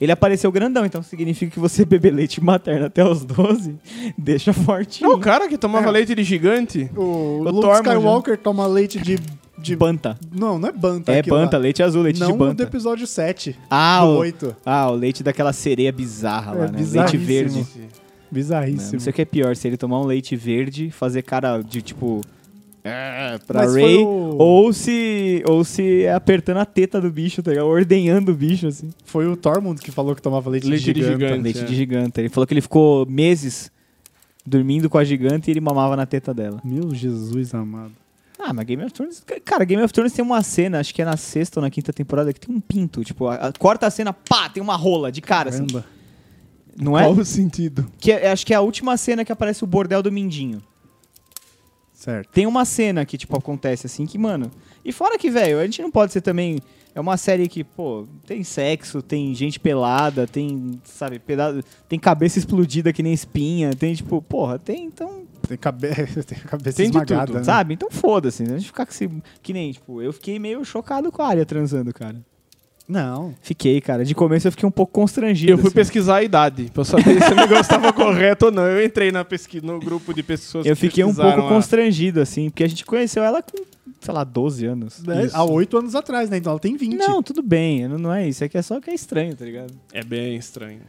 [SPEAKER 4] Ele apareceu grandão, então significa que você beber leite materno até os 12, deixa fortinho.
[SPEAKER 2] Não, o cara que tomava
[SPEAKER 1] É.
[SPEAKER 2] leite de gigante.
[SPEAKER 1] O, Luke
[SPEAKER 2] Tormund,
[SPEAKER 4] né?
[SPEAKER 1] Skywalker toma leite de, de...
[SPEAKER 4] Banta.
[SPEAKER 1] Não, não é banta
[SPEAKER 4] é
[SPEAKER 1] aquilo lá.
[SPEAKER 4] banta, leite azul, leite
[SPEAKER 1] não
[SPEAKER 4] de
[SPEAKER 1] do
[SPEAKER 4] banta.
[SPEAKER 1] episódio 7,
[SPEAKER 4] Ah,
[SPEAKER 1] do
[SPEAKER 4] o,
[SPEAKER 1] 8.
[SPEAKER 4] ah, o leite daquela sereia bizarra
[SPEAKER 1] É,
[SPEAKER 4] lá, né? Leite
[SPEAKER 1] bizarríssimo.
[SPEAKER 4] verde. Né?
[SPEAKER 1] Bizarríssimo.
[SPEAKER 4] Não sei o que é pior, se ele tomar um leite verde, fazer cara de tipo. "Ah", Pra
[SPEAKER 1] Mas foi
[SPEAKER 4] Ray,
[SPEAKER 1] o-
[SPEAKER 4] ou se ou se é apertando a teta do bicho, tá ligado? Ordenhando o bicho, assim. um
[SPEAKER 1] Foi o Tormund que falou que tomava leite,
[SPEAKER 2] Leite de
[SPEAKER 1] de giganta.
[SPEAKER 2] gigante.
[SPEAKER 4] leite
[SPEAKER 2] é.
[SPEAKER 4] de giganta. Ele falou que ele ficou meses dormindo com a giganta e ele mamava na teta dela.
[SPEAKER 1] Meu Jesus amado.
[SPEAKER 4] Ah, mas Game of Thrones. Cara, Game of Thrones tem uma cena, acho que é na sexta ou na quinta temporada, que tem um pinto. Tipo, a- a- corta a cena, pá, tem uma rola de cara, assim.
[SPEAKER 1] Caramba.
[SPEAKER 4] Não é?
[SPEAKER 2] Qual o sentido?
[SPEAKER 4] Que é- acho que é a última cena que aparece o bordel do Mindinho.
[SPEAKER 1] Certo.
[SPEAKER 4] Tem uma cena que, tipo, acontece assim que, mano. E fora que, velho, a gente não pode ser também. É uma série que, pô, tem sexo, tem gente pelada, tem, sabe, pedaço, tem cabeça explodida que nem espinha, tem, tipo, porra, tem, então,
[SPEAKER 1] Tem, cabe... Tem a cabeça
[SPEAKER 2] Tem de
[SPEAKER 1] esmagada.
[SPEAKER 2] tudo,
[SPEAKER 1] né?
[SPEAKER 4] sabe? Então foda-se, né? A gente ficar com esse. Que nem, tipo, eu fiquei meio chocado com a área transando, cara.
[SPEAKER 1] Não.
[SPEAKER 4] Fiquei, cara. De começo eu fiquei um pouco constrangido.
[SPEAKER 2] Eu fui
[SPEAKER 4] assim.
[SPEAKER 2] pesquisar a idade, pra eu saber se o negócio estava correto ou não. Eu entrei na pesqui... no grupo de pessoas
[SPEAKER 4] Eu
[SPEAKER 2] que
[SPEAKER 4] fiquei um
[SPEAKER 2] pesquisaram
[SPEAKER 4] pouco
[SPEAKER 2] a-
[SPEAKER 4] constrangido, assim, porque a gente conheceu ela com, sei lá, 12 anos.
[SPEAKER 2] Né?
[SPEAKER 1] É,
[SPEAKER 4] Isso.
[SPEAKER 1] Há oito anos atrás, né? Então ela tem 20.
[SPEAKER 4] Não, tudo bem, não não é isso. É que é só que é estranho, tá ligado?
[SPEAKER 2] É bem estranho.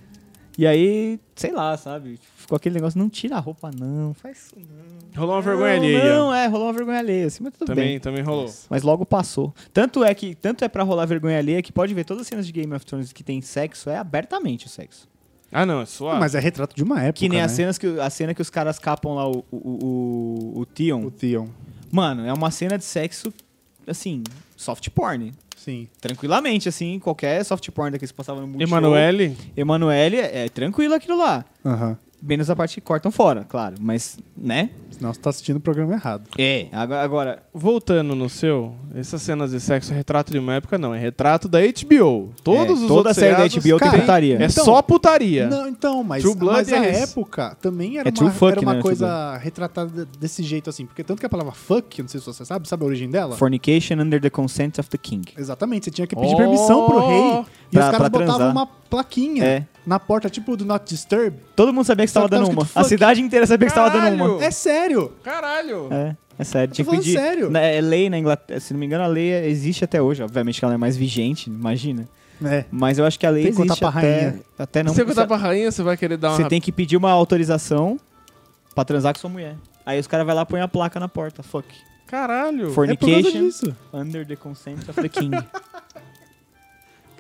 [SPEAKER 4] E aí, sei lá, sabe? tipo, Ficou aquele negócio, não tira a roupa, não, faz isso. Não.
[SPEAKER 2] Rolou uma vergonha
[SPEAKER 4] não,
[SPEAKER 2] alheia.
[SPEAKER 4] Não, é, rolou uma vergonha alheia, assim, mas tudo
[SPEAKER 2] também,
[SPEAKER 4] bem.
[SPEAKER 2] também rolou.
[SPEAKER 4] Mas logo passou. Tanto é que, tanto é pra rolar vergonha alheia que pode ver todas as cenas de Game of Thrones que tem sexo, é abertamente o sexo.
[SPEAKER 2] Ah, não, é suave.
[SPEAKER 1] Mas é retrato de uma época,
[SPEAKER 4] que nem
[SPEAKER 1] né?
[SPEAKER 4] as cenas que, a cena que os caras capam lá o, o, o, o Theon.
[SPEAKER 1] O Theon.
[SPEAKER 4] Mano, é uma cena de sexo, assim, soft porn.
[SPEAKER 1] Sim.
[SPEAKER 4] Tranquilamente, assim, qualquer soft porn daqueles que passavam no Multishow.
[SPEAKER 2] Emanuele,
[SPEAKER 4] Emanuele, é, é tranquilo aquilo lá.
[SPEAKER 1] Aham.
[SPEAKER 4] Menos a parte que cortam fora, claro. Mas, né?
[SPEAKER 1] Senão você tá assistindo o programa errado.
[SPEAKER 4] É. Agora, agora,
[SPEAKER 2] voltando no seu, essas cenas de sexo é retrato de uma época, não. É retrato da HBO. Todos os
[SPEAKER 4] é, toda
[SPEAKER 2] outros
[SPEAKER 4] série da
[SPEAKER 2] seriados
[SPEAKER 4] HBO
[SPEAKER 1] cara,
[SPEAKER 4] tem putaria.
[SPEAKER 2] É
[SPEAKER 1] Então-
[SPEAKER 2] só putaria.
[SPEAKER 1] Não, então, mas,
[SPEAKER 2] True Blood
[SPEAKER 1] mas a
[SPEAKER 2] é esse.
[SPEAKER 1] época também era
[SPEAKER 4] É
[SPEAKER 1] uma,
[SPEAKER 4] true fuck,
[SPEAKER 1] era uma
[SPEAKER 4] né,
[SPEAKER 1] coisa retratada desse jeito, assim. Porque tanto que a palavra fuck, eu não sei se você sabe, sabe a origem dela?
[SPEAKER 4] Fornication under the consent of the king.
[SPEAKER 1] Exatamente, você tinha que pedir
[SPEAKER 2] Oh!
[SPEAKER 1] permissão pro rei e
[SPEAKER 4] Pra-
[SPEAKER 1] os
[SPEAKER 4] pra
[SPEAKER 1] caras botavam
[SPEAKER 4] transar.
[SPEAKER 1] uma plaquinha
[SPEAKER 4] É.
[SPEAKER 1] na porta, tipo do Not Disturb.
[SPEAKER 4] Todo mundo sabia
[SPEAKER 1] Só Tá,
[SPEAKER 4] que você tava
[SPEAKER 1] que tava
[SPEAKER 4] dando uma.
[SPEAKER 1] escrito
[SPEAKER 4] A
[SPEAKER 1] fuck.
[SPEAKER 4] cidade inteira sabia que você tava dando
[SPEAKER 2] Caralho!
[SPEAKER 4] uma.
[SPEAKER 1] É sério!
[SPEAKER 2] Caralho!
[SPEAKER 4] É, é sério. Tinha que
[SPEAKER 1] falando
[SPEAKER 4] pedir.
[SPEAKER 1] sério.
[SPEAKER 4] Na- é lei na Inglaterra. Se não me engano, a lei existe até hoje. Obviamente que ela é mais vigente, imagina.
[SPEAKER 1] É.
[SPEAKER 4] Mas eu acho que a lei
[SPEAKER 1] Tem que contar
[SPEAKER 4] existe
[SPEAKER 1] pra
[SPEAKER 4] até,
[SPEAKER 1] rainha.
[SPEAKER 4] até É, não
[SPEAKER 2] Se você contar pra rainha, você vai querer dar uma...
[SPEAKER 4] Você tem que pedir uma autorização pra transar com sua mulher. Aí os caras vão lá e põem a placa na porta. Fuck.
[SPEAKER 2] Caralho!
[SPEAKER 1] É por É causa
[SPEAKER 4] Fornication
[SPEAKER 1] disso.
[SPEAKER 4] under the consent of the king.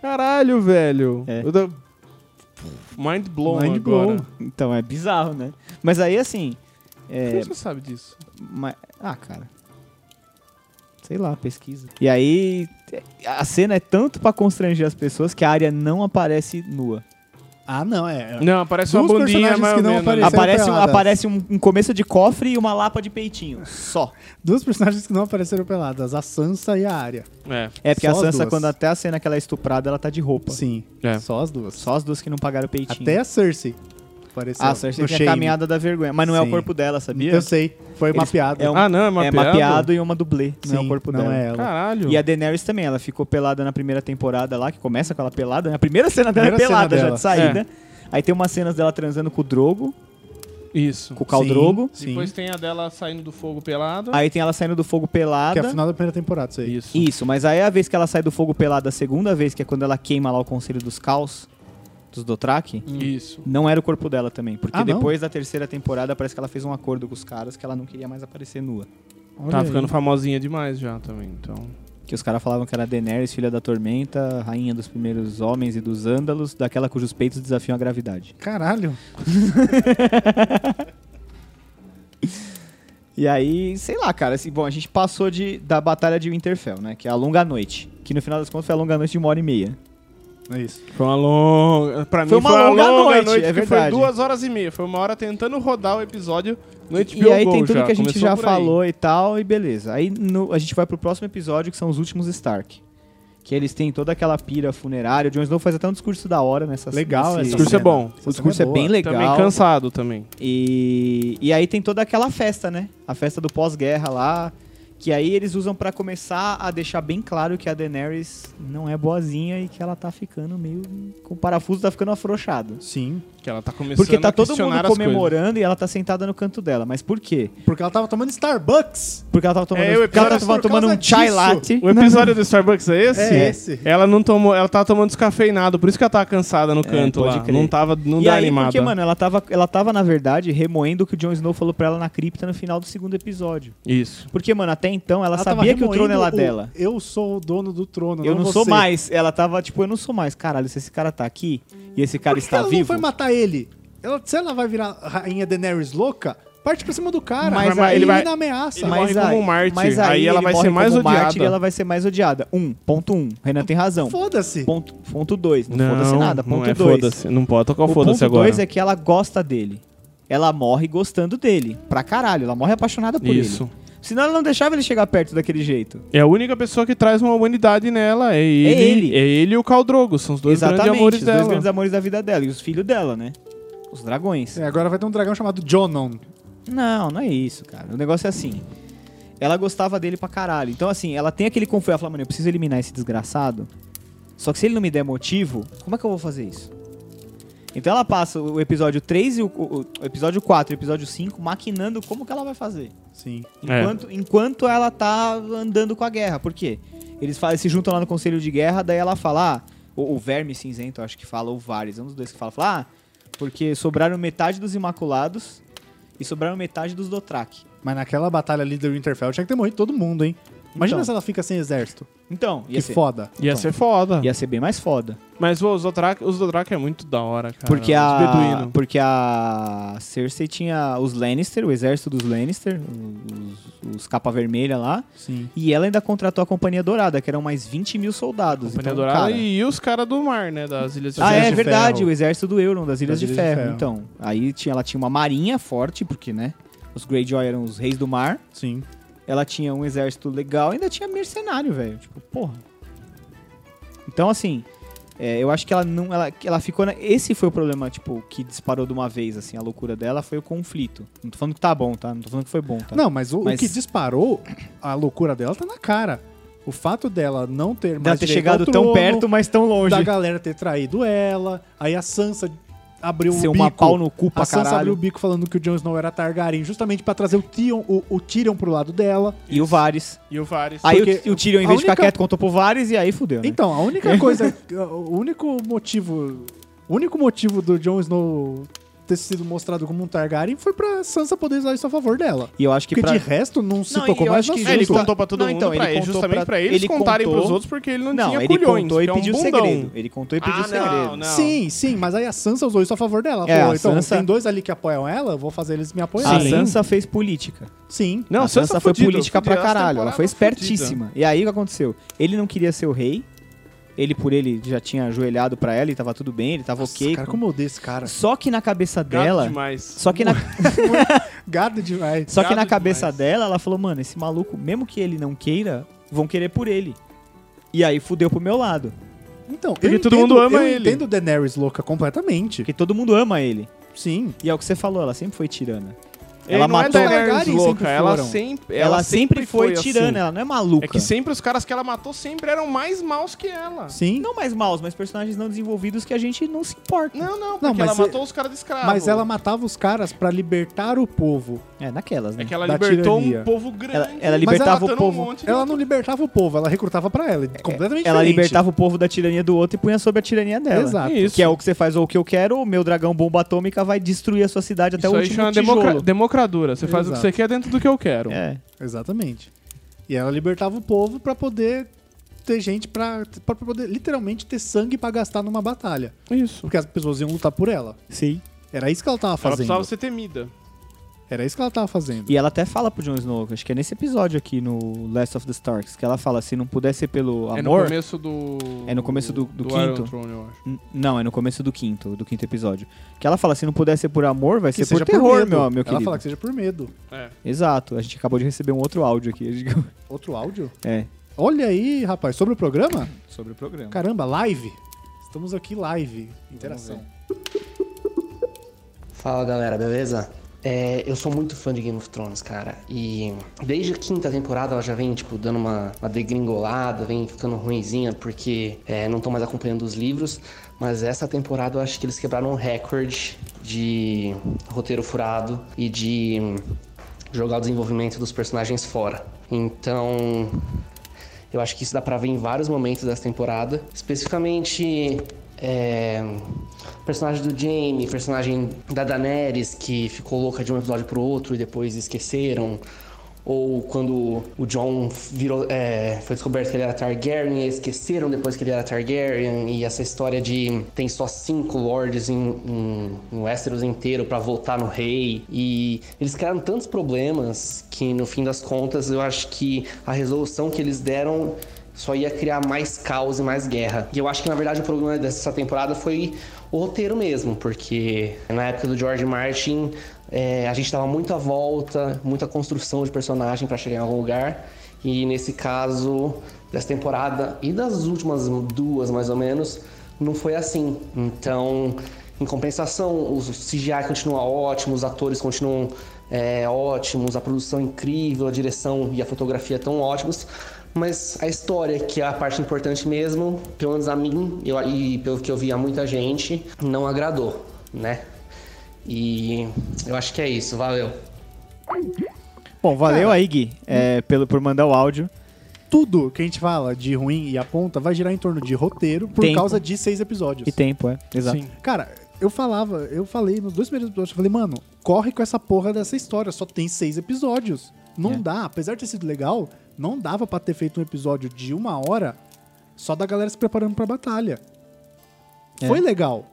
[SPEAKER 2] Caralho, velho!
[SPEAKER 4] É.
[SPEAKER 2] Eu tô- Mind blown
[SPEAKER 1] Mind
[SPEAKER 2] agora.
[SPEAKER 1] blown.
[SPEAKER 4] então é bizarro, né? Mas aí assim.
[SPEAKER 2] Como
[SPEAKER 4] É,
[SPEAKER 2] você sabe disso?
[SPEAKER 4] ma- Ah, cara. Sei lá, pesquisa. E aí. A cena é tanto pra constranger as pessoas que a área não aparece nua.
[SPEAKER 1] Ah, não, é.
[SPEAKER 4] Tá.
[SPEAKER 2] Não, aparece uma
[SPEAKER 1] Duas
[SPEAKER 2] bundinha
[SPEAKER 1] personagens
[SPEAKER 2] mais ou
[SPEAKER 1] que não
[SPEAKER 2] menos.
[SPEAKER 1] apareceram.
[SPEAKER 4] Aparece, um,
[SPEAKER 1] peladas.
[SPEAKER 4] aparece um, um começo de cofre e uma lapa de peitinho. Só.
[SPEAKER 1] Duas personagens que não apareceram peladas, a Sansa e a Arya.
[SPEAKER 2] É,
[SPEAKER 4] É porque
[SPEAKER 1] Só
[SPEAKER 4] a
[SPEAKER 1] as
[SPEAKER 4] Sansa,
[SPEAKER 1] duas.
[SPEAKER 4] quando até a cena que ela é estuprada, ela tá de roupa.
[SPEAKER 1] Sim,
[SPEAKER 2] é.
[SPEAKER 1] só as duas.
[SPEAKER 4] Só as duas que não pagaram peitinho.
[SPEAKER 1] Até a Cersei apareceu.
[SPEAKER 4] Ah, Cersei
[SPEAKER 1] no
[SPEAKER 4] tem a
[SPEAKER 1] Shame.
[SPEAKER 4] caminhada da vergonha. Mas não é o
[SPEAKER 1] Sim.
[SPEAKER 4] corpo dela, sabia?
[SPEAKER 1] Eu sei, foi
[SPEAKER 4] Eles-
[SPEAKER 1] mapeado.
[SPEAKER 4] é um-
[SPEAKER 2] Ah, não, é
[SPEAKER 4] é
[SPEAKER 2] mapeado?
[SPEAKER 4] mapeado e uma dublê.
[SPEAKER 1] Sim,
[SPEAKER 4] não é o corpo
[SPEAKER 1] não
[SPEAKER 4] dela.
[SPEAKER 1] é ela.
[SPEAKER 2] Caralho!
[SPEAKER 4] E a Daenerys também, ela ficou pelada na primeira temporada lá, que começa com ela pelada. né? A primeira cena dela
[SPEAKER 1] Primeira
[SPEAKER 4] é pelada
[SPEAKER 1] cena
[SPEAKER 4] já
[SPEAKER 1] dela.
[SPEAKER 4] de saída. Aí tem umas cenas dela transando com o Drogo,
[SPEAKER 2] Isso.
[SPEAKER 4] com o Khal Drogo.
[SPEAKER 1] Sim,
[SPEAKER 2] Depois tem a dela saindo do fogo pelada.
[SPEAKER 4] Aí tem ela saindo do fogo
[SPEAKER 1] que é
[SPEAKER 4] pelada.
[SPEAKER 1] a final da primeira temporada, isso aí.
[SPEAKER 2] Isso.
[SPEAKER 4] Isso, mas aí é a vez que ela sai do fogo pelada, a segunda vez, que é quando ela queima lá o Conselho dos Caos, dos Dothraki,
[SPEAKER 2] Isso.
[SPEAKER 4] não era o corpo dela também. Porque
[SPEAKER 1] Ah, não?
[SPEAKER 4] depois da terceira temporada, parece que ela fez um acordo com os caras que ela não queria mais aparecer nua.
[SPEAKER 1] Olha
[SPEAKER 2] Tá
[SPEAKER 1] aí.
[SPEAKER 2] ficando famosinha demais já também, então.
[SPEAKER 4] Que os caras falavam que era Daenerys, filha da Tormenta, rainha dos primeiros homens e dos ândalos, daquela cujos peitos desafiam a gravidade.
[SPEAKER 1] Caralho.
[SPEAKER 4] E aí, sei lá, cara, assim, bom, a gente passou de, da Batalha de Winterfell, né? Que é a longa noite. Que no final das contas foi a longa noite de uma hora e meia.
[SPEAKER 1] É isso.
[SPEAKER 2] Foi uma longa. Pra
[SPEAKER 4] Foi
[SPEAKER 2] mim,
[SPEAKER 4] uma
[SPEAKER 2] foi uma
[SPEAKER 4] longa
[SPEAKER 2] longa
[SPEAKER 4] noite,
[SPEAKER 2] noite,
[SPEAKER 4] é
[SPEAKER 2] que
[SPEAKER 4] verdade.
[SPEAKER 2] foi duas horas e meia. Foi uma hora tentando rodar o episódio no HBO
[SPEAKER 4] e aí
[SPEAKER 2] Go
[SPEAKER 4] tem tudo que a gente
[SPEAKER 2] Começou
[SPEAKER 4] já
[SPEAKER 2] por aí.
[SPEAKER 4] falou e tal, e beleza. Aí no- a gente vai pro próximo episódio, que são os últimos Stark. Que eles têm toda aquela pira funerária. O Jon Snow faz até um discurso da hora nessa
[SPEAKER 1] Legal essa
[SPEAKER 4] nesse-
[SPEAKER 2] O discurso é
[SPEAKER 1] cena.
[SPEAKER 2] bom.
[SPEAKER 1] Essa
[SPEAKER 4] O discurso é,
[SPEAKER 1] cena boa.
[SPEAKER 4] bem legal.
[SPEAKER 2] Também cansado também.
[SPEAKER 4] E, e aí tem toda aquela festa, né? A festa do pós-guerra lá, Que aí eles usam pra começar a deixar bem claro que a Daenerys não é boazinha e que ela tá ficando meio. com o parafuso tá ficando afrouxado.
[SPEAKER 1] Sim.
[SPEAKER 2] Que ela tá começando
[SPEAKER 4] Porque tá
[SPEAKER 2] a
[SPEAKER 4] todo
[SPEAKER 2] questionar
[SPEAKER 4] mundo
[SPEAKER 2] as coisas.
[SPEAKER 4] comemorando e ela tá sentada no canto dela. Mas por quê?
[SPEAKER 1] Porque ela tava tomando Starbucks.
[SPEAKER 4] Porque ela tava tomando,
[SPEAKER 2] É, o
[SPEAKER 4] porque ela
[SPEAKER 1] episódio
[SPEAKER 4] tava
[SPEAKER 1] é por
[SPEAKER 4] tomando
[SPEAKER 1] causa
[SPEAKER 4] um chai
[SPEAKER 1] disso.
[SPEAKER 4] latte.
[SPEAKER 2] O episódio do Starbucks é esse?
[SPEAKER 1] É esse.
[SPEAKER 2] Ela não tomou, ela tava tomando descafeinado, por isso que ela tava cansada no canto
[SPEAKER 4] pode
[SPEAKER 2] lá.
[SPEAKER 4] crer.
[SPEAKER 2] Não tava, não
[SPEAKER 4] e
[SPEAKER 2] dá
[SPEAKER 4] aí,
[SPEAKER 2] animada.
[SPEAKER 4] porque, mano, ela tava, ela tava, na verdade, remoendo o que o Jon Snow falou pra ela na cripta no final do segundo episódio.
[SPEAKER 2] Isso.
[SPEAKER 4] Porque, mano, até então ela,
[SPEAKER 1] tava
[SPEAKER 4] sabia que o trono
[SPEAKER 1] remoendo
[SPEAKER 4] era
[SPEAKER 1] o-
[SPEAKER 4] dela.
[SPEAKER 1] Eu sou o dono do trono.
[SPEAKER 4] Eu não sou
[SPEAKER 1] você.
[SPEAKER 4] mais. Ela tava, tipo, eu não sou mais. Caralho, se esse cara tá aqui e esse cara
[SPEAKER 1] Por que
[SPEAKER 4] está
[SPEAKER 1] ela não
[SPEAKER 4] vivo.
[SPEAKER 1] foi matar ele? Ela, se ela vai virar rainha Daenerys louca, parte pra cima do cara.
[SPEAKER 4] Mas
[SPEAKER 1] aí
[SPEAKER 4] aí
[SPEAKER 1] ele
[SPEAKER 4] ele
[SPEAKER 2] vai-
[SPEAKER 1] ameaça.
[SPEAKER 2] ele morre como um mártir.
[SPEAKER 4] mas
[SPEAKER 2] Aí ela
[SPEAKER 4] ele
[SPEAKER 2] vai
[SPEAKER 4] morre
[SPEAKER 2] ser mais
[SPEAKER 4] como
[SPEAKER 2] odiada.
[SPEAKER 4] mártir e ela vai ser mais odiada. Um, ponto um. Renan tem razão.
[SPEAKER 1] Foda-se.
[SPEAKER 4] Ponto, ponto dois. Não, foda-se nada.
[SPEAKER 2] não
[SPEAKER 4] Ponto
[SPEAKER 2] é
[SPEAKER 4] dois.
[SPEAKER 2] foda-se. Não pode tocar o,
[SPEAKER 4] o
[SPEAKER 2] foda-se
[SPEAKER 4] ponto
[SPEAKER 2] agora.
[SPEAKER 4] dois é que ela gosta dele. Ela morre gostando dele. Pra caralho. Ela morre apaixonada é por
[SPEAKER 2] Isso.
[SPEAKER 4] ele. Senão ela não deixava ele chegar perto daquele jeito.
[SPEAKER 2] É a única pessoa que traz uma humanidade nela. É ele,
[SPEAKER 4] ele.
[SPEAKER 2] É ele e o Khal Drogo. São os dois grandes
[SPEAKER 4] Exatamente.
[SPEAKER 2] amores
[SPEAKER 4] Os
[SPEAKER 2] dela.
[SPEAKER 4] dois grandes amores da vida dela. E os filhos dela, né? Os dragões.
[SPEAKER 1] É, agora vai ter um dragão chamado Jonon.
[SPEAKER 4] Não, não é isso, cara. O negócio é assim. Ela gostava dele pra caralho. Então, assim, ela tem aquele conflito. Ela fala, mano, eu preciso eliminar esse desgraçado. Só que se ele não me der motivo, como é que eu vou fazer isso? Então ela passa o episódio 3 e o, o- o episódio 4 e o episódio 5 maquinando como que ela vai fazer.
[SPEAKER 1] Sim.
[SPEAKER 2] É.
[SPEAKER 4] Enquanto, enquanto ela tá andando com a guerra. Por quê? Eles falam, se juntam lá no conselho de guerra, daí ela fala, ah, o, o Verme Cinzento, acho que fala, ou Vares, um dos dois que fala, fala, ah, porque sobraram metade dos Imaculados e sobraram metade dos Dothraki.
[SPEAKER 1] Mas naquela batalha ali do Winterfell tinha que ter morrido todo mundo, hein? Imagina
[SPEAKER 4] Então.
[SPEAKER 1] se ela fica sem exército.
[SPEAKER 4] Então, ia
[SPEAKER 1] que
[SPEAKER 4] ser,
[SPEAKER 1] foda.
[SPEAKER 2] Ia
[SPEAKER 4] Então.
[SPEAKER 2] ser foda.
[SPEAKER 4] ia ser bem mais foda.
[SPEAKER 2] Mas ô, os Dothraki os Dothraki é muito da hora, cara.
[SPEAKER 4] porque,
[SPEAKER 2] os
[SPEAKER 4] a,
[SPEAKER 2] beduíno.
[SPEAKER 4] porque a Cersei tinha os Lannister, o exército dos Lannister, os, os capa vermelha lá,
[SPEAKER 1] Sim.
[SPEAKER 4] e ela ainda contratou a Companhia Dourada, que eram mais 20 mil soldados.
[SPEAKER 2] Companhia
[SPEAKER 4] Então,
[SPEAKER 2] Dourada
[SPEAKER 4] cara,
[SPEAKER 2] e os caras do mar, né? Das Ilhas
[SPEAKER 4] Ah,
[SPEAKER 1] Ilhas
[SPEAKER 4] é
[SPEAKER 1] de
[SPEAKER 4] verdade,
[SPEAKER 1] Ferro.
[SPEAKER 4] o exército do Euron, das
[SPEAKER 1] Das
[SPEAKER 4] Ilhas, de,
[SPEAKER 1] Ilhas de
[SPEAKER 4] ferro.
[SPEAKER 1] Ferro.
[SPEAKER 4] Então, aí tinha, ela tinha uma marinha forte, porque, né, os Greyjoy eram os reis do mar.
[SPEAKER 1] Sim.
[SPEAKER 4] Ela tinha um exército legal e ainda tinha mercenário, velho. Tipo, porra. Então, assim, é, eu acho que ela não... Ela, que ela ficou... na- Esse foi o problema, tipo, que disparou de uma vez, assim, a loucura dela foi o conflito. Não tô falando que tá bom, tá? Não tô falando que foi bom, tá?
[SPEAKER 1] Não, mas o, o
[SPEAKER 4] Mas-
[SPEAKER 1] que disparou a loucura dela tá na cara. O fato dela não ter
[SPEAKER 4] Dela
[SPEAKER 1] mais
[SPEAKER 4] ter
[SPEAKER 1] direito
[SPEAKER 4] chegado
[SPEAKER 1] ao
[SPEAKER 4] tão
[SPEAKER 1] trono,
[SPEAKER 4] perto, mas tão longe.
[SPEAKER 1] da galera ter traído ela, aí a Sansa abriu
[SPEAKER 4] Ser
[SPEAKER 1] o
[SPEAKER 4] uma
[SPEAKER 1] bico.
[SPEAKER 4] pau no cu pra
[SPEAKER 1] a Sansa abriu o
[SPEAKER 4] caralho.
[SPEAKER 1] bico falando que o Jon Snow era Targaryen, justamente pra trazer o Tion, o, o Tyrion pro lado dela.
[SPEAKER 4] E o Varys.
[SPEAKER 2] E o Varys.
[SPEAKER 4] Aí
[SPEAKER 1] Porque
[SPEAKER 4] o, o Tyrion, em
[SPEAKER 1] a
[SPEAKER 4] vez de ficar
[SPEAKER 1] única-
[SPEAKER 4] quieto, contou pro Varys e aí fudeu, né?
[SPEAKER 1] Então, a única coisa, o único motivo, o único motivo do Jon Snow ter sido mostrado como um Targaryen foi pra Sansa poder usar isso a favor dela.
[SPEAKER 4] E eu acho que
[SPEAKER 1] Porque
[SPEAKER 4] pra...
[SPEAKER 1] de resto não se
[SPEAKER 4] Não,
[SPEAKER 1] tocou
[SPEAKER 4] e eu
[SPEAKER 1] mais
[SPEAKER 4] acho
[SPEAKER 1] no
[SPEAKER 4] que
[SPEAKER 1] assunto.
[SPEAKER 2] É, ele
[SPEAKER 4] justo.
[SPEAKER 2] contou pra todo
[SPEAKER 4] Não,
[SPEAKER 2] mundo,
[SPEAKER 4] então,
[SPEAKER 2] pra
[SPEAKER 4] ele
[SPEAKER 2] ele,
[SPEAKER 4] contou
[SPEAKER 2] justamente
[SPEAKER 4] pra-
[SPEAKER 2] pra, eles
[SPEAKER 4] ele
[SPEAKER 2] contarem
[SPEAKER 4] contou-
[SPEAKER 2] pros outros porque ele não, tinha
[SPEAKER 4] ele
[SPEAKER 2] culhões.
[SPEAKER 4] contou e
[SPEAKER 2] que é um
[SPEAKER 4] pediu
[SPEAKER 2] bundão.
[SPEAKER 4] segredo. Ele contou e pediu
[SPEAKER 2] Ah,
[SPEAKER 4] segredo.
[SPEAKER 2] não, não.
[SPEAKER 1] Sim, sim, mas aí a Sansa usou isso a favor dela. Ela
[SPEAKER 4] É,
[SPEAKER 1] falou,
[SPEAKER 4] a
[SPEAKER 1] então,
[SPEAKER 4] Sansa-
[SPEAKER 1] tem dois ali que apoiam ela, eu vou fazer eles me
[SPEAKER 4] A
[SPEAKER 1] apoiarem.
[SPEAKER 2] Sim.
[SPEAKER 4] Sansa fez política.
[SPEAKER 1] Sim.
[SPEAKER 2] Não,
[SPEAKER 4] a Sansa, foi política pra caralho. Ela foi
[SPEAKER 2] espertíssima.
[SPEAKER 4] espertíssima. E aí o que aconteceu? Ele não queria ser o rei. Ele por ele já tinha ajoelhado pra ela e tava tudo bem, ele tava
[SPEAKER 1] Nossa,
[SPEAKER 4] ok.
[SPEAKER 1] cara, é como eu odeio esse cara.
[SPEAKER 4] Só que na cabeça
[SPEAKER 2] Gato
[SPEAKER 4] dela.
[SPEAKER 2] demais.
[SPEAKER 4] Só que na,
[SPEAKER 1] Gado demais.
[SPEAKER 4] só que na
[SPEAKER 2] Gato
[SPEAKER 4] cabeça
[SPEAKER 2] demais.
[SPEAKER 4] dela, ela falou, mano, esse maluco, mesmo que ele não queira, vão querer por ele. E aí fudeu pro meu lado.
[SPEAKER 1] Então,
[SPEAKER 2] Porque
[SPEAKER 1] eu
[SPEAKER 2] todo
[SPEAKER 1] entendo-
[SPEAKER 2] mundo ama
[SPEAKER 1] eu
[SPEAKER 2] ele.
[SPEAKER 1] entendo Daenerys louca completamente.
[SPEAKER 4] Porque todo mundo ama ele.
[SPEAKER 1] Sim.
[SPEAKER 4] E é o que você falou, ela sempre foi tirana.
[SPEAKER 2] Ele
[SPEAKER 4] Ela
[SPEAKER 2] não é
[SPEAKER 4] matou-
[SPEAKER 2] Daenerys
[SPEAKER 1] Targaryen
[SPEAKER 2] louca,
[SPEAKER 1] sempre
[SPEAKER 2] ela
[SPEAKER 1] foram.
[SPEAKER 2] sempre
[SPEAKER 4] Ela, sempre, foi,
[SPEAKER 2] assim.
[SPEAKER 4] tirana, ela não é maluca.
[SPEAKER 2] É que sempre os caras que ela matou sempre eram mais maus que ela.
[SPEAKER 1] Sim.
[SPEAKER 4] Não mais maus, mas personagens não desenvolvidos que a gente não é- se importa.
[SPEAKER 2] Não, não, porque
[SPEAKER 1] Não, mas
[SPEAKER 2] ela
[SPEAKER 1] se-
[SPEAKER 2] matou os caras de escravo.
[SPEAKER 1] Mas ela matava os caras pra libertar o povo.
[SPEAKER 4] É, naquelas, né?
[SPEAKER 2] É que ela
[SPEAKER 1] da
[SPEAKER 2] libertou
[SPEAKER 1] tirania.
[SPEAKER 2] um povo grande.
[SPEAKER 4] Ela- ela libertava o
[SPEAKER 2] matando
[SPEAKER 4] povo.
[SPEAKER 2] Um monte de-
[SPEAKER 1] Ela não libertava o povo, ela recrutava pra ela. É completamente
[SPEAKER 4] Ela
[SPEAKER 1] diferente.
[SPEAKER 4] libertava o povo da tirania do outro e punha sob a tirania dela.
[SPEAKER 1] Exato.
[SPEAKER 2] Isso.
[SPEAKER 4] Que é o que você faz ou o que eu quero, o meu dragão bomba atômica vai destruir a sua cidade até
[SPEAKER 2] Isso
[SPEAKER 4] o
[SPEAKER 2] aí
[SPEAKER 4] último
[SPEAKER 2] chama
[SPEAKER 4] tijolo.
[SPEAKER 2] democra- democradura. Você faz o que
[SPEAKER 1] Exato.
[SPEAKER 2] você quer dentro do que eu quero.
[SPEAKER 4] É.
[SPEAKER 1] Exatamente. E ela libertava o povo pra poder ter gente pra, pra poder literalmente ter sangue pra gastar numa batalha.
[SPEAKER 2] Isso.
[SPEAKER 1] Porque as pessoas iam lutar por ela.
[SPEAKER 4] Sim.
[SPEAKER 1] Era isso que ela tava
[SPEAKER 2] Ela
[SPEAKER 1] fazendo.
[SPEAKER 2] precisava ser temida.
[SPEAKER 1] Era isso que ela tava fazendo.
[SPEAKER 4] E é ela até fala pro Jon Snow, acho que é nesse episódio aqui no Last of the Starks, que ela fala, se não pudesse ser pelo
[SPEAKER 2] É no
[SPEAKER 4] amor...
[SPEAKER 2] começo do.
[SPEAKER 4] É no começo do- do
[SPEAKER 2] Iron
[SPEAKER 4] quinto?
[SPEAKER 2] Throne, eu acho.
[SPEAKER 4] N- Não, é no começo do quinto, do quinto episódio. Que ela fala, se não puder ser por amor, vai ser por terror,
[SPEAKER 1] medo.
[SPEAKER 4] meu, meu
[SPEAKER 1] Ela
[SPEAKER 4] querido.
[SPEAKER 1] fala que seja por medo.
[SPEAKER 2] É.
[SPEAKER 4] Exato, a gente acabou de receber um outro áudio aqui.
[SPEAKER 1] Outro áudio?
[SPEAKER 4] É,
[SPEAKER 1] Olha aí, rapaz, sobre o programa?
[SPEAKER 4] sobre o programa.
[SPEAKER 1] Caramba, live. Estamos aqui live. Interação.
[SPEAKER 5] Fala galera, beleza? É, eu sou muito fã de Game of Thrones, cara. E desde a quinta temporada ela já vem, tipo, dando uma, uma degringolada, vem ficando ruinzinha, porque é, não estão mais acompanhando os livros. Mas essa temporada eu acho que eles quebraram um recorde de roteiro furado e de jogar o desenvolvimento dos personagens fora. Então, eu acho que isso dá pra ver em vários momentos dessa temporada. Especificamente é, personagem do Jamie, personagem da Daenerys que ficou louca de um episódio pro outro e depois esqueceram. Ou quando o John virou, é, foi descoberto que ele era Targaryen e esqueceram depois que ele era Targaryen. E essa história de tem só cinco lords em, em, em Westeros inteiro para voltar no rei. E eles criaram tantos problemas que no fim das contas eu acho que a resolução que eles deram só ia criar mais caos e mais guerra. E eu acho que na verdade o problema dessa temporada foi o roteiro mesmo, porque na época do George Martin é, a gente dava muita volta, muita construção de personagem para chegar em algum lugar. E nesse caso dessa temporada e das últimas duas mais ou menos não foi assim. Então, em compensação, o CGI continua ótimo, os atores continuam é, ótimos, a produção é incrível, a direção e a fotografia tão ótimos, mas a história, que é a parte importante mesmo, pelo menos a mim eu, e pelo que eu vi a muita gente, não agradou, né? E eu acho que é isso, valeu.
[SPEAKER 4] Bom, valeu aí, Gui, é, pelo, por mandar o áudio.
[SPEAKER 1] Tudo que a gente fala de ruim e aponta vai girar em torno de roteiro por
[SPEAKER 4] Tempo.
[SPEAKER 1] causa de seis episódios.
[SPEAKER 4] E tempo, é. Exato.
[SPEAKER 2] Sim.
[SPEAKER 1] Cara, eu falava, eu falei nos dois primeiros episódios, eu falei, mano, corre com essa porra dessa história, só tem seis episódios. Não
[SPEAKER 4] É.
[SPEAKER 1] dá, apesar de ter sido legal, não dava pra ter feito um episódio de uma hora só da galera se preparando pra batalha.
[SPEAKER 4] É.
[SPEAKER 1] Foi legal.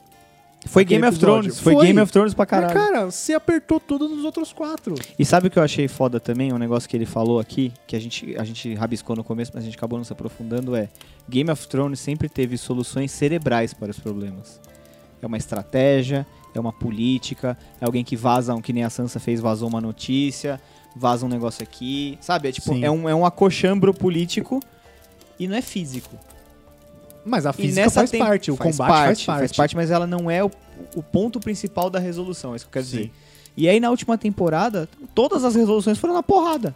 [SPEAKER 4] Foi
[SPEAKER 1] Aquele
[SPEAKER 4] Game of
[SPEAKER 1] episódio.
[SPEAKER 4] Thrones. Foi,
[SPEAKER 1] Foi.
[SPEAKER 4] Game of Thrones pra
[SPEAKER 1] Mas,
[SPEAKER 4] caralho.
[SPEAKER 1] cara, você apertou tudo nos outros quatro.
[SPEAKER 4] E sabe o que eu achei foda também? Um negócio que ele falou aqui, que a gente, a gente rabiscou no começo, mas a gente acabou não se aprofundando, é Game of Thrones sempre teve soluções cerebrais para os problemas. É uma estratégia, é uma política, é alguém que vaza, um que nem a Sansa fez, vazou uma notícia, vaza um negócio aqui, sabe? É tipo,
[SPEAKER 1] Sim.
[SPEAKER 4] é um, é um acochambro político e não é físico.
[SPEAKER 1] Mas a
[SPEAKER 4] E
[SPEAKER 1] física
[SPEAKER 4] nessa
[SPEAKER 1] faz
[SPEAKER 4] tem-
[SPEAKER 1] parte, o
[SPEAKER 4] faz
[SPEAKER 1] combate
[SPEAKER 4] parte,
[SPEAKER 1] faz parte.
[SPEAKER 4] mas ela não é o, o ponto principal da resolução, é isso que eu quero
[SPEAKER 1] Sim.
[SPEAKER 4] dizer. E aí na última temporada, todas as resoluções foram na porrada.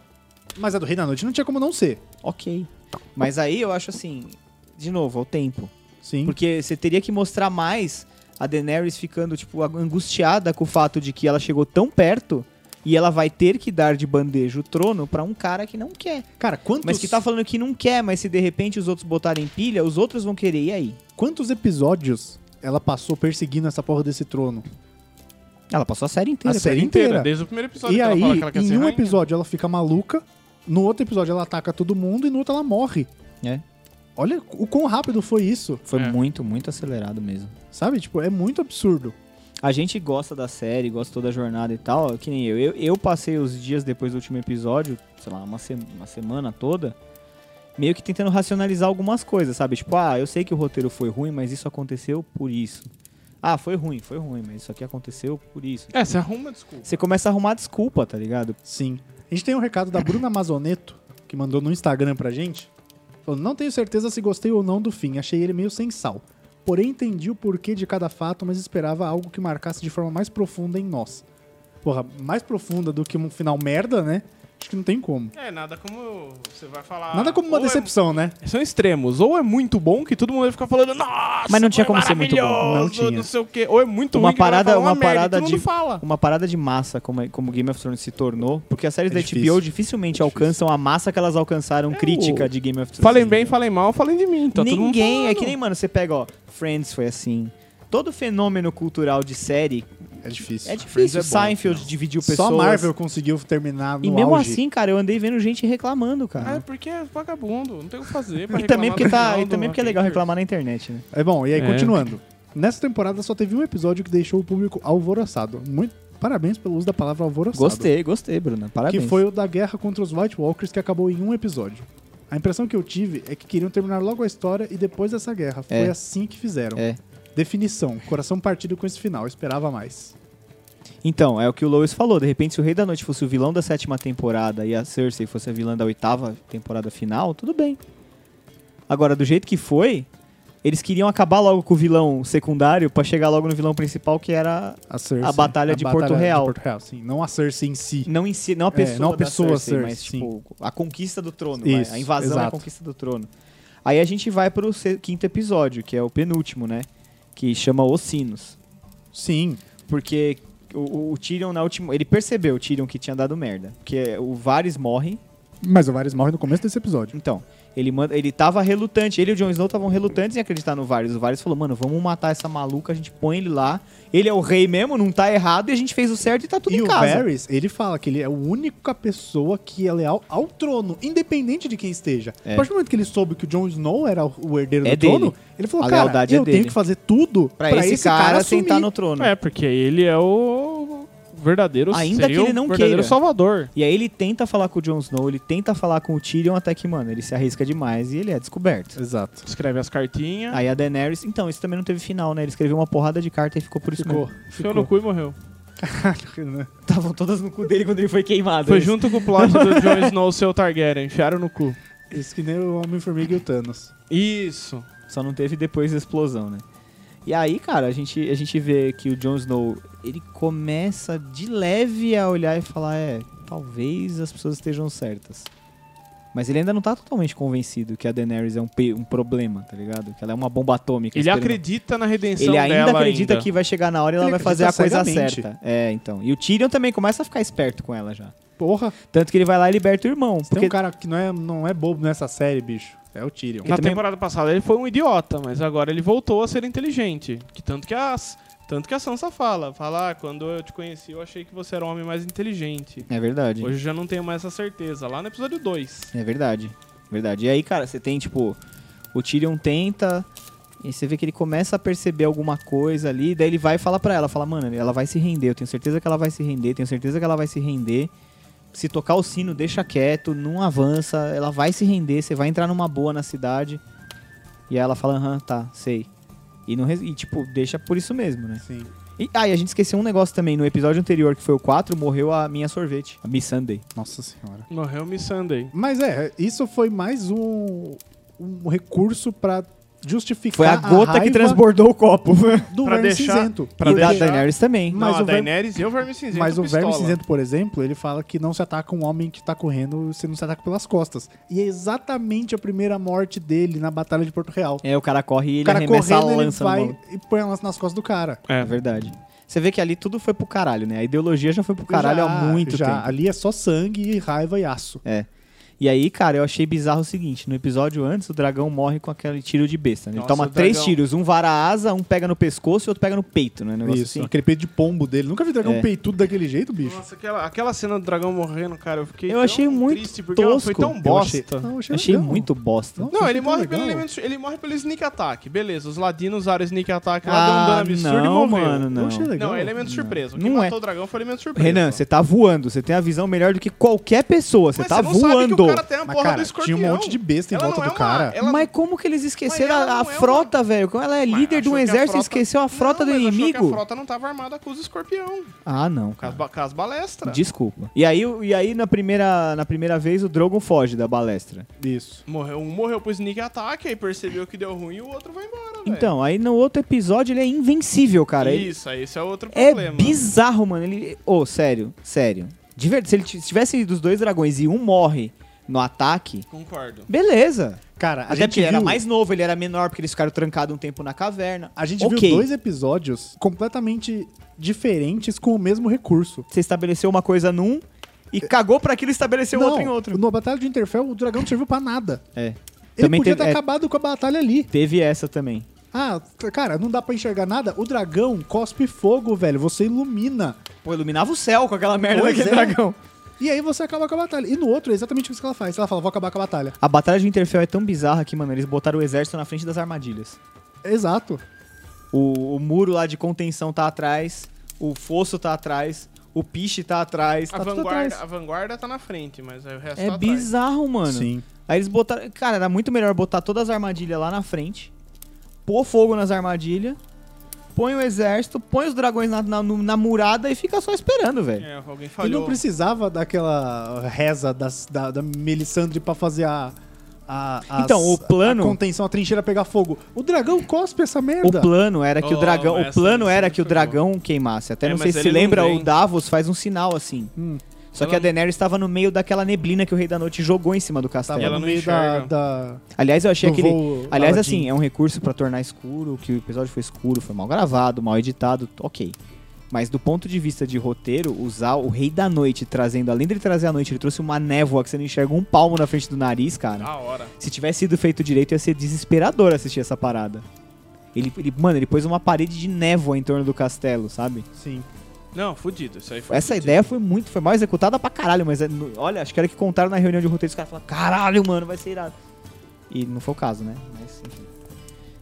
[SPEAKER 1] Mas a do Rei da Noite não tinha como não ser.
[SPEAKER 4] Ok. Mas aí eu acho assim, de novo, ao tempo.
[SPEAKER 1] Sim.
[SPEAKER 4] Porque você teria que mostrar mais a Daenerys ficando, tipo, angustiada com o fato de que ela chegou tão perto e ela vai ter que dar de bandeja o trono pra um cara que não quer.
[SPEAKER 1] Cara, quantos,
[SPEAKER 4] Mas que tá falando que não quer, mas se de repente os outros botarem pilha, os outros vão querer. E aí?
[SPEAKER 1] quantos episódios ela passou perseguindo essa porra desse trono?
[SPEAKER 4] Ela passou a série inteira.
[SPEAKER 1] A série
[SPEAKER 4] pra-
[SPEAKER 1] inteira.
[SPEAKER 2] Desde o primeiro episódio
[SPEAKER 1] E
[SPEAKER 2] que ela
[SPEAKER 1] aí,
[SPEAKER 2] fala que ela quer ser
[SPEAKER 1] em um
[SPEAKER 2] rainha.
[SPEAKER 1] episódio ela fica maluca, no outro episódio ela ataca todo mundo e no outro ela morre.
[SPEAKER 4] É.
[SPEAKER 1] Olha o quão rápido foi isso,
[SPEAKER 4] Foi
[SPEAKER 2] É.
[SPEAKER 4] muito, muito acelerado mesmo.
[SPEAKER 1] sabe? Tipo, é muito absurdo.
[SPEAKER 4] A gente gosta da série, gosta toda a jornada e tal, que nem eu. Eu, eu passei os dias depois do último episódio, sei lá, uma, se- uma semana toda, meio que tentando racionalizar algumas coisas, sabe? Tipo, ah, eu sei que o roteiro foi ruim, mas isso aconteceu por isso. Ah, foi ruim, foi ruim, mas isso aqui aconteceu por isso.
[SPEAKER 2] É, você arruma desculpa.
[SPEAKER 4] Você começa a arrumar desculpa, tá ligado?
[SPEAKER 1] Sim. A gente tem um recado da Bruna Mazoneto, que mandou no Instagram pra gente. Falou, não tenho certeza se gostei ou não do fim, achei ele meio sem sal. Porém, entendi o porquê de cada fato, mas esperava algo que marcasse de forma mais profunda em nós. Porra, mais profunda do que um final merda, né? Acho que não tem como.
[SPEAKER 2] É, nada como você vai falar...
[SPEAKER 1] Nada como uma
[SPEAKER 2] ou é-
[SPEAKER 1] decepção, né?
[SPEAKER 2] São extremos. Ou é muito bom, que todo mundo vai ficar falando, nossa,
[SPEAKER 4] Mas não tinha
[SPEAKER 2] foi
[SPEAKER 4] como ser muito bom.
[SPEAKER 2] maravilhoso,
[SPEAKER 1] Não tinha.
[SPEAKER 2] Não sei o quê. Ou é muito
[SPEAKER 4] Uma
[SPEAKER 2] ruim, que vai
[SPEAKER 4] parada-
[SPEAKER 2] falar uma,
[SPEAKER 4] uma
[SPEAKER 2] merda
[SPEAKER 4] parada
[SPEAKER 2] e todo mundo
[SPEAKER 4] de-
[SPEAKER 1] Ah.
[SPEAKER 2] fala.
[SPEAKER 4] Uma parada de massa, como, é- como Game of Thrones se tornou, porque as séries
[SPEAKER 1] É
[SPEAKER 4] da
[SPEAKER 1] difícil. É
[SPEAKER 4] HBO dificilmente alcançam a massa que elas alcançaram crítica
[SPEAKER 2] o-
[SPEAKER 4] de Game of Thrones.
[SPEAKER 2] Falem bem, falem mal, falem de mim. Tá todo mundo
[SPEAKER 4] Ninguém, é
[SPEAKER 2] falando.
[SPEAKER 4] que nem, mano, você pega, ó, Friends foi assim. Todo fenômeno cultural de série
[SPEAKER 1] É difícil.
[SPEAKER 4] é difícil.
[SPEAKER 2] é bom,
[SPEAKER 4] Seinfeld dividiu pessoas.
[SPEAKER 1] Só a Marvel conseguiu terminar no
[SPEAKER 4] E mesmo
[SPEAKER 1] auge.
[SPEAKER 4] assim, cara, eu andei vendo gente reclamando,
[SPEAKER 2] Ah, é
[SPEAKER 4] cara.
[SPEAKER 2] porque é vagabundo, não tem o que fazer pra
[SPEAKER 4] e também
[SPEAKER 2] É, reclamar
[SPEAKER 4] porque
[SPEAKER 2] do
[SPEAKER 4] tá,
[SPEAKER 2] final
[SPEAKER 4] e
[SPEAKER 2] do
[SPEAKER 4] também porque é
[SPEAKER 2] Happy
[SPEAKER 4] legal
[SPEAKER 2] Enders.
[SPEAKER 4] reclamar na internet, né?
[SPEAKER 1] É bom, e aí,
[SPEAKER 2] É.
[SPEAKER 1] continuando. Nessa temporada só teve um episódio que deixou o público alvoroçado. Muito parabéns pelo uso da palavra alvoroçado.
[SPEAKER 4] Gostei, gostei, Bruna.
[SPEAKER 1] Que
[SPEAKER 4] Parabéns.
[SPEAKER 1] foi o da guerra contra os White Walkers, que acabou em um episódio. A impressão que eu tive é que queriam terminar logo a história e depois dessa guerra. Foi
[SPEAKER 4] É.
[SPEAKER 1] assim que fizeram.
[SPEAKER 4] É.
[SPEAKER 1] Definição: coração partido com esse final. Esperava mais.
[SPEAKER 4] Então, é o que o Lois falou. De repente, se o Rei da Noite fosse o vilão da sétima temporada e a Cersei fosse a vilã da oitava temporada final, tudo bem. Agora, do jeito que foi, Eles queriam acabar logo com o vilão secundário pra chegar logo no vilão principal, que era
[SPEAKER 1] A, Cersei,
[SPEAKER 4] a Batalha de Porto Real.
[SPEAKER 1] Porto Real, sim. Não a Cersei em si.
[SPEAKER 4] não em si, não a pessoa,
[SPEAKER 1] É, não a
[SPEAKER 4] da
[SPEAKER 1] pessoa,
[SPEAKER 4] Cersei,
[SPEAKER 1] Cersei,
[SPEAKER 4] mas
[SPEAKER 1] sim.
[SPEAKER 4] tipo a conquista do trono, vai.
[SPEAKER 1] Isso,
[SPEAKER 4] a invasão e a
[SPEAKER 1] exato.
[SPEAKER 4] conquista do trono. Aí a gente vai pro se- quinto episódio, que é o penúltimo, né? Que chama Os Sinos.
[SPEAKER 1] Sim.
[SPEAKER 4] Porque o, o Tyrion na última, ele percebeu o Tyrion que tinha dado merda, porque o Varys morre.
[SPEAKER 1] Mas o Varys morre no começo desse episódio.
[SPEAKER 4] Então, ele manda, ele tava relutante, ele e o Jon Snow estavam relutantes em acreditar no Varys. O Varys falou: "Mano, vamos matar essa maluca, a gente põe ele lá. Ele é o rei mesmo, não tá errado e a gente fez o certo e tá tudo
[SPEAKER 1] e
[SPEAKER 4] em
[SPEAKER 1] o
[SPEAKER 4] casa."
[SPEAKER 1] Varys, ele fala que ele é a única pessoa que é leal ao trono, independente de quem esteja.
[SPEAKER 4] É.
[SPEAKER 1] A partir do momento que ele soube que o Jon Snow era o herdeiro
[SPEAKER 4] É
[SPEAKER 1] do trono,
[SPEAKER 4] dele.
[SPEAKER 1] ele falou,
[SPEAKER 4] A
[SPEAKER 1] cara,
[SPEAKER 4] lealdade é
[SPEAKER 1] eu tenho
[SPEAKER 4] dele.
[SPEAKER 1] que fazer tudo
[SPEAKER 4] Pra, esse, cara, sentar
[SPEAKER 1] assumir.
[SPEAKER 4] no trono.
[SPEAKER 2] É, porque ele é o verdadeiro
[SPEAKER 4] né? Ainda
[SPEAKER 2] seria
[SPEAKER 4] que ele
[SPEAKER 2] o
[SPEAKER 4] não
[SPEAKER 2] verdadeiro
[SPEAKER 4] queira.
[SPEAKER 2] salvador.
[SPEAKER 4] E aí ele tenta falar com o Jon Snow, ele tenta falar com o Tyrion, até que, mano, ele se arrisca demais e ele é descoberto.
[SPEAKER 1] Exato.
[SPEAKER 2] Escreve as cartinhas,
[SPEAKER 4] Aí a Daenerys, então, isso também não teve final, né? Ele escreveu uma porrada de carta e ficou por isso
[SPEAKER 1] Ficou.
[SPEAKER 2] enfiou no cu e morreu.
[SPEAKER 1] né?
[SPEAKER 4] Estavam todas no cu dele quando ele foi queimado.
[SPEAKER 2] Foi junto com o plot do Jon Snow ser o Targaryen, enfiaram no cu.
[SPEAKER 1] Isso que nem o Homem-Formiga e o Thanos.
[SPEAKER 2] Isso.
[SPEAKER 4] Só não teve depois da explosão, né? E aí, cara, a gente, a gente vê que o Jon Snow, ele começa de leve a olhar e falar, é, talvez as pessoas estejam certas. Mas ele ainda não tá totalmente convencido que a Daenerys é um, pe- um problema, tá ligado? Que ela é uma bomba atômica.
[SPEAKER 2] Ele
[SPEAKER 4] experimenta-
[SPEAKER 2] acredita na redenção
[SPEAKER 4] Ele
[SPEAKER 2] dela
[SPEAKER 4] ainda acredita
[SPEAKER 2] ainda.
[SPEAKER 4] que vai chegar na hora e ela
[SPEAKER 1] Ele
[SPEAKER 4] vai fazer a
[SPEAKER 1] acredita
[SPEAKER 4] coisa
[SPEAKER 1] cegamente.
[SPEAKER 4] certa. É, então. E o Tyrion também começa a ficar esperto com ela já.
[SPEAKER 1] Porra,
[SPEAKER 4] Tanto que ele vai lá e liberta o irmão.
[SPEAKER 1] Porque... tem
[SPEAKER 4] Porque
[SPEAKER 1] um cara que não é, não é bobo nessa série, bicho. É o Tyrion.
[SPEAKER 2] Na
[SPEAKER 4] também-
[SPEAKER 2] temporada passada ele foi um idiota, mas agora ele voltou a ser inteligente. Que tanto que a, tanto que a Sansa fala. Fala, ah, quando eu te conheci eu achei que você era um homem mais inteligente.
[SPEAKER 4] É verdade.
[SPEAKER 2] Hoje eu já não tenho mais essa certeza. Lá no episódio 2.
[SPEAKER 4] É verdade. Verdade. E aí, cara, você tem, tipo, o Tyrion tenta. E você vê que ele começa a perceber alguma coisa ali. Daí ele vai e fala pra ela: fala, mano, ela vai se render. Eu tenho certeza que ela vai se render. Tenho certeza que ela vai se render. Se tocar o sino, deixa quieto. Não avança. Ela vai se render. Você vai entrar numa boa na cidade. E aí ela fala: aham, tá, sei. E, não, res- e, tipo, deixa por isso mesmo, né?
[SPEAKER 1] Sim.
[SPEAKER 4] E, ah, e a gente esqueceu um negócio também. No episódio anterior, que foi o 4, morreu a minha sorvete. A Miss Sunday.
[SPEAKER 1] Nossa senhora.
[SPEAKER 2] Morreu Miss Sunday.
[SPEAKER 1] Mas é, isso foi mais um, um recurso pra justificar
[SPEAKER 4] Foi a gota que
[SPEAKER 1] Ah, raiva
[SPEAKER 4] transbordou o copo.
[SPEAKER 1] do
[SPEAKER 2] pra
[SPEAKER 1] Verme
[SPEAKER 2] deixar-
[SPEAKER 1] Cinzento.
[SPEAKER 2] pra
[SPEAKER 4] e da
[SPEAKER 2] deixar-
[SPEAKER 4] Daenerys também.
[SPEAKER 1] Mas
[SPEAKER 2] Mas
[SPEAKER 1] o
[SPEAKER 2] a
[SPEAKER 1] Verme-
[SPEAKER 2] Daenerys e o Verme Cinzento
[SPEAKER 1] Mas o Verme
[SPEAKER 2] pistola.
[SPEAKER 1] Cinzento, por exemplo, ele fala que não se ataca um homem que tá correndo, você não se ataca pelas costas. E é exatamente a primeira morte dele na Batalha de Porto Real.
[SPEAKER 4] É, o cara corre e
[SPEAKER 1] o
[SPEAKER 4] ele
[SPEAKER 1] cara
[SPEAKER 4] arremessa
[SPEAKER 1] correndo,
[SPEAKER 4] a
[SPEAKER 1] ele
[SPEAKER 4] lança no
[SPEAKER 1] vai
[SPEAKER 4] maluco.
[SPEAKER 1] e põe a lança nas costas do cara.
[SPEAKER 4] É verdade. Você vê que ali tudo foi pro caralho, né? A ideologia já foi pro caralho
[SPEAKER 1] Já-
[SPEAKER 4] há muito
[SPEAKER 1] já,
[SPEAKER 4] tempo.
[SPEAKER 1] Ali é só sangue, raiva e aço.
[SPEAKER 4] E aí, cara, eu achei bizarro o seguinte: no episódio antes, o dragão morre com aquele tiro de besta. Né? Ele
[SPEAKER 2] Nossa,
[SPEAKER 4] toma
[SPEAKER 2] o
[SPEAKER 4] três
[SPEAKER 2] dragão.
[SPEAKER 4] tiros: um vara a asa, um pega no pescoço e outro pega no peito, né? Um negócio
[SPEAKER 1] Isso,
[SPEAKER 4] assim.
[SPEAKER 1] aquele peito de pombo dele. Nunca vi dragão
[SPEAKER 4] É.
[SPEAKER 1] peitudo daquele jeito, bicho.
[SPEAKER 2] Nossa, aquela, aquela cena do dragão morrendo, cara, eu fiquei
[SPEAKER 4] Eu
[SPEAKER 2] tão
[SPEAKER 4] achei muito
[SPEAKER 2] triste, porque ela foi
[SPEAKER 4] tosco.
[SPEAKER 2] tão
[SPEAKER 4] Eu
[SPEAKER 2] bosta.
[SPEAKER 1] Não, achei,
[SPEAKER 4] Achei
[SPEAKER 1] legal.
[SPEAKER 4] muito bosta.
[SPEAKER 1] Não,
[SPEAKER 2] Não, é ele
[SPEAKER 1] achei tão
[SPEAKER 2] morre, pelo
[SPEAKER 1] legal.
[SPEAKER 2] elemento, ele morre pelo sneak attack. Beleza, os ladinos usaram sneak attack lá, deu um dano
[SPEAKER 4] Ah,
[SPEAKER 2] absurdo e
[SPEAKER 4] não,
[SPEAKER 2] morreu.
[SPEAKER 4] mano,
[SPEAKER 1] Não
[SPEAKER 4] não.
[SPEAKER 1] achei legal.
[SPEAKER 2] Não, é elemento surpresa. O que
[SPEAKER 4] Não
[SPEAKER 2] matou
[SPEAKER 4] é.
[SPEAKER 2] o dragão foi elemento surpresa.
[SPEAKER 4] Renan, você tá voando. Você tem a visão melhor do que qualquer pessoa. Você
[SPEAKER 2] Mas
[SPEAKER 4] tá
[SPEAKER 2] não Sabe que
[SPEAKER 4] voando.
[SPEAKER 2] o cara tem a
[SPEAKER 1] Mas,
[SPEAKER 2] porra
[SPEAKER 1] cara,
[SPEAKER 2] do escorpião.
[SPEAKER 1] tinha um monte de besta em
[SPEAKER 2] Ela
[SPEAKER 1] volta
[SPEAKER 2] não
[SPEAKER 1] do
[SPEAKER 2] é uma-
[SPEAKER 1] cara.
[SPEAKER 2] ela-
[SPEAKER 4] Mas como que eles esqueceram
[SPEAKER 2] Mas ela
[SPEAKER 4] a, a
[SPEAKER 2] não é uma-
[SPEAKER 4] frota, velho? Como ela é
[SPEAKER 2] Mas
[SPEAKER 4] líder de
[SPEAKER 2] achou
[SPEAKER 4] um
[SPEAKER 2] que a
[SPEAKER 4] exército,
[SPEAKER 2] frota-
[SPEAKER 4] esqueceu a frota
[SPEAKER 2] Não,
[SPEAKER 4] do
[SPEAKER 2] mas achou
[SPEAKER 4] inimigo?
[SPEAKER 2] que a frota não tava armada com os escorpião.
[SPEAKER 4] Ah, não,
[SPEAKER 2] Com as,
[SPEAKER 4] cara.
[SPEAKER 2] ba- com as balestras.
[SPEAKER 4] Desculpa. E aí, o- e aí na, primeira, na primeira vez, o Drogon foge da balestra.
[SPEAKER 1] Isso.
[SPEAKER 2] Morreu, um morreu pro sneak attack, aí percebeu que deu ruim e o outro vai embora, velho.
[SPEAKER 4] Então, aí no outro episódio ele é invencível, cara. Ele
[SPEAKER 2] Isso, aí esse é outro
[SPEAKER 4] é
[SPEAKER 2] problema.
[SPEAKER 4] bizarro, mano. Ele. Ô, sério, sério. De verdade, se ele t- se tivesse ido os dois dragões e um morre no ataque,
[SPEAKER 2] Concordo.
[SPEAKER 4] beleza.
[SPEAKER 1] Cara, a
[SPEAKER 4] Até
[SPEAKER 1] gente
[SPEAKER 4] porque ele era
[SPEAKER 1] viu-
[SPEAKER 4] mais novo, ele era menor, porque eles ficaram trancados um tempo na caverna.
[SPEAKER 1] A gente
[SPEAKER 4] Ok.
[SPEAKER 1] viu dois episódios completamente diferentes com o mesmo recurso.
[SPEAKER 4] Você estabeleceu uma coisa num e cagou pra aquilo e estabeleceu
[SPEAKER 1] Não,
[SPEAKER 4] outro em outro.
[SPEAKER 1] Na Batalha de Interfell, o dragão não serviu pra nada.
[SPEAKER 4] É.
[SPEAKER 1] Ele
[SPEAKER 4] Também
[SPEAKER 1] podia
[SPEAKER 4] teve-
[SPEAKER 1] ter
[SPEAKER 4] é.
[SPEAKER 1] acabado com a batalha ali.
[SPEAKER 4] Teve essa também.
[SPEAKER 1] Ah, t- cara, não dá pra enxergar nada. O dragão cospe fogo, velho. Você ilumina.
[SPEAKER 4] Pô, iluminava o céu com aquela merda
[SPEAKER 1] Pois
[SPEAKER 4] daquele
[SPEAKER 1] é.
[SPEAKER 4] dragão.
[SPEAKER 1] E aí você acaba com a batalha. E no outro é exatamente isso que ela faz. Ela fala, vou acabar com a batalha.
[SPEAKER 4] A batalha de Interfell é tão bizarra que, mano, eles botaram o exército na frente das armadilhas.
[SPEAKER 1] Exato.
[SPEAKER 4] O, o muro lá de contenção tá atrás, o fosso tá atrás, o piche tá atrás,
[SPEAKER 2] A
[SPEAKER 4] tá tudo
[SPEAKER 2] vanguarda,
[SPEAKER 4] atrás.
[SPEAKER 2] a vanguarda tá na frente, mas aí o resto
[SPEAKER 4] É
[SPEAKER 2] tá atrás.
[SPEAKER 4] bizarro, mano. Aí eles botaram. Cara, era muito melhor botar todas as armadilhas lá na frente, pôr fogo nas armadilhas, põe o exército, põe os dragões na, na- no- na murada e fica só esperando, velho.
[SPEAKER 2] É, alguém
[SPEAKER 1] E não
[SPEAKER 2] falhou.
[SPEAKER 1] precisava daquela reza das- da, da Melisandre pra fazer a, a, as-
[SPEAKER 4] Então, o plano-
[SPEAKER 1] a contenção, a trincheira pegar fogo. O dragão cospe essa
[SPEAKER 4] O
[SPEAKER 1] merda.
[SPEAKER 4] plano era que
[SPEAKER 2] Oh,
[SPEAKER 4] o dragão, o
[SPEAKER 2] essa-
[SPEAKER 4] plano
[SPEAKER 2] essa
[SPEAKER 4] era
[SPEAKER 2] não
[SPEAKER 4] que o
[SPEAKER 2] foi
[SPEAKER 4] dragão queimasse. Até
[SPEAKER 2] É,
[SPEAKER 4] não sei
[SPEAKER 2] mas
[SPEAKER 4] se
[SPEAKER 2] ele
[SPEAKER 4] se
[SPEAKER 2] não
[SPEAKER 4] lembra,
[SPEAKER 2] vem.
[SPEAKER 4] o Davos faz um sinal assim.
[SPEAKER 1] Hum.
[SPEAKER 4] Só
[SPEAKER 2] Ela
[SPEAKER 4] que a
[SPEAKER 2] não-
[SPEAKER 4] Daenerys estava no meio daquela neblina que o Rei da Noite jogou em cima do
[SPEAKER 1] Tava
[SPEAKER 4] castelo.
[SPEAKER 2] E ela
[SPEAKER 1] no
[SPEAKER 2] não
[SPEAKER 1] meio da,
[SPEAKER 2] enxerga.
[SPEAKER 1] da-
[SPEAKER 4] Aliás, eu achei
[SPEAKER 1] do
[SPEAKER 4] aquele
[SPEAKER 1] voo
[SPEAKER 4] Aliás,
[SPEAKER 1] Aladdin.
[SPEAKER 4] assim, é um recurso pra tornar escuro, que o episódio foi escuro, foi mal gravado, mal editado, ok. Mas do ponto de vista de roteiro, usar o Rei da Noite trazendo, além dele trazer a noite, ele trouxe uma névoa que você não enxerga um palmo na frente do nariz, cara.
[SPEAKER 2] Da hora.
[SPEAKER 4] Se tivesse sido feito direito, ia ser desesperador assistir essa parada. Ele, ele- mano, ele pôs uma parede de névoa em torno do castelo, sabe?
[SPEAKER 1] Sim.
[SPEAKER 2] Não, fudido. Isso aí foi
[SPEAKER 4] Essa
[SPEAKER 2] fudido.
[SPEAKER 4] ideia foi muito, foi mal executada pra caralho, mas é no- olha, acho que era que contaram na reunião de roteiro, os caras falaram, caralho, mano, vai ser irado. E não foi o caso, né? Mas, enfim.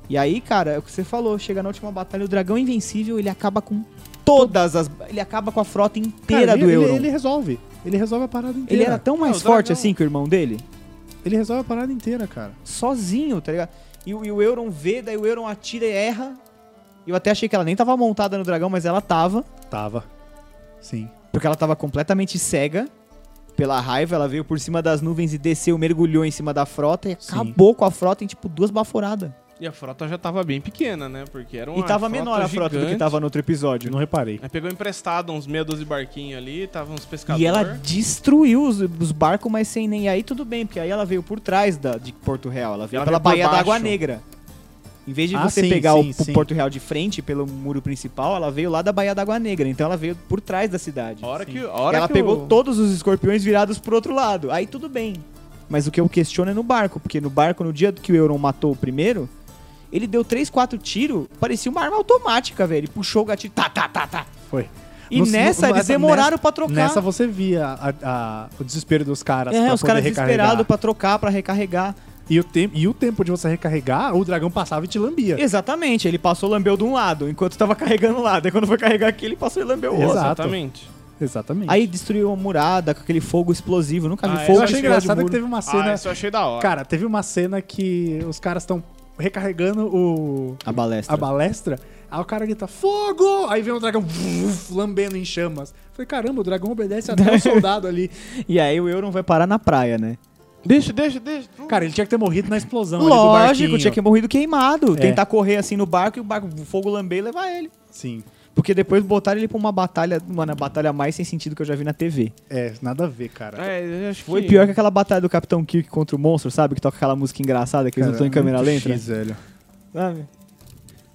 [SPEAKER 4] E aí, cara, é o que você falou, chega na última batalha, o dragão invencível, ele acaba com todas as... Ele acaba com a frota inteira
[SPEAKER 1] Cara, ele,
[SPEAKER 4] do
[SPEAKER 1] ele-
[SPEAKER 4] Euron. Ele,
[SPEAKER 1] ele é resolve. Ele resolve a parada inteira.
[SPEAKER 4] era tão mais
[SPEAKER 2] o dragão-
[SPEAKER 4] forte assim que o irmão dele,
[SPEAKER 1] Ele resolve a parada inteira, cara.
[SPEAKER 4] sozinho, tá ligado? E, o- e o Euron vê, daí o Euron atira e erra. Eu até achei que ela nem tava montada no dragão, mas ela tava.
[SPEAKER 1] Tava. Sim.
[SPEAKER 4] Porque ela tava completamente cega pela raiva, ela veio por cima das nuvens e desceu, mergulhou em cima da frota e
[SPEAKER 1] Sim.
[SPEAKER 4] acabou com a frota em tipo duas baforadas.
[SPEAKER 2] E a frota já tava bem pequena, né? Porque era uma
[SPEAKER 4] e tava
[SPEAKER 2] frota
[SPEAKER 4] menor a frota do que
[SPEAKER 2] gigante.
[SPEAKER 4] tava no outro
[SPEAKER 1] Eu
[SPEAKER 4] episódio.
[SPEAKER 1] não reparei.
[SPEAKER 2] Aí pegou emprestado uns meia dúzia de barquinhos ali, tava uns pescadores.
[SPEAKER 4] E ela destruiu os, os barcos, mas sem nem. E aí tudo bem, porque aí ela veio por trás da, de Porto Real, ela veio
[SPEAKER 2] Ela
[SPEAKER 4] pela
[SPEAKER 2] veio por
[SPEAKER 4] Baía da Água
[SPEAKER 2] baixo.
[SPEAKER 4] Negra. Em vez de
[SPEAKER 1] Ah,
[SPEAKER 4] você
[SPEAKER 1] sim,
[SPEAKER 4] pegar
[SPEAKER 1] sim,
[SPEAKER 4] o p-
[SPEAKER 1] sim.
[SPEAKER 4] Porto Real de frente pelo muro principal, ela veio lá da Baía da Água Negra. Então ela veio por trás da cidade.
[SPEAKER 2] A hora que, a hora
[SPEAKER 4] ela
[SPEAKER 2] que
[SPEAKER 4] pegou
[SPEAKER 2] o...
[SPEAKER 4] todos os escorpiões virados pro outro lado. Aí tudo bem. Mas o que eu questiono é no barco, porque no barco, no dia que o Euron matou o primeiro, ele deu 3, 4 tiros, parecia uma arma automática, velho. Ele puxou o gatilho, tá, tá, tá, tá.
[SPEAKER 1] Foi.
[SPEAKER 4] E
[SPEAKER 1] No-
[SPEAKER 4] nessa,
[SPEAKER 1] no-
[SPEAKER 4] eles
[SPEAKER 1] nessa-
[SPEAKER 4] demoraram pra trocar.
[SPEAKER 1] Nessa você via a- a- o desespero dos caras.
[SPEAKER 4] é,
[SPEAKER 1] pra
[SPEAKER 4] os caras
[SPEAKER 1] poder recarregar.
[SPEAKER 4] desesperados pra trocar, pra recarregar.
[SPEAKER 1] E o, tempo, e o tempo de você recarregar, o dragão passava e te lambia.
[SPEAKER 4] Exatamente, ele passou e lambeu de um lado, enquanto tava carregando um lado. Aí quando foi carregar aqui, ele passou e lambeu o outro.
[SPEAKER 1] Exato.
[SPEAKER 2] Exatamente.
[SPEAKER 1] Exatamente.
[SPEAKER 4] Aí destruiu a murada com aquele fogo explosivo. Nunca vi
[SPEAKER 2] Ah,
[SPEAKER 1] é.
[SPEAKER 4] fogo assim.
[SPEAKER 1] eu achei
[SPEAKER 4] que explode
[SPEAKER 1] engraçado
[SPEAKER 4] muro.
[SPEAKER 1] que teve uma
[SPEAKER 2] Ah,
[SPEAKER 1] cena.
[SPEAKER 2] isso eu achei da hora.
[SPEAKER 1] cara, teve uma cena que os caras estão recarregando o.
[SPEAKER 4] A balestra.
[SPEAKER 1] A balestra. Aí o cara grita, fogo! Aí vem um dragão vuf, lambendo em chamas. Falei, caramba, o dragão obedece até o soldado ali.
[SPEAKER 4] E aí o Euron vai parar na praia, né?
[SPEAKER 2] Deixa, deixa, deixa.
[SPEAKER 1] Cara, ele tinha que ter morrido na explosão ali do
[SPEAKER 4] Lógico,
[SPEAKER 1] barquinho.
[SPEAKER 4] tinha que morrido queimado.
[SPEAKER 1] É.
[SPEAKER 4] Tentar correr assim no barco e o barco, o fogo lamber e levar ele.
[SPEAKER 1] Sim.
[SPEAKER 4] Porque depois botaram ele pra uma batalha, mano, a batalha mais sem sentido que eu já vi na TV.
[SPEAKER 1] É, nada a ver, cara.
[SPEAKER 2] É, eu acho
[SPEAKER 4] Foi
[SPEAKER 2] que...
[SPEAKER 4] pior que aquela batalha do Capitão Kirk contra o monstro, sabe? Que toca aquela música engraçada que eles não estão em câmera lenta. né?
[SPEAKER 1] velho.
[SPEAKER 4] Sabe?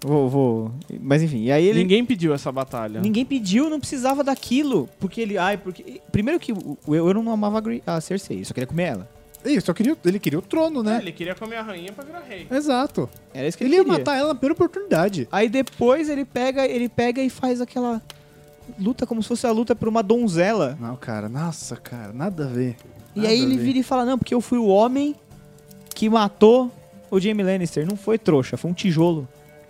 [SPEAKER 4] Vou, vou. Mas enfim, e aí ele.
[SPEAKER 2] Ninguém pediu essa batalha.
[SPEAKER 4] Ninguém pediu, não precisava daquilo. Porque ele. Ai, porque. Primeiro que o o Euron não amava a Grey- a Cersei, ele só queria comer ela.
[SPEAKER 1] Ele só queria, ele queria o trono,
[SPEAKER 2] É,
[SPEAKER 1] né?
[SPEAKER 2] ele queria comer a rainha pra virar rei.
[SPEAKER 1] Exato.
[SPEAKER 4] Era isso que
[SPEAKER 1] Ele
[SPEAKER 4] ele,
[SPEAKER 1] ia
[SPEAKER 4] queria.
[SPEAKER 1] matar ela pela oportunidade.
[SPEAKER 4] Aí depois ele pega, ele pega e faz aquela luta como se fosse a luta por uma donzela.
[SPEAKER 1] Não, cara, nossa, cara, nada a ver.
[SPEAKER 4] e aí ele vira e fala: "Não, porque eu fui o homem que matou o Jaime Lannister, não foi trouxa, foi um tijolo".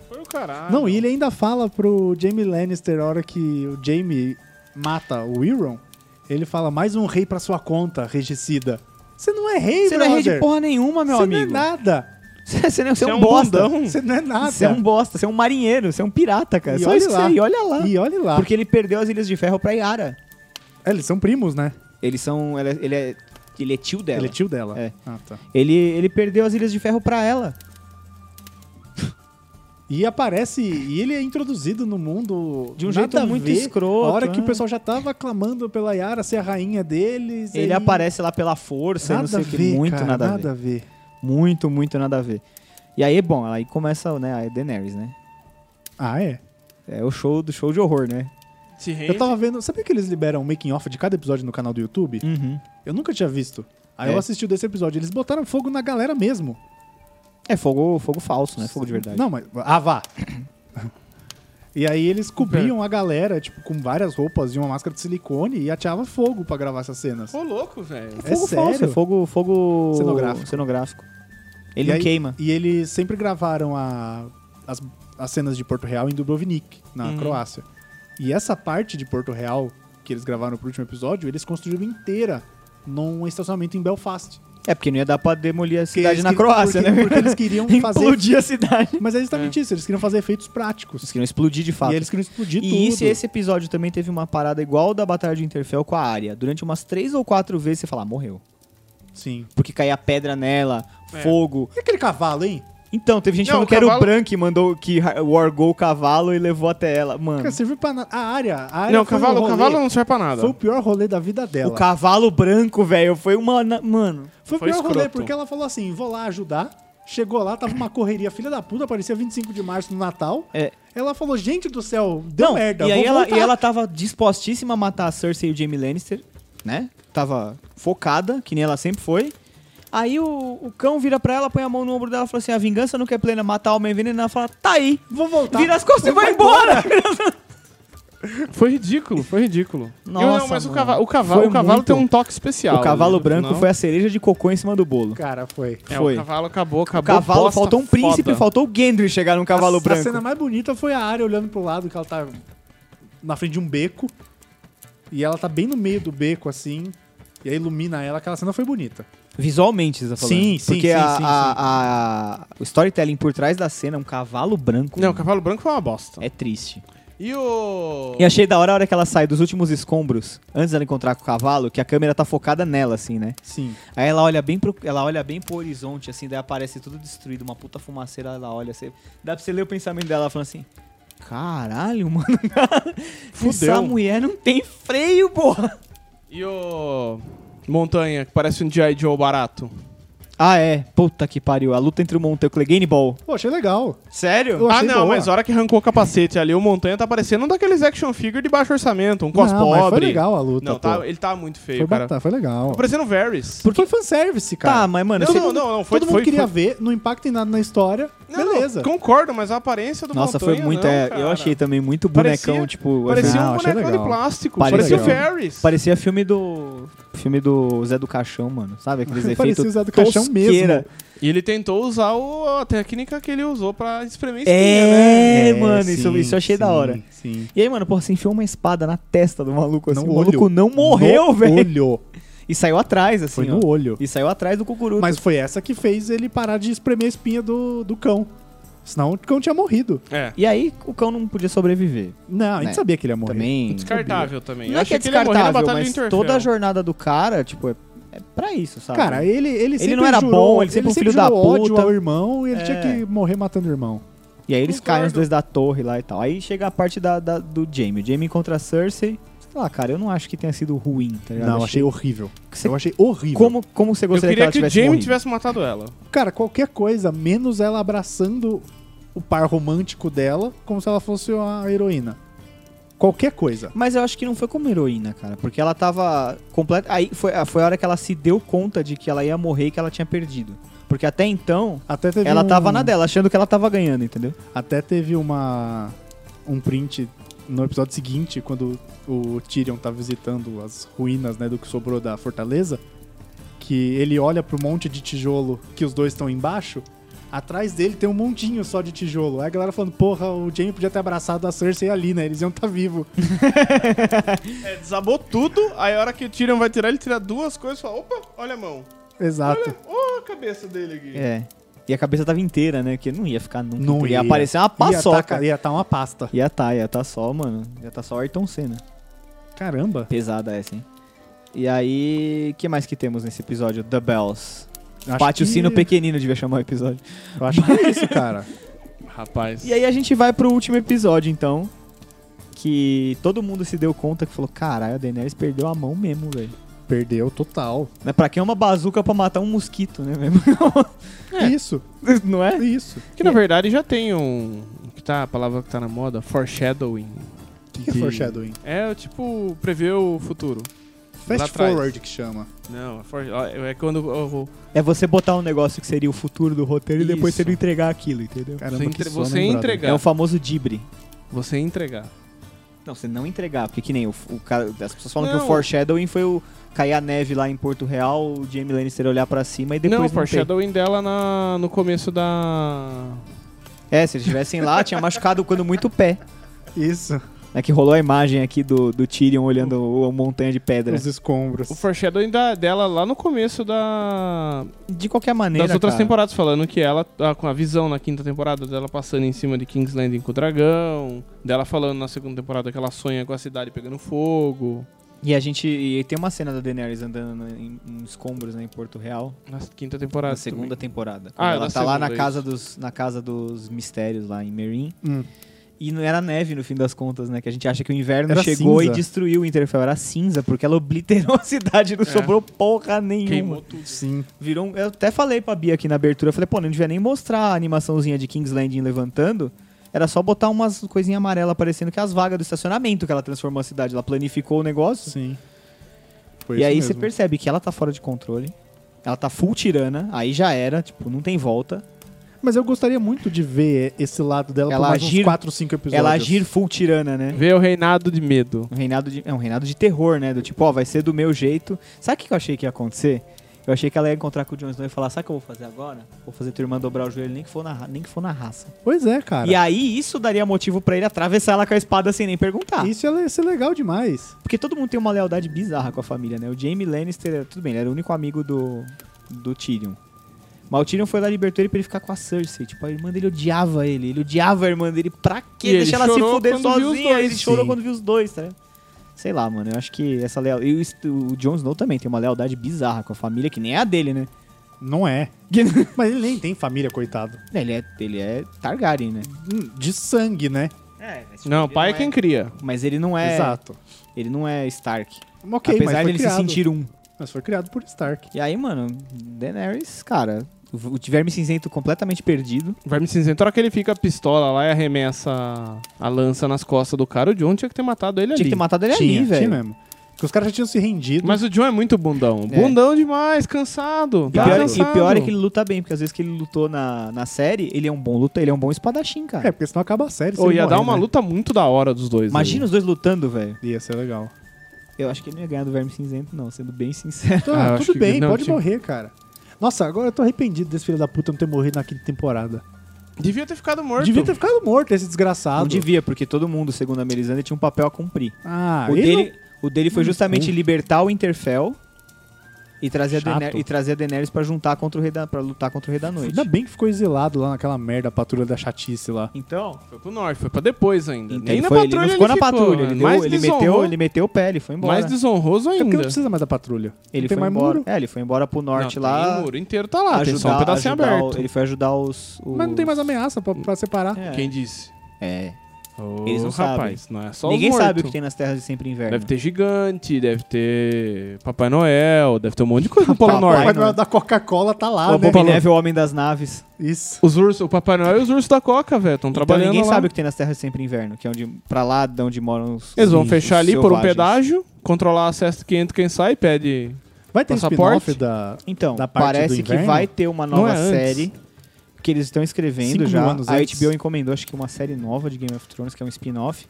[SPEAKER 2] Foi o caralho.
[SPEAKER 1] Não, e ele ainda fala pro Jamie Lannister, a hora que o Jamie mata o Euron, ele fala, mais um rei pra sua conta, regicida. Você não é rei,
[SPEAKER 4] Você não é rei de
[SPEAKER 1] brother.
[SPEAKER 4] porra nenhuma, meu
[SPEAKER 1] Você
[SPEAKER 4] amigo.
[SPEAKER 1] não é nada.
[SPEAKER 4] Você não- você é
[SPEAKER 2] Você
[SPEAKER 4] um bosta.
[SPEAKER 2] bundão.
[SPEAKER 1] Você não é nada.
[SPEAKER 4] Você é um bosta, você é um marinheiro, você é um pirata, cara.
[SPEAKER 1] E
[SPEAKER 4] Só
[SPEAKER 1] olha
[SPEAKER 4] isso que
[SPEAKER 1] lá.
[SPEAKER 4] você- e olha lá.
[SPEAKER 1] E olha lá.
[SPEAKER 4] Porque ele perdeu as Ilhas de Ferro pra Yara.
[SPEAKER 1] É, eles são primos, né?
[SPEAKER 4] Eles são ela- ele é ele é tio dela.
[SPEAKER 1] Ele é tio dela.
[SPEAKER 4] É.
[SPEAKER 1] Ah, tá.
[SPEAKER 4] ele ele perdeu as Ilhas de Ferro pra ela.
[SPEAKER 1] E aparece, e ele é introduzido no mundo
[SPEAKER 4] De um
[SPEAKER 1] nada
[SPEAKER 4] jeito
[SPEAKER 1] a
[SPEAKER 4] muito
[SPEAKER 1] ver.
[SPEAKER 4] escroto,
[SPEAKER 1] A hora que
[SPEAKER 4] é.
[SPEAKER 1] o pessoal já tava clamando pela Yara ser a rainha deles.
[SPEAKER 4] Ele aparece lá pela força e não sei o que. Muito
[SPEAKER 1] cara,
[SPEAKER 4] nada, a ver.
[SPEAKER 1] nada a ver.
[SPEAKER 4] Muito, muito nada a ver. E aí, bom, aí começa né, a Daenerys, né?
[SPEAKER 1] Ah, é?
[SPEAKER 4] É o show do show de horror, né?
[SPEAKER 2] Se rende.
[SPEAKER 1] Eu tava vendo. Sabia que eles liberam o making off de cada episódio no canal do YouTube?
[SPEAKER 4] Uhum.
[SPEAKER 1] Eu nunca tinha visto. Aí
[SPEAKER 4] Hum. É.
[SPEAKER 1] eu assisti o desse episódio. Eles botaram fogo na galera mesmo.
[SPEAKER 4] É fogo, fogo falso, né? Fogo de verdade.
[SPEAKER 1] Não, mas. Ah, vá! E aí eles
[SPEAKER 4] É.
[SPEAKER 1] cobriam a galera, tipo, com várias roupas e uma máscara de silicone e ateava fogo pra gravar essas cenas.
[SPEAKER 2] Ô, louco, velho.
[SPEAKER 1] é
[SPEAKER 4] fogo falso, é
[SPEAKER 1] sério?
[SPEAKER 4] fogo, fogo
[SPEAKER 1] Cenográfico.
[SPEAKER 4] cenográfico. Ele
[SPEAKER 1] e
[SPEAKER 4] não
[SPEAKER 1] aí-
[SPEAKER 4] queima.
[SPEAKER 1] E eles sempre gravaram a- as, as cenas de Porto Real em Dubrovnik, na
[SPEAKER 2] Uhum.
[SPEAKER 1] Croácia. E essa parte de Porto Real que eles gravaram pro último episódio, eles construíram inteira num estacionamento em Belfast.
[SPEAKER 4] É porque não ia dar pra demolir a
[SPEAKER 1] Porque
[SPEAKER 4] cidade
[SPEAKER 1] eles
[SPEAKER 4] na
[SPEAKER 1] que-
[SPEAKER 4] Croácia,
[SPEAKER 1] porque-
[SPEAKER 4] né?
[SPEAKER 1] Porque eles queriam fazer.
[SPEAKER 4] Explodir a cidade.
[SPEAKER 1] Mas é justamente isso, eles queriam fazer efeitos práticos.
[SPEAKER 4] Eles queriam explodir de fato.
[SPEAKER 1] E eles queriam explodir tudo.
[SPEAKER 4] E isso, esse episódio também teve uma parada igual da Batalha de Interfell com a área. Durante umas três ou quatro vezes você fala, ah, morreu.
[SPEAKER 1] Sim.
[SPEAKER 4] Porque caía pedra nela,
[SPEAKER 2] É.
[SPEAKER 4] fogo.
[SPEAKER 1] E aquele cavalo, hein?
[SPEAKER 4] Então, teve gente
[SPEAKER 2] Não,
[SPEAKER 4] falando
[SPEAKER 2] o
[SPEAKER 4] que era o
[SPEAKER 2] cavalo-
[SPEAKER 4] Bran que mandou, que ra- wargou o cavalo e levou até ela. Mano,
[SPEAKER 1] Cara, serviu pra nada. A área. A área
[SPEAKER 2] Não, o
[SPEAKER 1] foi um
[SPEAKER 2] cavalo, o
[SPEAKER 1] rolê-
[SPEAKER 2] cavalo não serve pra nada.
[SPEAKER 4] um
[SPEAKER 1] Foi o pior rolê da vida
[SPEAKER 4] o
[SPEAKER 1] dela.
[SPEAKER 4] cavalo branco, velho, foi uma... na- Mano,
[SPEAKER 1] Foi o
[SPEAKER 2] Foi
[SPEAKER 1] pior rolê,
[SPEAKER 2] escroto.
[SPEAKER 1] porque ela falou assim: vou lá ajudar. Chegou lá, tava uma correria, filha da puta, parecia 25 de março no Natal.
[SPEAKER 4] é...
[SPEAKER 1] Ela falou: gente do céu, deu merda.
[SPEAKER 4] E
[SPEAKER 1] vou
[SPEAKER 4] aí ela,
[SPEAKER 1] voltar."
[SPEAKER 4] e ela tava dispostíssima a matar a Cersei e o Jaime Lannister, né? Tava focada, que nem ela sempre foi. Aí o, o cão vira pra ela, põe a mão no ombro dela e fala assim: a vingança nunca é plena, matar alma envenenada. Ela fala, tá aí.
[SPEAKER 1] Vou voltar.
[SPEAKER 4] Vira as costas e vai embora!
[SPEAKER 2] Foi ridículo, foi ridículo. eu, não,
[SPEAKER 4] Nossa,
[SPEAKER 2] mas o
[SPEAKER 4] mano.
[SPEAKER 2] cavalo, o cavalo,
[SPEAKER 4] Foi
[SPEAKER 2] o cavalo
[SPEAKER 4] muito.
[SPEAKER 2] tem um toque especial.
[SPEAKER 4] o cavalo
[SPEAKER 2] né?
[SPEAKER 4] branco
[SPEAKER 2] Não.
[SPEAKER 4] foi a cereja de cocô em cima do bolo.
[SPEAKER 1] Cara, foi.
[SPEAKER 2] É,
[SPEAKER 4] foi.
[SPEAKER 2] o cavalo acabou,
[SPEAKER 4] O
[SPEAKER 2] acabou.
[SPEAKER 4] cavalo,
[SPEAKER 2] bosta
[SPEAKER 4] faltou um príncipe,
[SPEAKER 2] foda.
[SPEAKER 4] faltou o Gendry chegar num cavalo
[SPEAKER 1] a,
[SPEAKER 4] branco.
[SPEAKER 1] A cena mais bonita foi a área olhando pro lado, que ela tá na frente de um beco. E ela tá bem no meio do beco, assim. E aí ilumina ela. Aquela cena foi bonita.
[SPEAKER 4] Visualmente, você tá falando.
[SPEAKER 1] Sim, sim,
[SPEAKER 4] Porque
[SPEAKER 1] sim,
[SPEAKER 4] a,
[SPEAKER 1] sim,
[SPEAKER 4] a- a- o storytelling por trás da cena, um cavalo branco,
[SPEAKER 2] Não, o cavalo branco foi uma bosta.
[SPEAKER 4] é triste.
[SPEAKER 2] E o.
[SPEAKER 4] E achei da hora a hora que ela sai dos últimos escombros, antes dela encontrar com o cavalo, que a câmera tá focada nela, assim, né?
[SPEAKER 1] Sim.
[SPEAKER 4] Aí ela olha bem pro, ela olha bem pro horizonte, assim, daí aparece tudo destruído, uma puta fumaceira, ela olha, você, dá pra você ler o pensamento dela, ela falando assim, caralho, mano,
[SPEAKER 2] Fudeu.
[SPEAKER 4] essa mulher não tem freio, porra.
[SPEAKER 2] E o. Montanha, que parece um G.I. Joe barato.
[SPEAKER 4] Ah, é, puta que pariu, a luta entre o Monteco e o Game Ball.
[SPEAKER 1] Pô, achei legal.
[SPEAKER 4] Sério?
[SPEAKER 1] Eu
[SPEAKER 2] Ah,
[SPEAKER 1] achei
[SPEAKER 2] não,
[SPEAKER 1] boa.
[SPEAKER 2] mas a hora que arrancou o capacete ali, o Montanha tá parecendo um daqueles action figure de baixo orçamento, um cos
[SPEAKER 1] Não, mas
[SPEAKER 2] pobre.
[SPEAKER 1] foi legal a luta,
[SPEAKER 2] Não, tá-
[SPEAKER 1] pô.
[SPEAKER 2] ele tá muito feio,
[SPEAKER 1] Foi,
[SPEAKER 2] cara.
[SPEAKER 1] bacana, foi legal.
[SPEAKER 2] Tá parecendo o Varys.
[SPEAKER 1] Porque foi fanservice, cara.
[SPEAKER 4] Tá, mas mano,
[SPEAKER 2] Não,
[SPEAKER 4] você-
[SPEAKER 2] não, não, não, foi-
[SPEAKER 1] Todo mundo
[SPEAKER 2] foi-
[SPEAKER 1] queria ver, não impacta em nada na história.
[SPEAKER 2] Não, não,
[SPEAKER 1] beleza.
[SPEAKER 2] concordo, mas a aparência do
[SPEAKER 4] nossa,
[SPEAKER 2] Montanha
[SPEAKER 4] foi muito,
[SPEAKER 2] não,
[SPEAKER 4] é, eu
[SPEAKER 2] cara.
[SPEAKER 4] achei também muito
[SPEAKER 2] Parecia-
[SPEAKER 4] bonecão, tipo,
[SPEAKER 2] Parecia
[SPEAKER 1] Não,
[SPEAKER 2] um
[SPEAKER 1] achei
[SPEAKER 2] bonecão de
[SPEAKER 1] legal.
[SPEAKER 2] plástico.
[SPEAKER 4] Parecia- um
[SPEAKER 2] Parecia, o
[SPEAKER 1] um
[SPEAKER 2] Varys.
[SPEAKER 4] Parecia filme do. Filme do Zé do Caixão, mano. Sabe? Aqueles efeitos.
[SPEAKER 1] Parecia o Zé do Caixão
[SPEAKER 4] tosqueira.
[SPEAKER 1] mesmo.
[SPEAKER 2] E ele tentou usar o- a técnica que ele usou pra espremer espinha, né?
[SPEAKER 4] É, mano, isso, isso eu achei da
[SPEAKER 1] sim,
[SPEAKER 4] hora.
[SPEAKER 1] Sim.
[SPEAKER 4] E aí, mano, porra, você enfiou uma espada na testa do maluco assim.
[SPEAKER 1] No
[SPEAKER 4] o maluco
[SPEAKER 1] olho.
[SPEAKER 4] não morreu,
[SPEAKER 1] No
[SPEAKER 4] velho.
[SPEAKER 1] Olho.
[SPEAKER 4] E saiu atrás, assim.
[SPEAKER 1] Foi
[SPEAKER 4] ó.
[SPEAKER 1] no olho.
[SPEAKER 4] E saiu atrás do cucuruto.
[SPEAKER 1] Mas foi essa que fez ele parar de espremer a espinha do, do cão. Senão o cão tinha morrido.
[SPEAKER 2] É.
[SPEAKER 4] E aí, o cão não podia sobreviver.
[SPEAKER 1] Não, a gente
[SPEAKER 4] Né?
[SPEAKER 1] sabia que ele ia morrer.
[SPEAKER 4] Também.
[SPEAKER 2] Hum, Descartável também.
[SPEAKER 4] Não é
[SPEAKER 2] Acho
[SPEAKER 4] que é
[SPEAKER 2] ele ia morrer na
[SPEAKER 4] descartável,
[SPEAKER 2] Batalha do
[SPEAKER 4] mas
[SPEAKER 2] Winterfell.
[SPEAKER 4] toda a jornada do cara, tipo, é, é pra isso, sabe?
[SPEAKER 1] Cara, ele, ele, sempre
[SPEAKER 4] não era
[SPEAKER 1] jurou-
[SPEAKER 4] bom, ele sempre um filho da
[SPEAKER 1] jurou ódio
[SPEAKER 4] puta.
[SPEAKER 1] ao irmão e ele
[SPEAKER 4] É.
[SPEAKER 1] tinha que morrer matando o irmão.
[SPEAKER 4] E aí eles caem os
[SPEAKER 2] Concordo.
[SPEAKER 4] dois da torre lá e tal. Aí chega a parte da, da- do Jamie. O Jamie contra a Cersei. Sei lá, cara, eu não acho que tenha sido ruim, tá ligado?
[SPEAKER 1] Não, achei horrível.
[SPEAKER 4] Você-
[SPEAKER 1] Eu achei horrível.
[SPEAKER 4] Como, como você
[SPEAKER 2] Eu
[SPEAKER 4] gostaria que
[SPEAKER 2] queria
[SPEAKER 4] ela
[SPEAKER 2] que o
[SPEAKER 4] tivesse
[SPEAKER 2] Jamie
[SPEAKER 4] morrido?
[SPEAKER 2] tivesse matado ela.
[SPEAKER 1] Cara, qualquer coisa, menos ela abraçando o par romântico dela, como se ela fosse uma heroína. Qualquer coisa.
[SPEAKER 4] Mas eu acho que não foi como heroína, cara. Porque ela tava completa. Aí foi, ah, foi a hora que ela se deu conta de que ela ia morrer e que ela tinha perdido. Porque até então,
[SPEAKER 1] Até teve
[SPEAKER 4] ela
[SPEAKER 1] um-
[SPEAKER 4] tava na dela, achando que ela tava ganhando, entendeu?
[SPEAKER 1] Até teve uma um print no episódio seguinte, quando o Tyrion tá visitando as ruínas, né, do que sobrou da fortaleza, que ele olha pro monte de tijolo que os dois estão embaixo, atrás dele tem um montinho só de tijolo. Aí a galera falando, porra, o Jaime podia ter abraçado a Cersei ali, né? Eles iam estar tá vivos.
[SPEAKER 2] É, desabou tudo, aí a hora que o Tyrion vai tirar, ele tira duas coisas e fala, opa, olha a mão.
[SPEAKER 1] Exato.
[SPEAKER 2] Olha a cabeça dele aqui.
[SPEAKER 4] É. E a cabeça tava inteira, né? Porque não ia ficar nunca.
[SPEAKER 1] Não
[SPEAKER 4] porque
[SPEAKER 1] ia.
[SPEAKER 4] ia aparecer uma
[SPEAKER 1] Ia tá,
[SPEAKER 4] paçoca.
[SPEAKER 1] ia tá uma pasta.
[SPEAKER 4] Ia tá, ia tá só, mano. Ia tá só Ayrton Senna.
[SPEAKER 1] Caramba.
[SPEAKER 4] Pesada essa, hein? E aí, o que mais que temos nesse episódio? The Bells.
[SPEAKER 1] Acho
[SPEAKER 4] Bate o
[SPEAKER 1] que-
[SPEAKER 4] sino pequenino, devia chamar o episódio.
[SPEAKER 1] Eu acho que é isso, cara.
[SPEAKER 2] Rapaz.
[SPEAKER 4] É. E aí a gente vai pro último episódio, então. Que todo mundo se deu conta que falou: caralho, a Daenerys perdeu a mão mesmo, velho.
[SPEAKER 1] Perdeu total.
[SPEAKER 4] Mas Pra quem é uma bazuca pra matar um mosquito, né, mesmo?
[SPEAKER 1] Isso,
[SPEAKER 4] Não é?
[SPEAKER 1] isso.
[SPEAKER 2] Que na verdade já tem um. Que tá, a palavra que tá na moda, foreshadowing.
[SPEAKER 1] O que, que é
[SPEAKER 2] Que-
[SPEAKER 1] foreshadowing?
[SPEAKER 2] É tipo, prever o futuro. Lá
[SPEAKER 1] Fast
[SPEAKER 2] atrás.
[SPEAKER 1] forward que chama.
[SPEAKER 2] Não, é, fore- é quando o- o-
[SPEAKER 4] É você botar um negócio que seria o futuro do roteiro e depois
[SPEAKER 2] Isso.
[SPEAKER 4] você não entregar aquilo, entendeu?
[SPEAKER 1] Caramba,
[SPEAKER 2] você,
[SPEAKER 1] que
[SPEAKER 2] entre-
[SPEAKER 1] sono,
[SPEAKER 2] você
[SPEAKER 1] hein, brother?
[SPEAKER 2] entregar.
[SPEAKER 4] É o famoso dibre.
[SPEAKER 2] Você entregar.
[SPEAKER 4] Não, você não entregar, porque que nem o, o cara. As pessoas falam que
[SPEAKER 2] Não.
[SPEAKER 4] o foreshadowing foi o cair a neve lá em Porto Real, o Jamie Lannister olhar pra cima e depois.
[SPEAKER 2] não,
[SPEAKER 4] Não,
[SPEAKER 2] o foreshadowing dela na, no começo da.
[SPEAKER 4] ter. É, se eles estivessem lá, tinha machucado quando muito o pé.
[SPEAKER 1] Isso.
[SPEAKER 4] É que rolou a imagem aqui do, do Tyrion olhando o, a montanha de pedra.
[SPEAKER 1] Os escombros.
[SPEAKER 2] O foreshadowing da, dela lá no começo da.
[SPEAKER 4] De qualquer maneira.
[SPEAKER 2] das outras
[SPEAKER 4] cara,
[SPEAKER 2] temporadas, falando que ela, a- com a visão na quinta temporada dela passando em cima de King's Landing com o dragão, dela falando na segunda temporada que ela sonha com a cidade pegando fogo.
[SPEAKER 4] E a gente. E tem uma cena da Daenerys andando em, em escombros, né, em Porto Real.
[SPEAKER 2] Na quinta temporada.
[SPEAKER 4] na segunda temporada.
[SPEAKER 2] Ah,
[SPEAKER 4] ela
[SPEAKER 2] na
[SPEAKER 4] tá lá
[SPEAKER 2] segunda,
[SPEAKER 4] na
[SPEAKER 2] é
[SPEAKER 4] casa, dos, na casa dos mistérios, lá em Meereen.
[SPEAKER 1] Hum.
[SPEAKER 4] E não era neve no fim das contas, né? Que a gente acha que o inverno
[SPEAKER 1] Era
[SPEAKER 4] chegou
[SPEAKER 1] cinza.
[SPEAKER 4] e destruiu o Interfell. Era cinza, porque ela obliterou a cidade, não
[SPEAKER 2] É.
[SPEAKER 4] sobrou porra nenhuma.
[SPEAKER 2] Queimou tudo.
[SPEAKER 1] Sim.
[SPEAKER 4] Virou um- Eu até falei pra Bia aqui na abertura, eu falei, pô, não devia nem mostrar a animaçãozinha de King's Landing levantando. Era só botar umas coisinhas amarelas aparecendo que é as vagas do estacionamento que ela transformou a cidade. Ela planificou o negócio.
[SPEAKER 1] Sim. Foi
[SPEAKER 4] E
[SPEAKER 1] isso
[SPEAKER 4] aí
[SPEAKER 1] mesmo.
[SPEAKER 4] você percebe que ela tá fora de controle. Ela tá full tirana, aí já era, tipo, não tem volta.
[SPEAKER 1] Mas eu gostaria muito de ver esse lado dela
[SPEAKER 4] Ela
[SPEAKER 1] por mais
[SPEAKER 4] agir-
[SPEAKER 1] uns 4, 5 episódios.
[SPEAKER 4] Ela agir full tirana, né?
[SPEAKER 2] Veio o reinado de medo.
[SPEAKER 4] Um reinado de, é um reinado de terror, né? Do tipo, ó, vai ser do meu jeito. Sabe o que eu achei que ia acontecer? Eu achei que ela ia encontrar com o Jon Snow e falar, sabe o que eu vou fazer agora? Vou fazer tua irmã dobrar o joelho, nem que for na, ra- nem que for na raça.
[SPEAKER 1] Pois é, cara.
[SPEAKER 4] E aí, isso daria motivo pra ele atravessar ela com a espada sem nem perguntar.
[SPEAKER 1] Isso ia ser legal demais.
[SPEAKER 4] Porque todo mundo tem uma lealdade bizarra com a família, né? O Jaime Lannister, tudo bem, ele era o único amigo do, do Tyrion. Mas o Tyrion foi lá e libertou ele pra ele ficar com a Cersei. Tipo, a irmã dele odiava ele. Ele odiava a irmã dele. Pra quê?
[SPEAKER 2] E ele
[SPEAKER 4] Deixa ela se
[SPEAKER 2] chorou
[SPEAKER 4] foder
[SPEAKER 2] quando viu os
[SPEAKER 4] sozinha.
[SPEAKER 2] dois.
[SPEAKER 4] Ele chorou
[SPEAKER 1] Sim.
[SPEAKER 4] quando viu os dois, tá ligado? Sei lá, mano. Eu acho que essa lealdade... E o St- o Jon Snow também tem uma lealdade bizarra com a família, que nem é a dele, né?
[SPEAKER 1] Não é. Mas ele nem tem família, coitado.
[SPEAKER 4] Ele é, ele é Targaryen, né?
[SPEAKER 1] Hum, De sangue, né?
[SPEAKER 4] É.
[SPEAKER 2] Não, pai é quem cria.
[SPEAKER 4] Mas ele não é...
[SPEAKER 1] Exato.
[SPEAKER 4] Ele não é Stark.
[SPEAKER 1] Ok,
[SPEAKER 4] Apesar
[SPEAKER 1] mas foi
[SPEAKER 4] dele
[SPEAKER 1] criado.
[SPEAKER 4] se sentir um.
[SPEAKER 1] Mas foi criado por Stark.
[SPEAKER 4] E aí, mano, Daenerys, cara, o o Verme Cinzento completamente perdido.
[SPEAKER 2] Vai me cinzento. A hora que ele fica pistola lá e arremessa a- a lança nas costas do cara, o John tinha que ter matado ele
[SPEAKER 4] Tinha que
[SPEAKER 2] ali.
[SPEAKER 4] ter matado ele é
[SPEAKER 1] tinha,
[SPEAKER 4] ali,
[SPEAKER 1] tinha
[SPEAKER 4] velho.
[SPEAKER 1] mesmo. Porque os caras já tinham se rendido.
[SPEAKER 2] Mas o John é muito bundão.
[SPEAKER 4] É.
[SPEAKER 2] Bundão demais, cansado.
[SPEAKER 4] E
[SPEAKER 2] Tá
[SPEAKER 4] pior,
[SPEAKER 2] cansado.
[SPEAKER 4] e pior é que ele luta bem, porque às vezes que ele lutou na, na série, ele é um bom luta, ele é um bom espadachim, cara.
[SPEAKER 1] É, porque senão acaba a série. se
[SPEAKER 2] Ou
[SPEAKER 1] ele
[SPEAKER 2] ia
[SPEAKER 1] morrer,
[SPEAKER 2] dar uma
[SPEAKER 1] né?
[SPEAKER 2] luta muito da hora dos dois.
[SPEAKER 4] Imagina
[SPEAKER 2] ali.
[SPEAKER 4] os dois lutando, velho.
[SPEAKER 1] Ia ser legal.
[SPEAKER 4] Eu acho que ele não ia ganhar do Verme Cinzento, não, sendo bem sincero.
[SPEAKER 1] Então,
[SPEAKER 2] Ah, eu acho
[SPEAKER 1] tudo
[SPEAKER 2] que-
[SPEAKER 1] bem,
[SPEAKER 2] não,
[SPEAKER 1] pode
[SPEAKER 2] tinha-
[SPEAKER 1] morrer, cara. Nossa, agora eu tô arrependido desse filho da puta não ter morrido na quinta temporada.
[SPEAKER 2] Devia ter ficado morto.
[SPEAKER 1] Devia ter ficado morto esse desgraçado.
[SPEAKER 4] Não devia, porque todo mundo, segundo a Melisandre, tinha um papel a cumprir.
[SPEAKER 1] Ah,
[SPEAKER 4] o,
[SPEAKER 1] ele
[SPEAKER 4] dele, o dele foi justamente
[SPEAKER 1] Hum.
[SPEAKER 4] libertar o Interfell e trazer, a
[SPEAKER 1] Chato.
[SPEAKER 4] Daener- e trazer a Daenerys pra juntar contra o Rei da, pra lutar contra o Rei da
[SPEAKER 1] não-
[SPEAKER 4] Noite.
[SPEAKER 1] Ainda bem que ficou exilado lá naquela merda, a patrulha da chatice lá.
[SPEAKER 4] Então,
[SPEAKER 2] Foi pro norte, foi pra depois ainda.
[SPEAKER 4] Então,
[SPEAKER 2] Nem
[SPEAKER 4] ele
[SPEAKER 2] na
[SPEAKER 4] foi- ele
[SPEAKER 2] patrulha ele
[SPEAKER 4] não ficou na patrulha.
[SPEAKER 2] né?
[SPEAKER 4] Ele,
[SPEAKER 2] mais
[SPEAKER 4] deu- ele
[SPEAKER 2] desonroso-
[SPEAKER 4] meteu, ele meteu o pé, ele foi embora.
[SPEAKER 2] Mais desonroso
[SPEAKER 1] É porque
[SPEAKER 2] ainda.
[SPEAKER 1] não precisa mais da patrulha.
[SPEAKER 4] ele
[SPEAKER 1] tem
[SPEAKER 4] foi
[SPEAKER 1] mais
[SPEAKER 4] embora.
[SPEAKER 1] muro?
[SPEAKER 4] É, ele foi embora pro norte
[SPEAKER 2] Não,
[SPEAKER 4] lá.
[SPEAKER 2] tem o muro inteiro tá lá, tem só um pedacinho
[SPEAKER 4] ajudar o-
[SPEAKER 2] aberto.
[SPEAKER 4] ele foi ajudar os, os-
[SPEAKER 1] Mas não tem mais ameaça pra, pra separar.
[SPEAKER 4] É.
[SPEAKER 2] Quem disse?
[SPEAKER 4] É.
[SPEAKER 2] Eles
[SPEAKER 4] Eles
[SPEAKER 2] não
[SPEAKER 4] não
[SPEAKER 2] rapaz, não é só os
[SPEAKER 4] Ninguém
[SPEAKER 2] mortos.
[SPEAKER 4] sabe o que tem nas terras de sempre inverno.
[SPEAKER 2] Deve ter gigante, deve ter Papai Noel, deve ter um monte de coisa no Polo
[SPEAKER 1] Tá, Papai
[SPEAKER 2] Norte.
[SPEAKER 1] Noel
[SPEAKER 4] não é?
[SPEAKER 1] da Coca-Cola tá
[SPEAKER 2] Ah,
[SPEAKER 1] lá,
[SPEAKER 4] o
[SPEAKER 1] né?
[SPEAKER 4] Bob Neve é o homem das naves.
[SPEAKER 1] Isso.
[SPEAKER 2] Os ursos, o Papai Noel e os ursos da Coca, velho, estão
[SPEAKER 4] Então
[SPEAKER 2] trabalhando
[SPEAKER 4] ninguém
[SPEAKER 2] lá.
[SPEAKER 4] sabe o que tem nas terras de sempre inverno, que é onde pra lá de onde moram os
[SPEAKER 2] Eles vão
[SPEAKER 4] os
[SPEAKER 2] fechar ali por um
[SPEAKER 4] selvagens.
[SPEAKER 2] pedágio, controlar acesso de quem entra e quem sai, pede...
[SPEAKER 1] Vai ter
[SPEAKER 2] Passaporte?
[SPEAKER 1] spin-off da...
[SPEAKER 4] Então,
[SPEAKER 1] Da parte do
[SPEAKER 4] parece que
[SPEAKER 1] inverno?
[SPEAKER 4] vai ter uma
[SPEAKER 2] Não
[SPEAKER 4] nova
[SPEAKER 2] é antes.
[SPEAKER 4] série que eles estão
[SPEAKER 1] Cinco
[SPEAKER 4] escrevendo
[SPEAKER 1] mil
[SPEAKER 4] já.
[SPEAKER 1] anos
[SPEAKER 4] a
[SPEAKER 1] antes.
[SPEAKER 4] HBO encomendou, acho que uma série nova de Game of Thrones, que é um spin-off.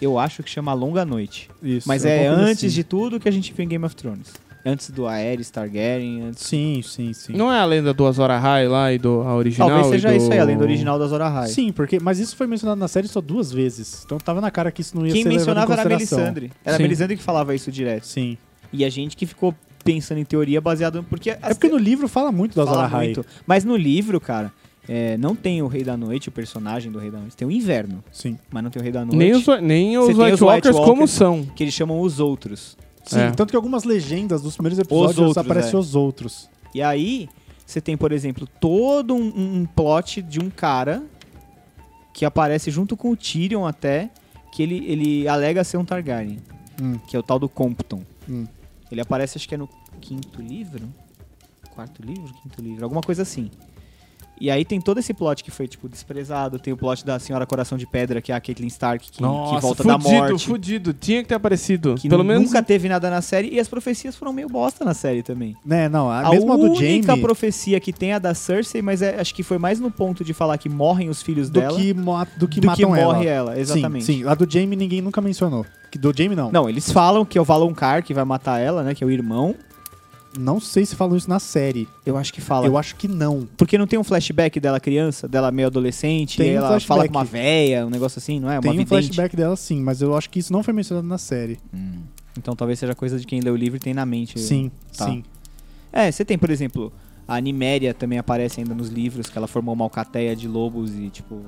[SPEAKER 4] Eu acho que chama Longa Noite.
[SPEAKER 1] Isso.
[SPEAKER 4] Mas
[SPEAKER 1] alguma
[SPEAKER 4] é
[SPEAKER 1] coisa
[SPEAKER 4] antes
[SPEAKER 1] assim.
[SPEAKER 4] de tudo que a gente viu em Game of Thrones. Antes do Aerys, Targaryen, antes...
[SPEAKER 1] Sim, sim, sim.
[SPEAKER 2] Não é a lenda do Azor Ahai lá e do a original?
[SPEAKER 4] Talvez
[SPEAKER 2] e
[SPEAKER 4] seja
[SPEAKER 2] do-
[SPEAKER 4] isso aí, a lenda original das Zora High.
[SPEAKER 1] Sim, porque... Mas isso foi mencionado na série só duas vezes. Então tava na cara que isso não ia
[SPEAKER 4] Quem
[SPEAKER 1] ser levado em
[SPEAKER 4] mencionava era a
[SPEAKER 1] consideração.
[SPEAKER 4] Melisandre. Era a
[SPEAKER 2] Sim.
[SPEAKER 4] Melisandre que falava isso direto.
[SPEAKER 1] Sim.
[SPEAKER 4] E a gente que ficou pensando em teoria baseado... Porque
[SPEAKER 1] É porque no livro fala muito da Azor Ahai.
[SPEAKER 4] Mas no livro, cara, é, não tem o Rei da Noite, o personagem do Rei da Noite. Tem o Inverno,
[SPEAKER 1] Sim.
[SPEAKER 4] mas não tem o Rei da Noite.
[SPEAKER 2] Nem os, nem os
[SPEAKER 4] Você
[SPEAKER 2] White,
[SPEAKER 4] tem os White
[SPEAKER 2] Walkers como
[SPEAKER 4] Walkers.
[SPEAKER 2] são.
[SPEAKER 4] Que eles chamam os outros.
[SPEAKER 1] Sim,
[SPEAKER 2] É.
[SPEAKER 1] tanto que algumas legendas dos primeiros episódios
[SPEAKER 4] outros,
[SPEAKER 1] aparecem
[SPEAKER 4] é.
[SPEAKER 1] os outros.
[SPEAKER 4] E aí, você tem, por exemplo, todo um- um, um plot de um cara que aparece junto com o Tyrion até, que ele, ele alega ser um Targaryen,
[SPEAKER 1] Hum.
[SPEAKER 4] que é o tal do Compton.
[SPEAKER 1] Hum.
[SPEAKER 4] Ele aparece, acho que é no quinto livro? Quarto livro? Quinto livro? Alguma coisa assim. E aí tem todo esse plot que foi, tipo, desprezado. Tem o plot da Senhora Coração de Pedra, que é a Caitlyn Stark, que, que volta
[SPEAKER 2] fudido,
[SPEAKER 4] da morte.
[SPEAKER 2] fudido. Tinha que ter aparecido.
[SPEAKER 4] Que
[SPEAKER 2] Pelo
[SPEAKER 4] nu-
[SPEAKER 2] menos...
[SPEAKER 4] nunca teve nada na série. E as profecias foram meio bosta na série também.
[SPEAKER 1] Né, não, a,
[SPEAKER 4] A
[SPEAKER 1] mesma do
[SPEAKER 4] única
[SPEAKER 1] Jaime
[SPEAKER 4] profecia que tem é a da Cersei, mas é- acho que foi mais no ponto de falar que morrem os filhos
[SPEAKER 1] do
[SPEAKER 4] dela
[SPEAKER 1] que, mo- do que
[SPEAKER 4] do
[SPEAKER 1] matam
[SPEAKER 4] morre
[SPEAKER 1] ela.
[SPEAKER 4] ela. Exatamente.
[SPEAKER 1] Sim, sim, a do Jaime ninguém nunca mencionou. Que do Jaime não. não.
[SPEAKER 4] Não, eles falam que é o Valonqar que vai matar ela, né? Que é o irmão.
[SPEAKER 1] sei se falam isso na série.
[SPEAKER 4] Eu acho que fala.
[SPEAKER 1] Eu acho que não.
[SPEAKER 4] Porque não tem um flashback dela criança, dela meio adolescente,
[SPEAKER 1] Tem
[SPEAKER 4] e
[SPEAKER 1] um
[SPEAKER 4] ela
[SPEAKER 1] flashback.
[SPEAKER 4] fala com uma véia, um negócio assim, não é? Uma
[SPEAKER 1] Tem um
[SPEAKER 4] vidente.
[SPEAKER 1] flashback dela sim, mas eu acho que isso não foi mencionado na série.
[SPEAKER 4] Então talvez seja coisa de quem lê o livro e tem na mente.
[SPEAKER 1] Sim,
[SPEAKER 4] Tá.
[SPEAKER 1] sim.
[SPEAKER 4] É, você tem, por exemplo, A Niméria também aparece ainda nos livros, que ela formou uma alcateia de lobos e, tipo,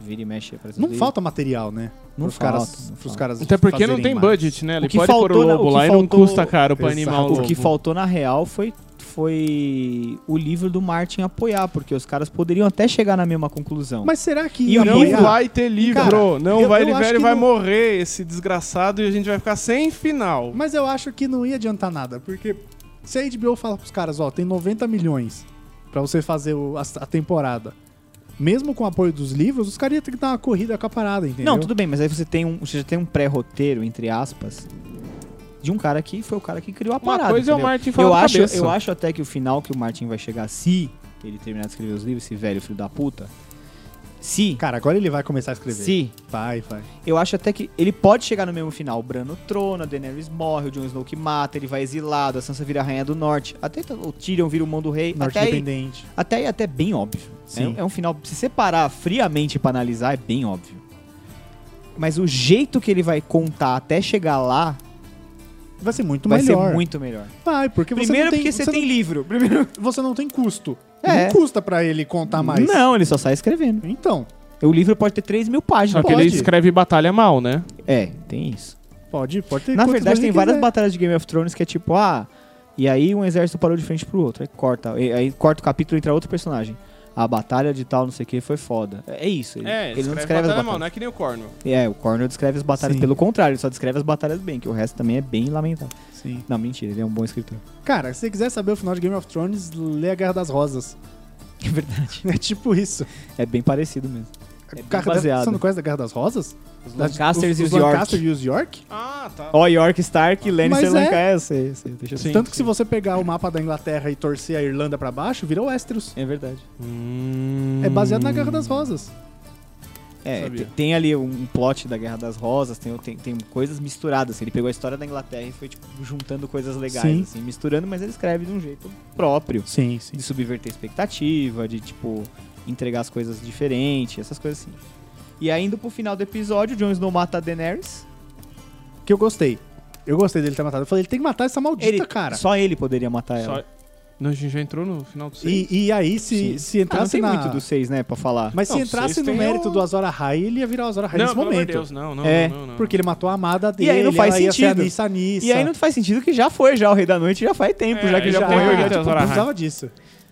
[SPEAKER 4] vira e mexe. aparece
[SPEAKER 1] Não
[SPEAKER 4] nos livros.
[SPEAKER 1] falta material, né?
[SPEAKER 4] Não
[SPEAKER 1] pros
[SPEAKER 4] falta,
[SPEAKER 1] caras,
[SPEAKER 4] não
[SPEAKER 1] pros
[SPEAKER 4] falta.
[SPEAKER 1] caras
[SPEAKER 2] Até porque não
[SPEAKER 1] fazerem
[SPEAKER 2] tem
[SPEAKER 1] mais.
[SPEAKER 2] budget, né? Ele
[SPEAKER 4] O que
[SPEAKER 2] pode pôr o
[SPEAKER 4] faltou na-
[SPEAKER 2] lobo
[SPEAKER 4] o que
[SPEAKER 2] lá e não
[SPEAKER 4] faltou-
[SPEAKER 2] custa caro pra
[SPEAKER 1] Exato.
[SPEAKER 2] animar o
[SPEAKER 4] O
[SPEAKER 2] lobo.
[SPEAKER 4] que faltou, na real, foi, foi o livro do Martin apoiar, porque os caras poderiam até chegar na mesma conclusão.
[SPEAKER 1] Mas será que é?
[SPEAKER 4] E o
[SPEAKER 2] Não
[SPEAKER 4] Apoiar.
[SPEAKER 2] vai ter livro,
[SPEAKER 1] Cara,
[SPEAKER 2] não
[SPEAKER 1] eu-
[SPEAKER 2] vai
[SPEAKER 1] eu acho
[SPEAKER 2] livrar, ele
[SPEAKER 1] que
[SPEAKER 2] vai
[SPEAKER 1] não-
[SPEAKER 2] morrer esse desgraçado e a gente vai ficar sem final.
[SPEAKER 1] Mas eu acho que não ia adiantar nada, porque se a HBO fala pros caras, ó, tem 90 milhões pra você fazer o- a, a temporada. Mesmo com o apoio dos livros, os caras iam ter que dar uma corrida com a parada, entendeu?
[SPEAKER 4] Não, tudo bem, mas aí você tem um, você já tem um pré-roteiro, entre aspas, de um cara que foi o cara que criou a
[SPEAKER 2] Uma
[SPEAKER 4] parada.
[SPEAKER 2] coisa é o
[SPEAKER 4] entendeu?
[SPEAKER 2] Martin falar
[SPEAKER 4] eu
[SPEAKER 2] na
[SPEAKER 4] acho,
[SPEAKER 2] cabeça.
[SPEAKER 4] eu acho até que o final que o Martin vai chegar, se ele terminar de escrever os livros, esse velho filho da puta, se,
[SPEAKER 1] Cara, agora ele vai começar a escrever.
[SPEAKER 4] se,
[SPEAKER 1] Vai, vai.
[SPEAKER 4] eu acho até que ele pode chegar no mesmo final. O Brano trona, a Daenerys morre, o Jon Snow que mata, ele vai exilado, a Sansa vira a Rainha do Norte, até t- o Tyrion vira o Mão do Rei,
[SPEAKER 1] Norte
[SPEAKER 4] até aí,
[SPEAKER 1] Independente.
[SPEAKER 4] até aí é até bem óbvio. É,
[SPEAKER 1] Sim.
[SPEAKER 4] um- é um final, se separar friamente pra analisar, é bem óbvio. Mas o jeito que ele vai contar até chegar lá
[SPEAKER 1] Vai ser muito
[SPEAKER 4] vai
[SPEAKER 1] melhor.
[SPEAKER 4] ser muito melhor.
[SPEAKER 1] Vai, porque
[SPEAKER 4] Primeiro
[SPEAKER 1] você não tem,
[SPEAKER 4] porque você, tem
[SPEAKER 1] não-
[SPEAKER 4] livro. Primeiro...
[SPEAKER 1] você não tem custo.
[SPEAKER 4] É.
[SPEAKER 1] Não custa pra ele contar mais.
[SPEAKER 4] Não, ele só sai escrevendo.
[SPEAKER 1] Então,
[SPEAKER 4] O livro pode ter 3 mil
[SPEAKER 2] Só
[SPEAKER 4] páginas.
[SPEAKER 2] que ele
[SPEAKER 1] pode.
[SPEAKER 2] escreve batalha mal, né?
[SPEAKER 4] É, tem isso.
[SPEAKER 1] pode, pode ter
[SPEAKER 4] Na
[SPEAKER 1] quantas
[SPEAKER 4] verdade,
[SPEAKER 1] vezes
[SPEAKER 4] tem
[SPEAKER 1] ele
[SPEAKER 4] várias
[SPEAKER 1] quiser.
[SPEAKER 4] batalhas de Game of Thrones que é tipo, ah, e aí um exército parou de frente pro outro. Aí corta. e- Aí corta o capítulo e entra outro personagem. A batalha de tal, não sei o que, foi foda. É é isso. Ele, ele não descreve as batalhas.
[SPEAKER 2] é que nem o Corno.
[SPEAKER 4] É, o Cornel descreve as batalhas
[SPEAKER 1] Sim.
[SPEAKER 4] pelo contrário, ele só descreve as batalhas bem, que o resto também é bem lamentável.
[SPEAKER 1] Sim.
[SPEAKER 4] Não, mentira, ele é um bom escritor.
[SPEAKER 1] Cara, se você quiser saber o final de Game of Thrones, lê A Guerra das Rosas.
[SPEAKER 4] É verdade.
[SPEAKER 1] É tipo isso.
[SPEAKER 4] É bem parecido mesmo. É bem
[SPEAKER 1] Guerra da-
[SPEAKER 4] baseado.
[SPEAKER 1] Você não conhece da Guerra das Rosas?
[SPEAKER 4] Os
[SPEAKER 1] Da-
[SPEAKER 4] Lancasters
[SPEAKER 1] os-
[SPEAKER 4] e os
[SPEAKER 1] os Lancaster
[SPEAKER 4] York.
[SPEAKER 1] e os York?
[SPEAKER 2] Ah, tá.
[SPEAKER 4] Ó, York Stark, Lannister
[SPEAKER 1] Mas é.
[SPEAKER 4] Lancaster. É, eu sei, eu sei, deixa eu
[SPEAKER 2] Sim.
[SPEAKER 1] Tanto que se você pegar o mapa da Inglaterra e torcer a Irlanda pra baixo, vira Westeros.
[SPEAKER 4] É verdade.
[SPEAKER 2] Hum.
[SPEAKER 1] É baseado na Guerra das Rosas.
[SPEAKER 4] É,
[SPEAKER 2] Sabia.
[SPEAKER 4] te- tem ali um plot da Guerra das Rosas, tem, tem, tem coisas misturadas. assim, Ele pegou a história da Inglaterra e foi tipo, juntando coisas legais,
[SPEAKER 1] Sim.
[SPEAKER 4] assim, misturando, mas ele escreve de um jeito próprio.
[SPEAKER 1] Sim, sim.
[SPEAKER 4] De subverter expectativa, de tipo, entregar as coisas diferente, essas coisas assim. E ainda pro final do episódio, Jon Snow mata a Daenerys.
[SPEAKER 1] Que eu gostei. Eu gostei dele ter matado. Eu falei, ele tem que matar essa maldita,
[SPEAKER 4] Ele-
[SPEAKER 1] cara.
[SPEAKER 4] Só ele poderia matar ela.
[SPEAKER 2] É. Não, a gente já entrou no final do seis.
[SPEAKER 1] E, e aí,
[SPEAKER 4] Sim.
[SPEAKER 1] se, se
[SPEAKER 4] Ah, não
[SPEAKER 1] entrasse
[SPEAKER 4] tem
[SPEAKER 1] na...
[SPEAKER 4] muito dos seis, né, pra falar.
[SPEAKER 1] Mas
[SPEAKER 2] Não,
[SPEAKER 1] se entrasse
[SPEAKER 2] vocês
[SPEAKER 1] no
[SPEAKER 2] têm
[SPEAKER 1] mérito
[SPEAKER 2] o-
[SPEAKER 1] do Azor Ahai, ele ia virar o Azor Ahai
[SPEAKER 2] Não,
[SPEAKER 1] nesse
[SPEAKER 2] pelo amor
[SPEAKER 1] momento.
[SPEAKER 2] de Deus, não, não,
[SPEAKER 4] É,
[SPEAKER 2] não, não, não.
[SPEAKER 1] Porque ele matou a amada dele.
[SPEAKER 4] E aí não faz
[SPEAKER 1] ela ia ser
[SPEAKER 4] sentido.
[SPEAKER 1] a Nissa, a Nissa.
[SPEAKER 4] E aí não faz sentido que já foi já o Rei da Noite, já faz tempo,
[SPEAKER 2] É,
[SPEAKER 4] já que
[SPEAKER 2] aí
[SPEAKER 4] já
[SPEAKER 2] já
[SPEAKER 4] morreu.
[SPEAKER 2] tem-
[SPEAKER 4] já,
[SPEAKER 2] tem
[SPEAKER 4] tipo,
[SPEAKER 1] tipo, não
[SPEAKER 2] Azor Ahai.
[SPEAKER 1] precisava disso.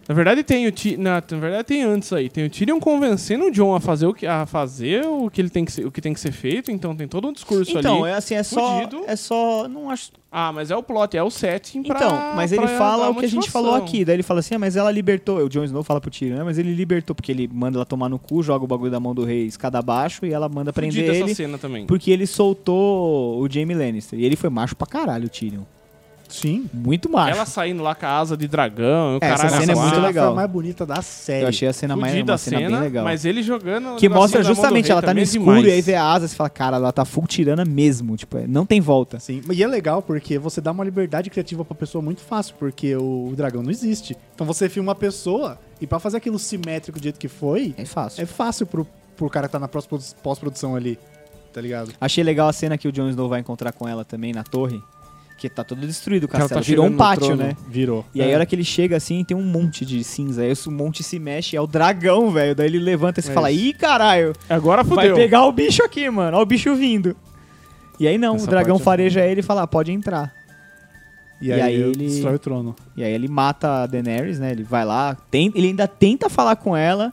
[SPEAKER 2] Na verdade tem o Ti- na, na verdade tem antes aí, tem o Tyrion convencendo o John a fazer o que a fazer o que ele tem que ser, o que tem que ser feito, então tem todo um discurso
[SPEAKER 4] Então,
[SPEAKER 2] ali.
[SPEAKER 4] é assim, é só,
[SPEAKER 2] fudido.
[SPEAKER 4] é só, não acho
[SPEAKER 2] Ah, mas é o plot, é o setting pra
[SPEAKER 4] Então, mas ele
[SPEAKER 2] pra
[SPEAKER 4] fala
[SPEAKER 2] dar
[SPEAKER 4] o que a gente falou
[SPEAKER 2] motivação.
[SPEAKER 4] aqui. Daí ele fala assim, ah, mas ela libertou. O Jon Snow fala pro Tyrion, né? Mas ele libertou, porque ele manda ela tomar no cu, joga o bagulho da mão do rei escada abaixo e ela manda prender
[SPEAKER 2] Fudida
[SPEAKER 4] ele.
[SPEAKER 2] essa cena também.
[SPEAKER 4] Porque ele soltou o Jaime Lannister. E ele foi macho pra caralho, o Tyrion.
[SPEAKER 1] Sim.
[SPEAKER 4] Muito macho.
[SPEAKER 2] Ela saindo lá com a asa de dragão, o
[SPEAKER 4] É, essa
[SPEAKER 2] caralho
[SPEAKER 4] cena é
[SPEAKER 2] lá.
[SPEAKER 4] muito
[SPEAKER 1] foi
[SPEAKER 4] legal.
[SPEAKER 1] a mais bonita da série.
[SPEAKER 4] Eu achei a cena mais
[SPEAKER 2] Fudida
[SPEAKER 4] uma
[SPEAKER 2] a
[SPEAKER 4] cena,
[SPEAKER 2] cena,
[SPEAKER 4] bem legal.
[SPEAKER 2] mas ele jogando
[SPEAKER 4] que
[SPEAKER 2] o negocinho da
[SPEAKER 4] mostra
[SPEAKER 2] mão do
[SPEAKER 4] justamente,
[SPEAKER 2] rei
[SPEAKER 4] ela tá no
[SPEAKER 2] também é
[SPEAKER 4] escuro
[SPEAKER 2] demais.
[SPEAKER 4] e aí vê a asa e você fala, cara, ela tá full tirana mesmo. Tipo, é, não tem volta.
[SPEAKER 1] Sim, e é legal porque você dá uma liberdade criativa pra pessoa muito fácil, porque o dragão não existe. Então você filma a pessoa e pra fazer aquilo simétrico do jeito que foi,
[SPEAKER 4] É fácil.
[SPEAKER 1] é fácil pro, pro cara que tá na pós- pós-produção ali, tá ligado?
[SPEAKER 4] Achei legal a cena que o Jon Snow vai encontrar com ela também na torre. Que tá todo destruído o
[SPEAKER 2] ela tá
[SPEAKER 4] castelo. Virou um
[SPEAKER 2] chegando no
[SPEAKER 4] pátio,
[SPEAKER 2] trono.
[SPEAKER 4] né?
[SPEAKER 1] Virou.
[SPEAKER 4] E aí,
[SPEAKER 1] É.
[SPEAKER 4] a hora que ele chega assim, tem um monte de cinza. Aí o monte se mexe, é o dragão, velho. Daí ele levanta e você
[SPEAKER 2] É
[SPEAKER 4] fala:
[SPEAKER 2] isso.
[SPEAKER 4] ih, caralho,
[SPEAKER 2] Agora
[SPEAKER 4] vai
[SPEAKER 2] fudeu.
[SPEAKER 4] pegar o bicho aqui, mano. Ó, o bicho vindo. E aí, não,
[SPEAKER 2] Essa
[SPEAKER 4] o dragão
[SPEAKER 2] parte é
[SPEAKER 4] fareja ele e fala: ah, pode entrar.
[SPEAKER 1] E
[SPEAKER 4] e
[SPEAKER 1] aí,
[SPEAKER 4] aí ele-
[SPEAKER 1] ele destrói o trono.
[SPEAKER 4] E aí ele mata a Daenerys, né? Ele vai lá, tem- ele ainda tenta falar com ela.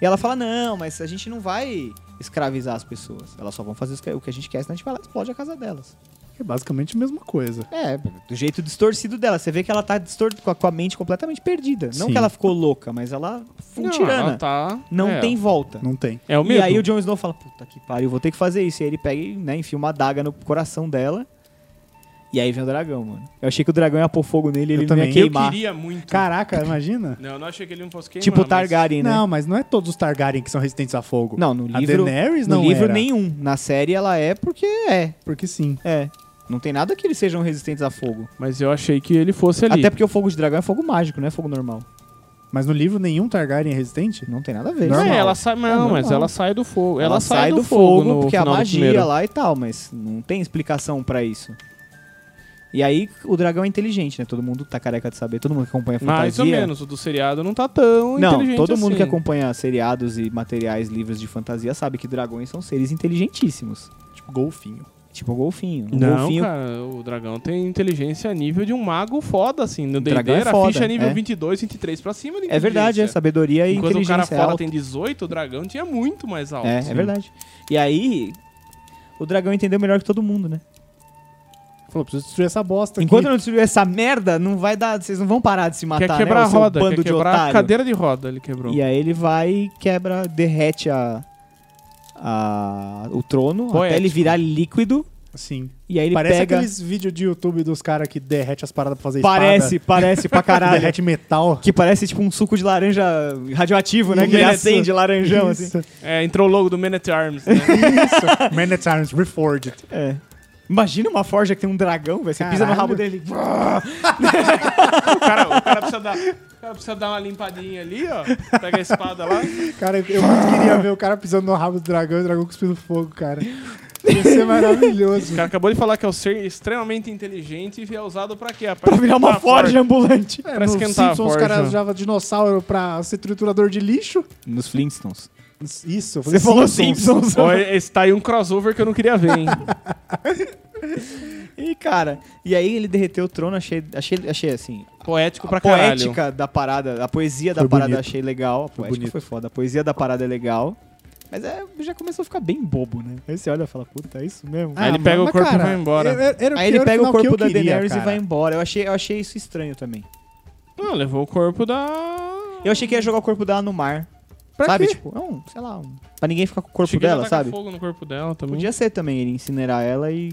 [SPEAKER 4] E ela fala: não, mas a gente não vai escravizar as pessoas. Elas só vão fazer os que- o que a gente quer, senão a gente vai lá e explode a casa delas.
[SPEAKER 1] É basicamente a mesma coisa.
[SPEAKER 4] É, do jeito distorcido dela. Você vê que ela tá distor com, a, com a mente completamente perdida. Não
[SPEAKER 1] Sim.
[SPEAKER 4] que ela ficou louca, mas ela. Full
[SPEAKER 2] Não,
[SPEAKER 4] tirana.
[SPEAKER 2] ela tá...
[SPEAKER 4] Não
[SPEAKER 2] é,
[SPEAKER 4] tem volta.
[SPEAKER 1] Não tem.
[SPEAKER 2] É o
[SPEAKER 4] E
[SPEAKER 2] medo.
[SPEAKER 4] aí o Jon Snow fala, puta que pariu, vou ter que fazer isso. E aí ele pega e né, enfia uma adaga no coração dela. E aí vem o dragão, mano. Eu achei que o dragão ia pôr fogo nele e
[SPEAKER 1] Eu
[SPEAKER 4] ele não ia
[SPEAKER 1] também.
[SPEAKER 2] Eu
[SPEAKER 4] queimar.
[SPEAKER 2] queria muito.
[SPEAKER 1] Caraca, imagina?
[SPEAKER 2] Não, eu não achei que ele não fosse queimar.
[SPEAKER 4] Tipo o
[SPEAKER 2] mas-
[SPEAKER 4] Targaryen, né?
[SPEAKER 1] Não, mas não é todos os Targaryen que são resistentes a fogo.
[SPEAKER 4] Não, no
[SPEAKER 1] A
[SPEAKER 4] livro.
[SPEAKER 1] Daenerys
[SPEAKER 4] no
[SPEAKER 1] não
[SPEAKER 4] livro
[SPEAKER 1] era.
[SPEAKER 4] nenhum. Na série ela é porque é.
[SPEAKER 1] Porque sim.
[SPEAKER 4] É. Não tem nada que eles sejam resistentes a fogo.
[SPEAKER 2] Mas eu achei que ele fosse ali.
[SPEAKER 4] Até porque o fogo de dragão é fogo mágico, não é fogo normal.
[SPEAKER 1] Mas no livro nenhum Targaryen é resistente?
[SPEAKER 4] Não tem nada a ver.
[SPEAKER 2] Não,
[SPEAKER 1] normal.
[SPEAKER 2] ela sai, não,
[SPEAKER 4] normal.
[SPEAKER 2] mas ela sai do fogo. Ela,
[SPEAKER 4] Ela
[SPEAKER 2] sai do fogo, no
[SPEAKER 4] porque a
[SPEAKER 2] final do
[SPEAKER 4] magia
[SPEAKER 2] primeiro.
[SPEAKER 4] lá e tal, mas não tem explicação pra isso. E aí o dragão é inteligente, né? Todo mundo tá careca de saber, todo mundo que acompanha fantasia.
[SPEAKER 2] Mais ou menos, o do seriado não tá tão
[SPEAKER 4] Não,
[SPEAKER 2] inteligente
[SPEAKER 4] todo mundo
[SPEAKER 2] assim.
[SPEAKER 4] que acompanha seriados e materiais, livros de fantasia sabe que dragões são seres inteligentíssimos.
[SPEAKER 1] Tipo, golfinho.
[SPEAKER 4] Tipo o golfinho. O
[SPEAKER 2] Não,
[SPEAKER 4] golfinho
[SPEAKER 2] cara, o dragão tem inteligência a nível de um mago foda, assim. No D&D
[SPEAKER 4] dragão é
[SPEAKER 2] era
[SPEAKER 4] foda,
[SPEAKER 2] ficha nível
[SPEAKER 4] é.
[SPEAKER 2] 22, 23 pra cima de
[SPEAKER 4] é verdade, é
[SPEAKER 2] inteligência.
[SPEAKER 4] sabedoria e
[SPEAKER 2] Enquanto o
[SPEAKER 4] inteligência.
[SPEAKER 2] cara
[SPEAKER 4] é
[SPEAKER 2] fora
[SPEAKER 4] alta.
[SPEAKER 2] tem 18, o dragão tinha muito mais alto. assim.
[SPEAKER 4] É, é verdade. E aí o dragão entendeu melhor que todo mundo, né?
[SPEAKER 1] Falou, preciso destruir essa bosta
[SPEAKER 4] Enquanto
[SPEAKER 1] aqui.
[SPEAKER 4] não destruir essa merda, não vai dar, vocês não vão parar de se matar,
[SPEAKER 2] Quer
[SPEAKER 4] né,
[SPEAKER 2] quebrar a
[SPEAKER 4] o seu
[SPEAKER 2] roda,
[SPEAKER 4] bando
[SPEAKER 2] quer
[SPEAKER 4] de
[SPEAKER 2] quebrar a
[SPEAKER 4] otário.
[SPEAKER 2] cadeira de roda ele quebrou.
[SPEAKER 4] E aí ele vai e quebra, derrete a, a- o trono até
[SPEAKER 2] Poético.
[SPEAKER 4] ele virar líquido.
[SPEAKER 1] Sim.
[SPEAKER 4] E aí ele
[SPEAKER 1] parece
[SPEAKER 4] pega.
[SPEAKER 1] aqueles vídeos de YouTube dos caras que derrete as paradas pra fazer
[SPEAKER 4] Parece,
[SPEAKER 1] espada.
[SPEAKER 4] parece pra caralho.
[SPEAKER 1] Derrete metal.
[SPEAKER 4] que parece tipo um suco de laranja radioativo, né? Que ele
[SPEAKER 2] Isso.
[SPEAKER 4] acende laranjão, assim.
[SPEAKER 1] Isso.
[SPEAKER 2] É, entrou o logo do Man at Arms, né?
[SPEAKER 1] Isso. Man at Arms Reforged.
[SPEAKER 4] É. Imagina uma forja que tem um dragão, velho. Você pisa no
[SPEAKER 1] Caralho.
[SPEAKER 4] rabo dele.
[SPEAKER 2] o, cara, o cara precisa dar... o cara precisa dar uma limpadinha ali, ó. Pega a espada lá.
[SPEAKER 1] Cara, eu muito queria ver o cara pisando no rabo do dragão e o dragão cuspindo fogo, cara. Ia ser maravilhoso.
[SPEAKER 2] O cara acabou de falar que é um ser extremamente inteligente e é usado pra quê?
[SPEAKER 4] pra virar uma forja ambulante.
[SPEAKER 1] É,
[SPEAKER 2] Pra
[SPEAKER 1] no
[SPEAKER 2] esquentar a
[SPEAKER 1] Simpsons, os
[SPEAKER 2] forja.
[SPEAKER 1] caras usavam dinossauro pra ser triturador de lixo.
[SPEAKER 4] Nos Flintstones.
[SPEAKER 1] Isso, eu falei
[SPEAKER 4] Você falou
[SPEAKER 1] Simpsons.
[SPEAKER 4] Simpsons.
[SPEAKER 2] Ó, esse tá aí um crossover que eu não queria ver, hein?
[SPEAKER 4] E, cara, e aí ele derreteu o trono, achei, achei, achei assim,
[SPEAKER 2] Poético pra
[SPEAKER 4] a
[SPEAKER 2] caralho.
[SPEAKER 4] poética da parada, a poesia da
[SPEAKER 1] Foi
[SPEAKER 4] parada
[SPEAKER 1] bonito.
[SPEAKER 4] achei legal. A poética
[SPEAKER 1] bonito.
[SPEAKER 4] foi foda. A poesia da parada é legal. Mas é, já começou a ficar bem bobo, né? Aí você olha e fala, puta, é isso mesmo?
[SPEAKER 2] Aí ele pega o
[SPEAKER 1] Ah, mas,
[SPEAKER 2] corpo e vai embora.
[SPEAKER 1] era- era- era
[SPEAKER 4] aí ele
[SPEAKER 1] era
[SPEAKER 4] pega o
[SPEAKER 1] final que
[SPEAKER 4] corpo
[SPEAKER 1] eu
[SPEAKER 4] da
[SPEAKER 1] queria,
[SPEAKER 4] Daenerys e
[SPEAKER 1] cara. Ah,
[SPEAKER 4] vai embora. Eu achei, eu achei isso estranho também.
[SPEAKER 2] Não, Ah, levou o corpo da.
[SPEAKER 4] Eu achei que ia jogar o corpo dela no mar.
[SPEAKER 2] Pra
[SPEAKER 4] sabe?
[SPEAKER 2] quê?
[SPEAKER 4] Tipo, é um, sei lá, um, pra ninguém ficar com o corpo
[SPEAKER 2] Achei que ele ia
[SPEAKER 4] dela,
[SPEAKER 2] tacar
[SPEAKER 4] sabe?
[SPEAKER 2] fogo no corpo dela também.
[SPEAKER 4] Podia ser também, ele incinerar ela e.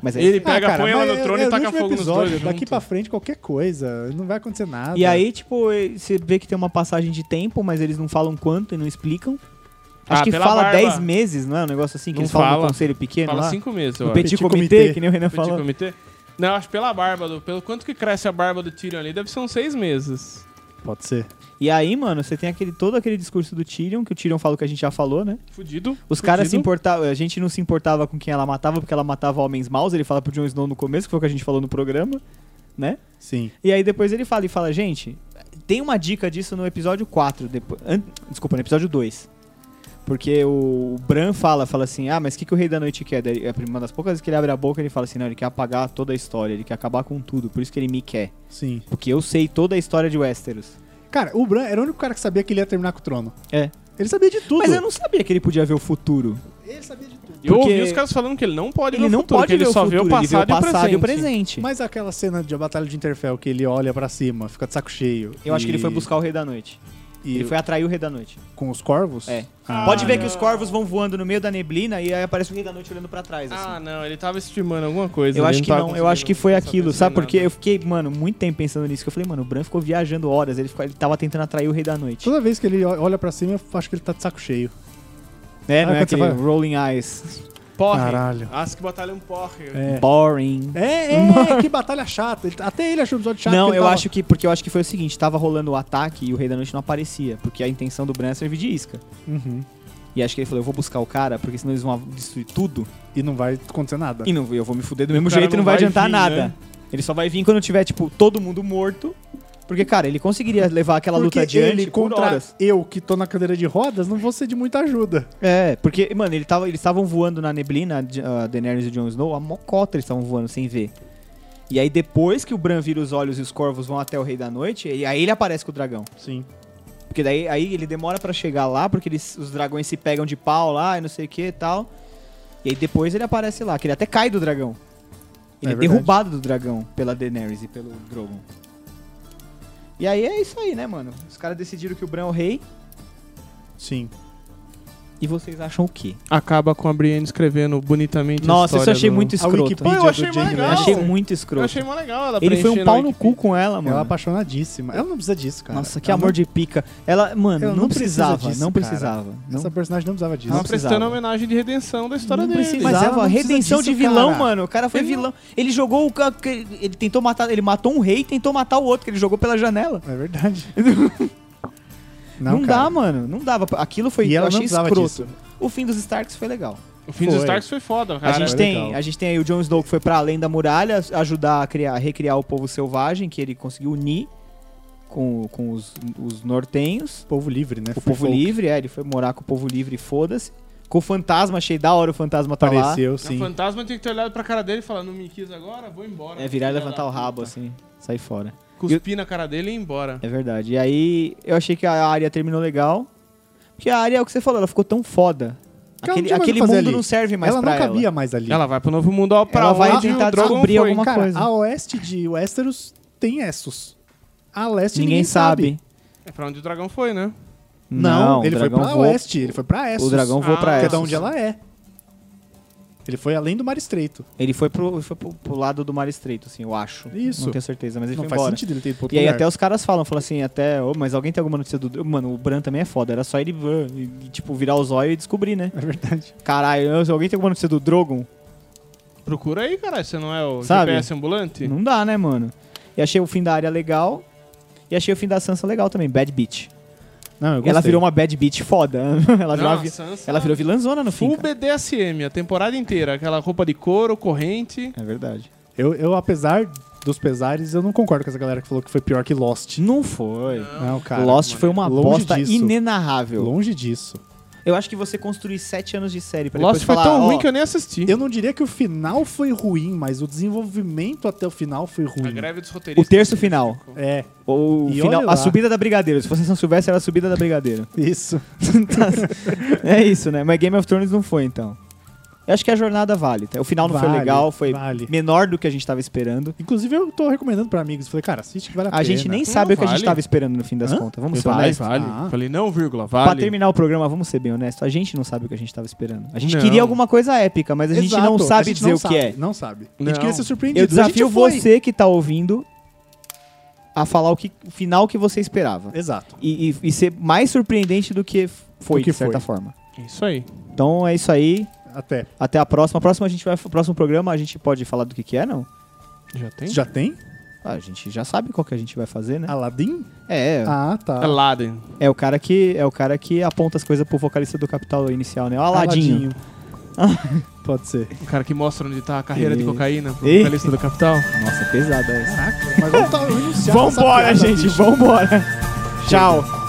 [SPEAKER 4] Mas é aí,
[SPEAKER 2] Ele
[SPEAKER 1] Ah,
[SPEAKER 2] pega,
[SPEAKER 1] cara,
[SPEAKER 2] põe ela
[SPEAKER 1] mas
[SPEAKER 2] no trono
[SPEAKER 1] é- é
[SPEAKER 2] e
[SPEAKER 1] o
[SPEAKER 2] taca
[SPEAKER 1] último
[SPEAKER 2] fogo nos
[SPEAKER 1] episódio,
[SPEAKER 2] dois.
[SPEAKER 1] Daqui
[SPEAKER 2] junto.
[SPEAKER 1] pra frente, qualquer coisa. Não vai acontecer nada.
[SPEAKER 4] E aí, tipo, ele- você vê que tem uma passagem de tempo, mas eles não falam quanto e não explicam. Acho
[SPEAKER 2] Ah,
[SPEAKER 4] que
[SPEAKER 2] pela
[SPEAKER 4] fala
[SPEAKER 2] barba.
[SPEAKER 4] 10 meses, não é? Um negócio assim, que
[SPEAKER 2] Não
[SPEAKER 4] eles falam no
[SPEAKER 2] fala.
[SPEAKER 4] conselho pequeno
[SPEAKER 2] Fala
[SPEAKER 4] lá.
[SPEAKER 2] cinco meses, eu
[SPEAKER 4] No
[SPEAKER 2] acho.
[SPEAKER 4] petit,
[SPEAKER 1] Petit
[SPEAKER 4] comitê,
[SPEAKER 1] comitê.
[SPEAKER 4] que nem o Renan
[SPEAKER 2] Petit
[SPEAKER 4] falou.
[SPEAKER 2] comitê? Não, acho pela barba, do- pelo quanto que cresce a barba do Tyrion ali, deve ser uns seis meses.
[SPEAKER 1] Pode ser.
[SPEAKER 4] E aí, mano, você tem aquele, todo aquele discurso do Tyrion, que o Tyrion fala o que a gente já falou, né?
[SPEAKER 2] Fudido.
[SPEAKER 4] Os caras se
[SPEAKER 2] fudido.
[SPEAKER 4] importavam, a gente não se importava com quem ela matava, porque ela matava homens maus, ele fala pro Jon Snow no começo, que foi o que a gente falou no programa, né?
[SPEAKER 1] Sim.
[SPEAKER 4] E aí depois ele fala e fala, gente, tem uma dica disso no episódio 4, depois, an- desculpa, no episódio 2. Porque o Bran fala, fala assim, ah, mas o que, que o Rei da Noite quer? Daí, É uma das poucas vezes que ele abre a boca, ele fala assim, não, ele quer apagar toda a história, ele quer acabar com tudo, por isso que ele me quer.
[SPEAKER 1] Sim.
[SPEAKER 4] Porque eu sei toda a história de Westeros.
[SPEAKER 1] Cara, o Bran era o único cara que sabia que ele ia terminar com o trono.
[SPEAKER 4] É.
[SPEAKER 1] Ele sabia de tudo.
[SPEAKER 4] Mas eu não sabia que ele podia ver o futuro.
[SPEAKER 1] Ele sabia de tudo.
[SPEAKER 2] Eu
[SPEAKER 4] porque-
[SPEAKER 2] ouvi os caras falando que ele não pode
[SPEAKER 4] Ele
[SPEAKER 2] ver o
[SPEAKER 4] não
[SPEAKER 2] futuro,
[SPEAKER 4] pode
[SPEAKER 2] que ele
[SPEAKER 4] ver o
[SPEAKER 2] só
[SPEAKER 4] futuro,
[SPEAKER 2] vê o
[SPEAKER 4] ele vê
[SPEAKER 2] passado,
[SPEAKER 4] o passado
[SPEAKER 2] e o presente.
[SPEAKER 1] Mas aquela cena de A Batalha de Interfell que ele olha pra cima, fica de saco cheio.
[SPEAKER 4] Eu acho que ele
[SPEAKER 1] e-
[SPEAKER 4] foi buscar o Rei da Noite.
[SPEAKER 1] e-
[SPEAKER 4] Ele foi atrair o Rei da Noite.
[SPEAKER 1] com os corvos?
[SPEAKER 4] É.
[SPEAKER 1] Ah,
[SPEAKER 4] Pode ver
[SPEAKER 1] não.
[SPEAKER 4] que os corvos vão voando no meio da neblina e aí aparece o Rei da Noite olhando pra trás, assim.
[SPEAKER 2] Ah, não, ele tava estimando alguma coisa.
[SPEAKER 4] Eu
[SPEAKER 2] ele
[SPEAKER 4] acho que
[SPEAKER 2] tava
[SPEAKER 4] não, tá eu acho que foi
[SPEAKER 2] conseguindo
[SPEAKER 4] aquilo,
[SPEAKER 2] pensar
[SPEAKER 4] sabe?
[SPEAKER 2] nada.
[SPEAKER 4] Porque eu fiquei, mano, muito tempo pensando nisso. Que eu falei, mano, o Bran ficou viajando horas, ele, ficou, ele tava tentando atrair o Rei da Noite.
[SPEAKER 1] Toda vez que ele o- olha pra cima, eu acho que ele tá de saco cheio.
[SPEAKER 4] É, não
[SPEAKER 1] Sabe
[SPEAKER 4] é
[SPEAKER 1] quando você
[SPEAKER 4] aquele
[SPEAKER 1] vai-
[SPEAKER 4] Rolling Eyes.
[SPEAKER 2] Porre.
[SPEAKER 1] Caralho.
[SPEAKER 2] Acho que batalha é um porre.
[SPEAKER 1] É.
[SPEAKER 4] Boring.
[SPEAKER 1] É, é, que batalha chata. Ele- Até ele achou o episódio chato.
[SPEAKER 4] não,
[SPEAKER 1] que ele
[SPEAKER 4] eu
[SPEAKER 1] tava-
[SPEAKER 4] acho que. Porque eu acho que foi o seguinte: tava rolando o ataque e o Rei da Noite não aparecia. Porque a intenção do Bran é servir de isca.
[SPEAKER 1] Uhum.
[SPEAKER 4] E acho que ele falou: eu vou buscar o cara, porque senão eles vão destruir tudo.
[SPEAKER 1] E não vai acontecer nada.
[SPEAKER 4] E não, eu vou me fuder do mesmo
[SPEAKER 2] cara
[SPEAKER 4] jeito Tá. e não
[SPEAKER 2] não
[SPEAKER 4] vai
[SPEAKER 2] vai
[SPEAKER 4] adiantar
[SPEAKER 2] vir,
[SPEAKER 4] nada.
[SPEAKER 2] né?
[SPEAKER 4] Ele só vai vir quando tiver, tipo, todo mundo morto. Porque, cara, ele conseguiria levar aquela
[SPEAKER 1] Porque
[SPEAKER 4] luta adiante
[SPEAKER 1] ele
[SPEAKER 4] por
[SPEAKER 1] contra
[SPEAKER 4] horas.
[SPEAKER 1] eu, que tô na cadeira de rodas, não vou ser de muita ajuda.
[SPEAKER 4] É, porque, mano, ele tava, eles estavam voando na neblina, a J- a Daenerys e o Jon Snow, a mocota eles estavam voando sem ver. E aí depois que o Bran vira os olhos e os corvos vão até o Rei da Noite, e aí ele aparece com o dragão.
[SPEAKER 1] Sim.
[SPEAKER 4] Porque daí aí ele demora pra chegar lá, porque eles, os dragões se pegam de pau lá e não sei o que e tal. E aí depois ele aparece lá, que ele até cai do dragão. Ele
[SPEAKER 1] É
[SPEAKER 4] é,
[SPEAKER 1] verdade.
[SPEAKER 4] derrubado do dragão pela Daenerys e pelo Drogon. E aí é isso aí, né, mano? Os caras decidiram que o Bran é o rei,
[SPEAKER 1] Sim.
[SPEAKER 4] e vocês acham o quê?
[SPEAKER 2] Acaba com a Brienne escrevendo bonitamente a
[SPEAKER 4] Nossa, isso eu
[SPEAKER 2] história
[SPEAKER 4] achei
[SPEAKER 2] do-
[SPEAKER 4] muito
[SPEAKER 1] A
[SPEAKER 4] escroto.
[SPEAKER 1] Wikipedia
[SPEAKER 2] Pô, eu achei
[SPEAKER 1] do Jane
[SPEAKER 2] legal.
[SPEAKER 4] Eu achei
[SPEAKER 1] Lannister,
[SPEAKER 4] muito
[SPEAKER 2] Eu
[SPEAKER 4] escroto.
[SPEAKER 2] achei mó legal ela
[SPEAKER 4] Ele foi um
[SPEAKER 2] preenchendo
[SPEAKER 4] pau
[SPEAKER 2] a
[SPEAKER 4] no
[SPEAKER 2] Wikipedia.
[SPEAKER 4] cu com ela, Ah, mano.
[SPEAKER 1] Ela é apaixonadíssima. Ela não precisa disso, cara.
[SPEAKER 4] Nossa, que
[SPEAKER 1] Ela
[SPEAKER 4] amor de pica. Ela, mano,
[SPEAKER 1] Ela
[SPEAKER 4] não,
[SPEAKER 1] não precisa
[SPEAKER 4] precisava,
[SPEAKER 1] disso,
[SPEAKER 4] não
[SPEAKER 1] cara.
[SPEAKER 4] precisava.
[SPEAKER 1] não-
[SPEAKER 4] Não,
[SPEAKER 1] Essa personagem não precisava disso.
[SPEAKER 2] Tava
[SPEAKER 4] Não
[SPEAKER 2] prestando
[SPEAKER 4] precisava.
[SPEAKER 2] homenagem de redenção da história
[SPEAKER 4] não
[SPEAKER 2] dele.
[SPEAKER 1] Mas ela
[SPEAKER 4] precisava.
[SPEAKER 1] não precisa
[SPEAKER 4] é Redenção
[SPEAKER 1] disso,
[SPEAKER 4] de vilão,
[SPEAKER 1] cara.
[SPEAKER 4] mano. O cara foi vilão. Ele jogou o. ca- que- Ele tentou matar. Ele matou um rei e tentou matar o outro, que ele jogou pela janela.
[SPEAKER 1] É verdade.
[SPEAKER 4] Não,
[SPEAKER 1] cara.
[SPEAKER 4] dá, mano. Não dava. Aquilo foi.
[SPEAKER 1] E ela não
[SPEAKER 4] eu achei
[SPEAKER 1] precisava
[SPEAKER 4] escroto.
[SPEAKER 1] disso.
[SPEAKER 4] O fim dos Starks foi legal.
[SPEAKER 2] O fim dos
[SPEAKER 1] Foi.
[SPEAKER 2] Starks foi foda, cara.
[SPEAKER 4] a, gente
[SPEAKER 1] é
[SPEAKER 4] tem,
[SPEAKER 1] legal.
[SPEAKER 4] a gente tem aí o Jon Snow que foi pra além da muralha ajudar a criar, recriar o povo selvagem, que ele conseguiu unir com, com os, os nortenhos.
[SPEAKER 1] Povo livre, né?
[SPEAKER 4] O
[SPEAKER 1] Free
[SPEAKER 4] povo
[SPEAKER 1] folk.
[SPEAKER 4] livre, é, ele foi morar com o povo livre, foda-se. Com o fantasma, achei da hora o fantasma tá
[SPEAKER 1] Apareceu,
[SPEAKER 2] O
[SPEAKER 1] sim.
[SPEAKER 2] fantasma tem que ter olhado pra cara dele e falar, não me quis agora, vou embora.
[SPEAKER 4] lá. É virar e
[SPEAKER 2] Filha
[SPEAKER 4] levantar
[SPEAKER 2] da
[SPEAKER 4] o rabo,
[SPEAKER 2] puta.
[SPEAKER 4] assim, sair fora.
[SPEAKER 2] Cuspir na cara dele e ir embora.
[SPEAKER 4] É verdade. E aí, eu achei que a área terminou legal. Porque a área é o que você falou, ela ficou tão foda.
[SPEAKER 1] Cara, não tinha
[SPEAKER 4] Aquele,
[SPEAKER 1] mais o que
[SPEAKER 4] aquele
[SPEAKER 1] fazer
[SPEAKER 4] mundo
[SPEAKER 1] ali.
[SPEAKER 4] não serve mais
[SPEAKER 1] Ela
[SPEAKER 4] pra
[SPEAKER 1] não
[SPEAKER 4] ela.
[SPEAKER 1] cabia mais ali.
[SPEAKER 2] Ela vai pro novo mundo, ó, pra
[SPEAKER 4] Ela vai
[SPEAKER 2] onde
[SPEAKER 4] tentar
[SPEAKER 2] o Drogon
[SPEAKER 4] descobrir
[SPEAKER 2] foi.
[SPEAKER 4] alguma
[SPEAKER 1] Cara,
[SPEAKER 4] coisa.
[SPEAKER 1] a oeste de Westeros tem Essos. A leste
[SPEAKER 4] Ninguém,
[SPEAKER 1] ninguém,
[SPEAKER 4] sabe.
[SPEAKER 2] É pra onde o dragão foi, né?
[SPEAKER 1] Não, ele
[SPEAKER 4] o
[SPEAKER 1] foi
[SPEAKER 4] dragão
[SPEAKER 1] pra
[SPEAKER 4] voa-
[SPEAKER 1] oeste, ele foi pra Essos.
[SPEAKER 4] O dragão voou
[SPEAKER 2] Ah,
[SPEAKER 4] pra
[SPEAKER 1] que é
[SPEAKER 4] ela.
[SPEAKER 1] da onde ela é. Ele foi além do Mar Estreito.
[SPEAKER 4] Ele foi, pro, ele foi pro, pro lado do mar estreito, assim, eu acho.
[SPEAKER 1] Isso.
[SPEAKER 4] Não tenho certeza, mas ele
[SPEAKER 1] Não
[SPEAKER 4] foi
[SPEAKER 1] faz
[SPEAKER 4] embora.
[SPEAKER 1] sentido né? ele ter ido pro outro
[SPEAKER 4] E aí
[SPEAKER 1] lugar.
[SPEAKER 4] até os caras falam, falam assim, até, "Ô, mas alguém tem alguma notícia do... Mano, o Bran também é foda, era só ele, uh, e, tipo, virar os olhos e descobrir, né?
[SPEAKER 1] É verdade.
[SPEAKER 4] Caralho, "Ô, alguém tem alguma notícia do Drogon?
[SPEAKER 2] Procura aí, cara, você não é o
[SPEAKER 4] Sabe?
[SPEAKER 2] GPS ambulante?
[SPEAKER 4] Não dá, né, mano? E achei o fim da área legal, e achei o fim da Sansa legal também, Bad Beach.
[SPEAKER 1] Não, eu gostei.
[SPEAKER 4] Ela virou uma Bad Beach foda.
[SPEAKER 2] Não,
[SPEAKER 4] ela, virou uma
[SPEAKER 2] a
[SPEAKER 4] vi-
[SPEAKER 2] Sansa-
[SPEAKER 4] ela virou vilãzona no fim,
[SPEAKER 2] Full
[SPEAKER 4] cara.
[SPEAKER 2] BDSM, a temporada inteira. Aquela roupa de couro, corrente.
[SPEAKER 4] É verdade.
[SPEAKER 1] Eu, eu, apesar dos pesares, eu não concordo com essa galera que falou que foi pior que Lost.
[SPEAKER 4] Não foi.
[SPEAKER 1] Não, cara.
[SPEAKER 4] Lost foi uma
[SPEAKER 1] longe
[SPEAKER 4] aposta
[SPEAKER 1] disso.
[SPEAKER 4] inenarrável.
[SPEAKER 1] Longe disso.
[SPEAKER 4] Eu acho que você construir sete anos de série pra
[SPEAKER 2] Lost
[SPEAKER 4] depois
[SPEAKER 2] foi
[SPEAKER 4] falar,
[SPEAKER 2] tão
[SPEAKER 4] "Ó,
[SPEAKER 2] ruim que eu nem assisti.
[SPEAKER 1] Eu não diria que o final foi ruim, mas o desenvolvimento até o final foi
[SPEAKER 2] A
[SPEAKER 1] ruim.
[SPEAKER 2] greve dos
[SPEAKER 4] O
[SPEAKER 2] roteiristas.
[SPEAKER 4] terço final.
[SPEAKER 1] É,
[SPEAKER 4] O
[SPEAKER 1] E
[SPEAKER 4] final-
[SPEAKER 1] olha lá.
[SPEAKER 4] a subida da Brigadeiro. Se fosse São Silvestre, era a subida da Brigadeiro.
[SPEAKER 1] isso.
[SPEAKER 4] é isso, né? Mas Game of Thrones não foi, então. Eu acho que a jornada vale. tá? O final não foi
[SPEAKER 1] Vale,
[SPEAKER 4] legal, foi
[SPEAKER 1] vale.
[SPEAKER 4] menor do que a gente tava esperando.
[SPEAKER 1] Inclusive, eu tô recomendando pra amigos. Falei, cara, assiste que vale a,
[SPEAKER 4] A gente
[SPEAKER 1] pena.
[SPEAKER 4] nem sabe o que a gente
[SPEAKER 2] vale.
[SPEAKER 4] tava esperando no fim das
[SPEAKER 1] né? Hã?
[SPEAKER 4] contas. Vamos ser
[SPEAKER 2] Vale,
[SPEAKER 4] honestos.
[SPEAKER 2] vale.
[SPEAKER 1] Ah.
[SPEAKER 2] Falei, não, vírgula,
[SPEAKER 4] Então, Pra
[SPEAKER 2] vale.
[SPEAKER 4] terminar o programa, vamos ser bem honestos. A gente não sabe o que a gente tava esperando. A gente
[SPEAKER 2] Não.
[SPEAKER 4] queria alguma coisa épica, mas a gente
[SPEAKER 1] Exato,
[SPEAKER 4] não sabe
[SPEAKER 1] gente
[SPEAKER 4] dizer
[SPEAKER 1] não
[SPEAKER 4] o
[SPEAKER 1] sabe,
[SPEAKER 4] que é.
[SPEAKER 1] Não sabe. A
[SPEAKER 2] Não.
[SPEAKER 1] gente queria ser surpreendido.
[SPEAKER 4] Eu desafio
[SPEAKER 1] a gente foi.
[SPEAKER 4] você que tá ouvindo a falar o, que, o final que você esperava.
[SPEAKER 1] Exato.
[SPEAKER 4] E, e- e ser mais surpreendente do que foi,
[SPEAKER 1] Do que
[SPEAKER 4] de certa
[SPEAKER 1] foi.
[SPEAKER 4] forma.
[SPEAKER 2] Isso aí.
[SPEAKER 4] Então é isso aí.
[SPEAKER 1] Até.
[SPEAKER 4] Até a próxima. A próxima a gente vai. O próximo programa a gente pode falar do que, que é, não? Ah,
[SPEAKER 2] Já tem?
[SPEAKER 1] Já tem?
[SPEAKER 4] A gente já sabe qual que a gente vai fazer,
[SPEAKER 1] Ah,
[SPEAKER 4] né?
[SPEAKER 1] Aladdin?
[SPEAKER 4] É, é.
[SPEAKER 1] Ah,
[SPEAKER 2] É
[SPEAKER 1] tá.
[SPEAKER 2] Laden.
[SPEAKER 4] é o cara que é o cara que aponta as coisas pro vocalista do Capital inicial, né? O Aladinho.
[SPEAKER 1] Pode ser.
[SPEAKER 2] O cara que mostra onde tá a carreira de
[SPEAKER 4] Ei.
[SPEAKER 2] cocaína pro
[SPEAKER 4] Ei.
[SPEAKER 2] vocalista do Capital.
[SPEAKER 4] Nossa, pesada essa.
[SPEAKER 1] Caraca, mas vamos tá- vamos iniciar essa
[SPEAKER 4] Vambora,
[SPEAKER 1] piada,
[SPEAKER 4] gente,
[SPEAKER 1] bicho.
[SPEAKER 4] vambora. Tchau.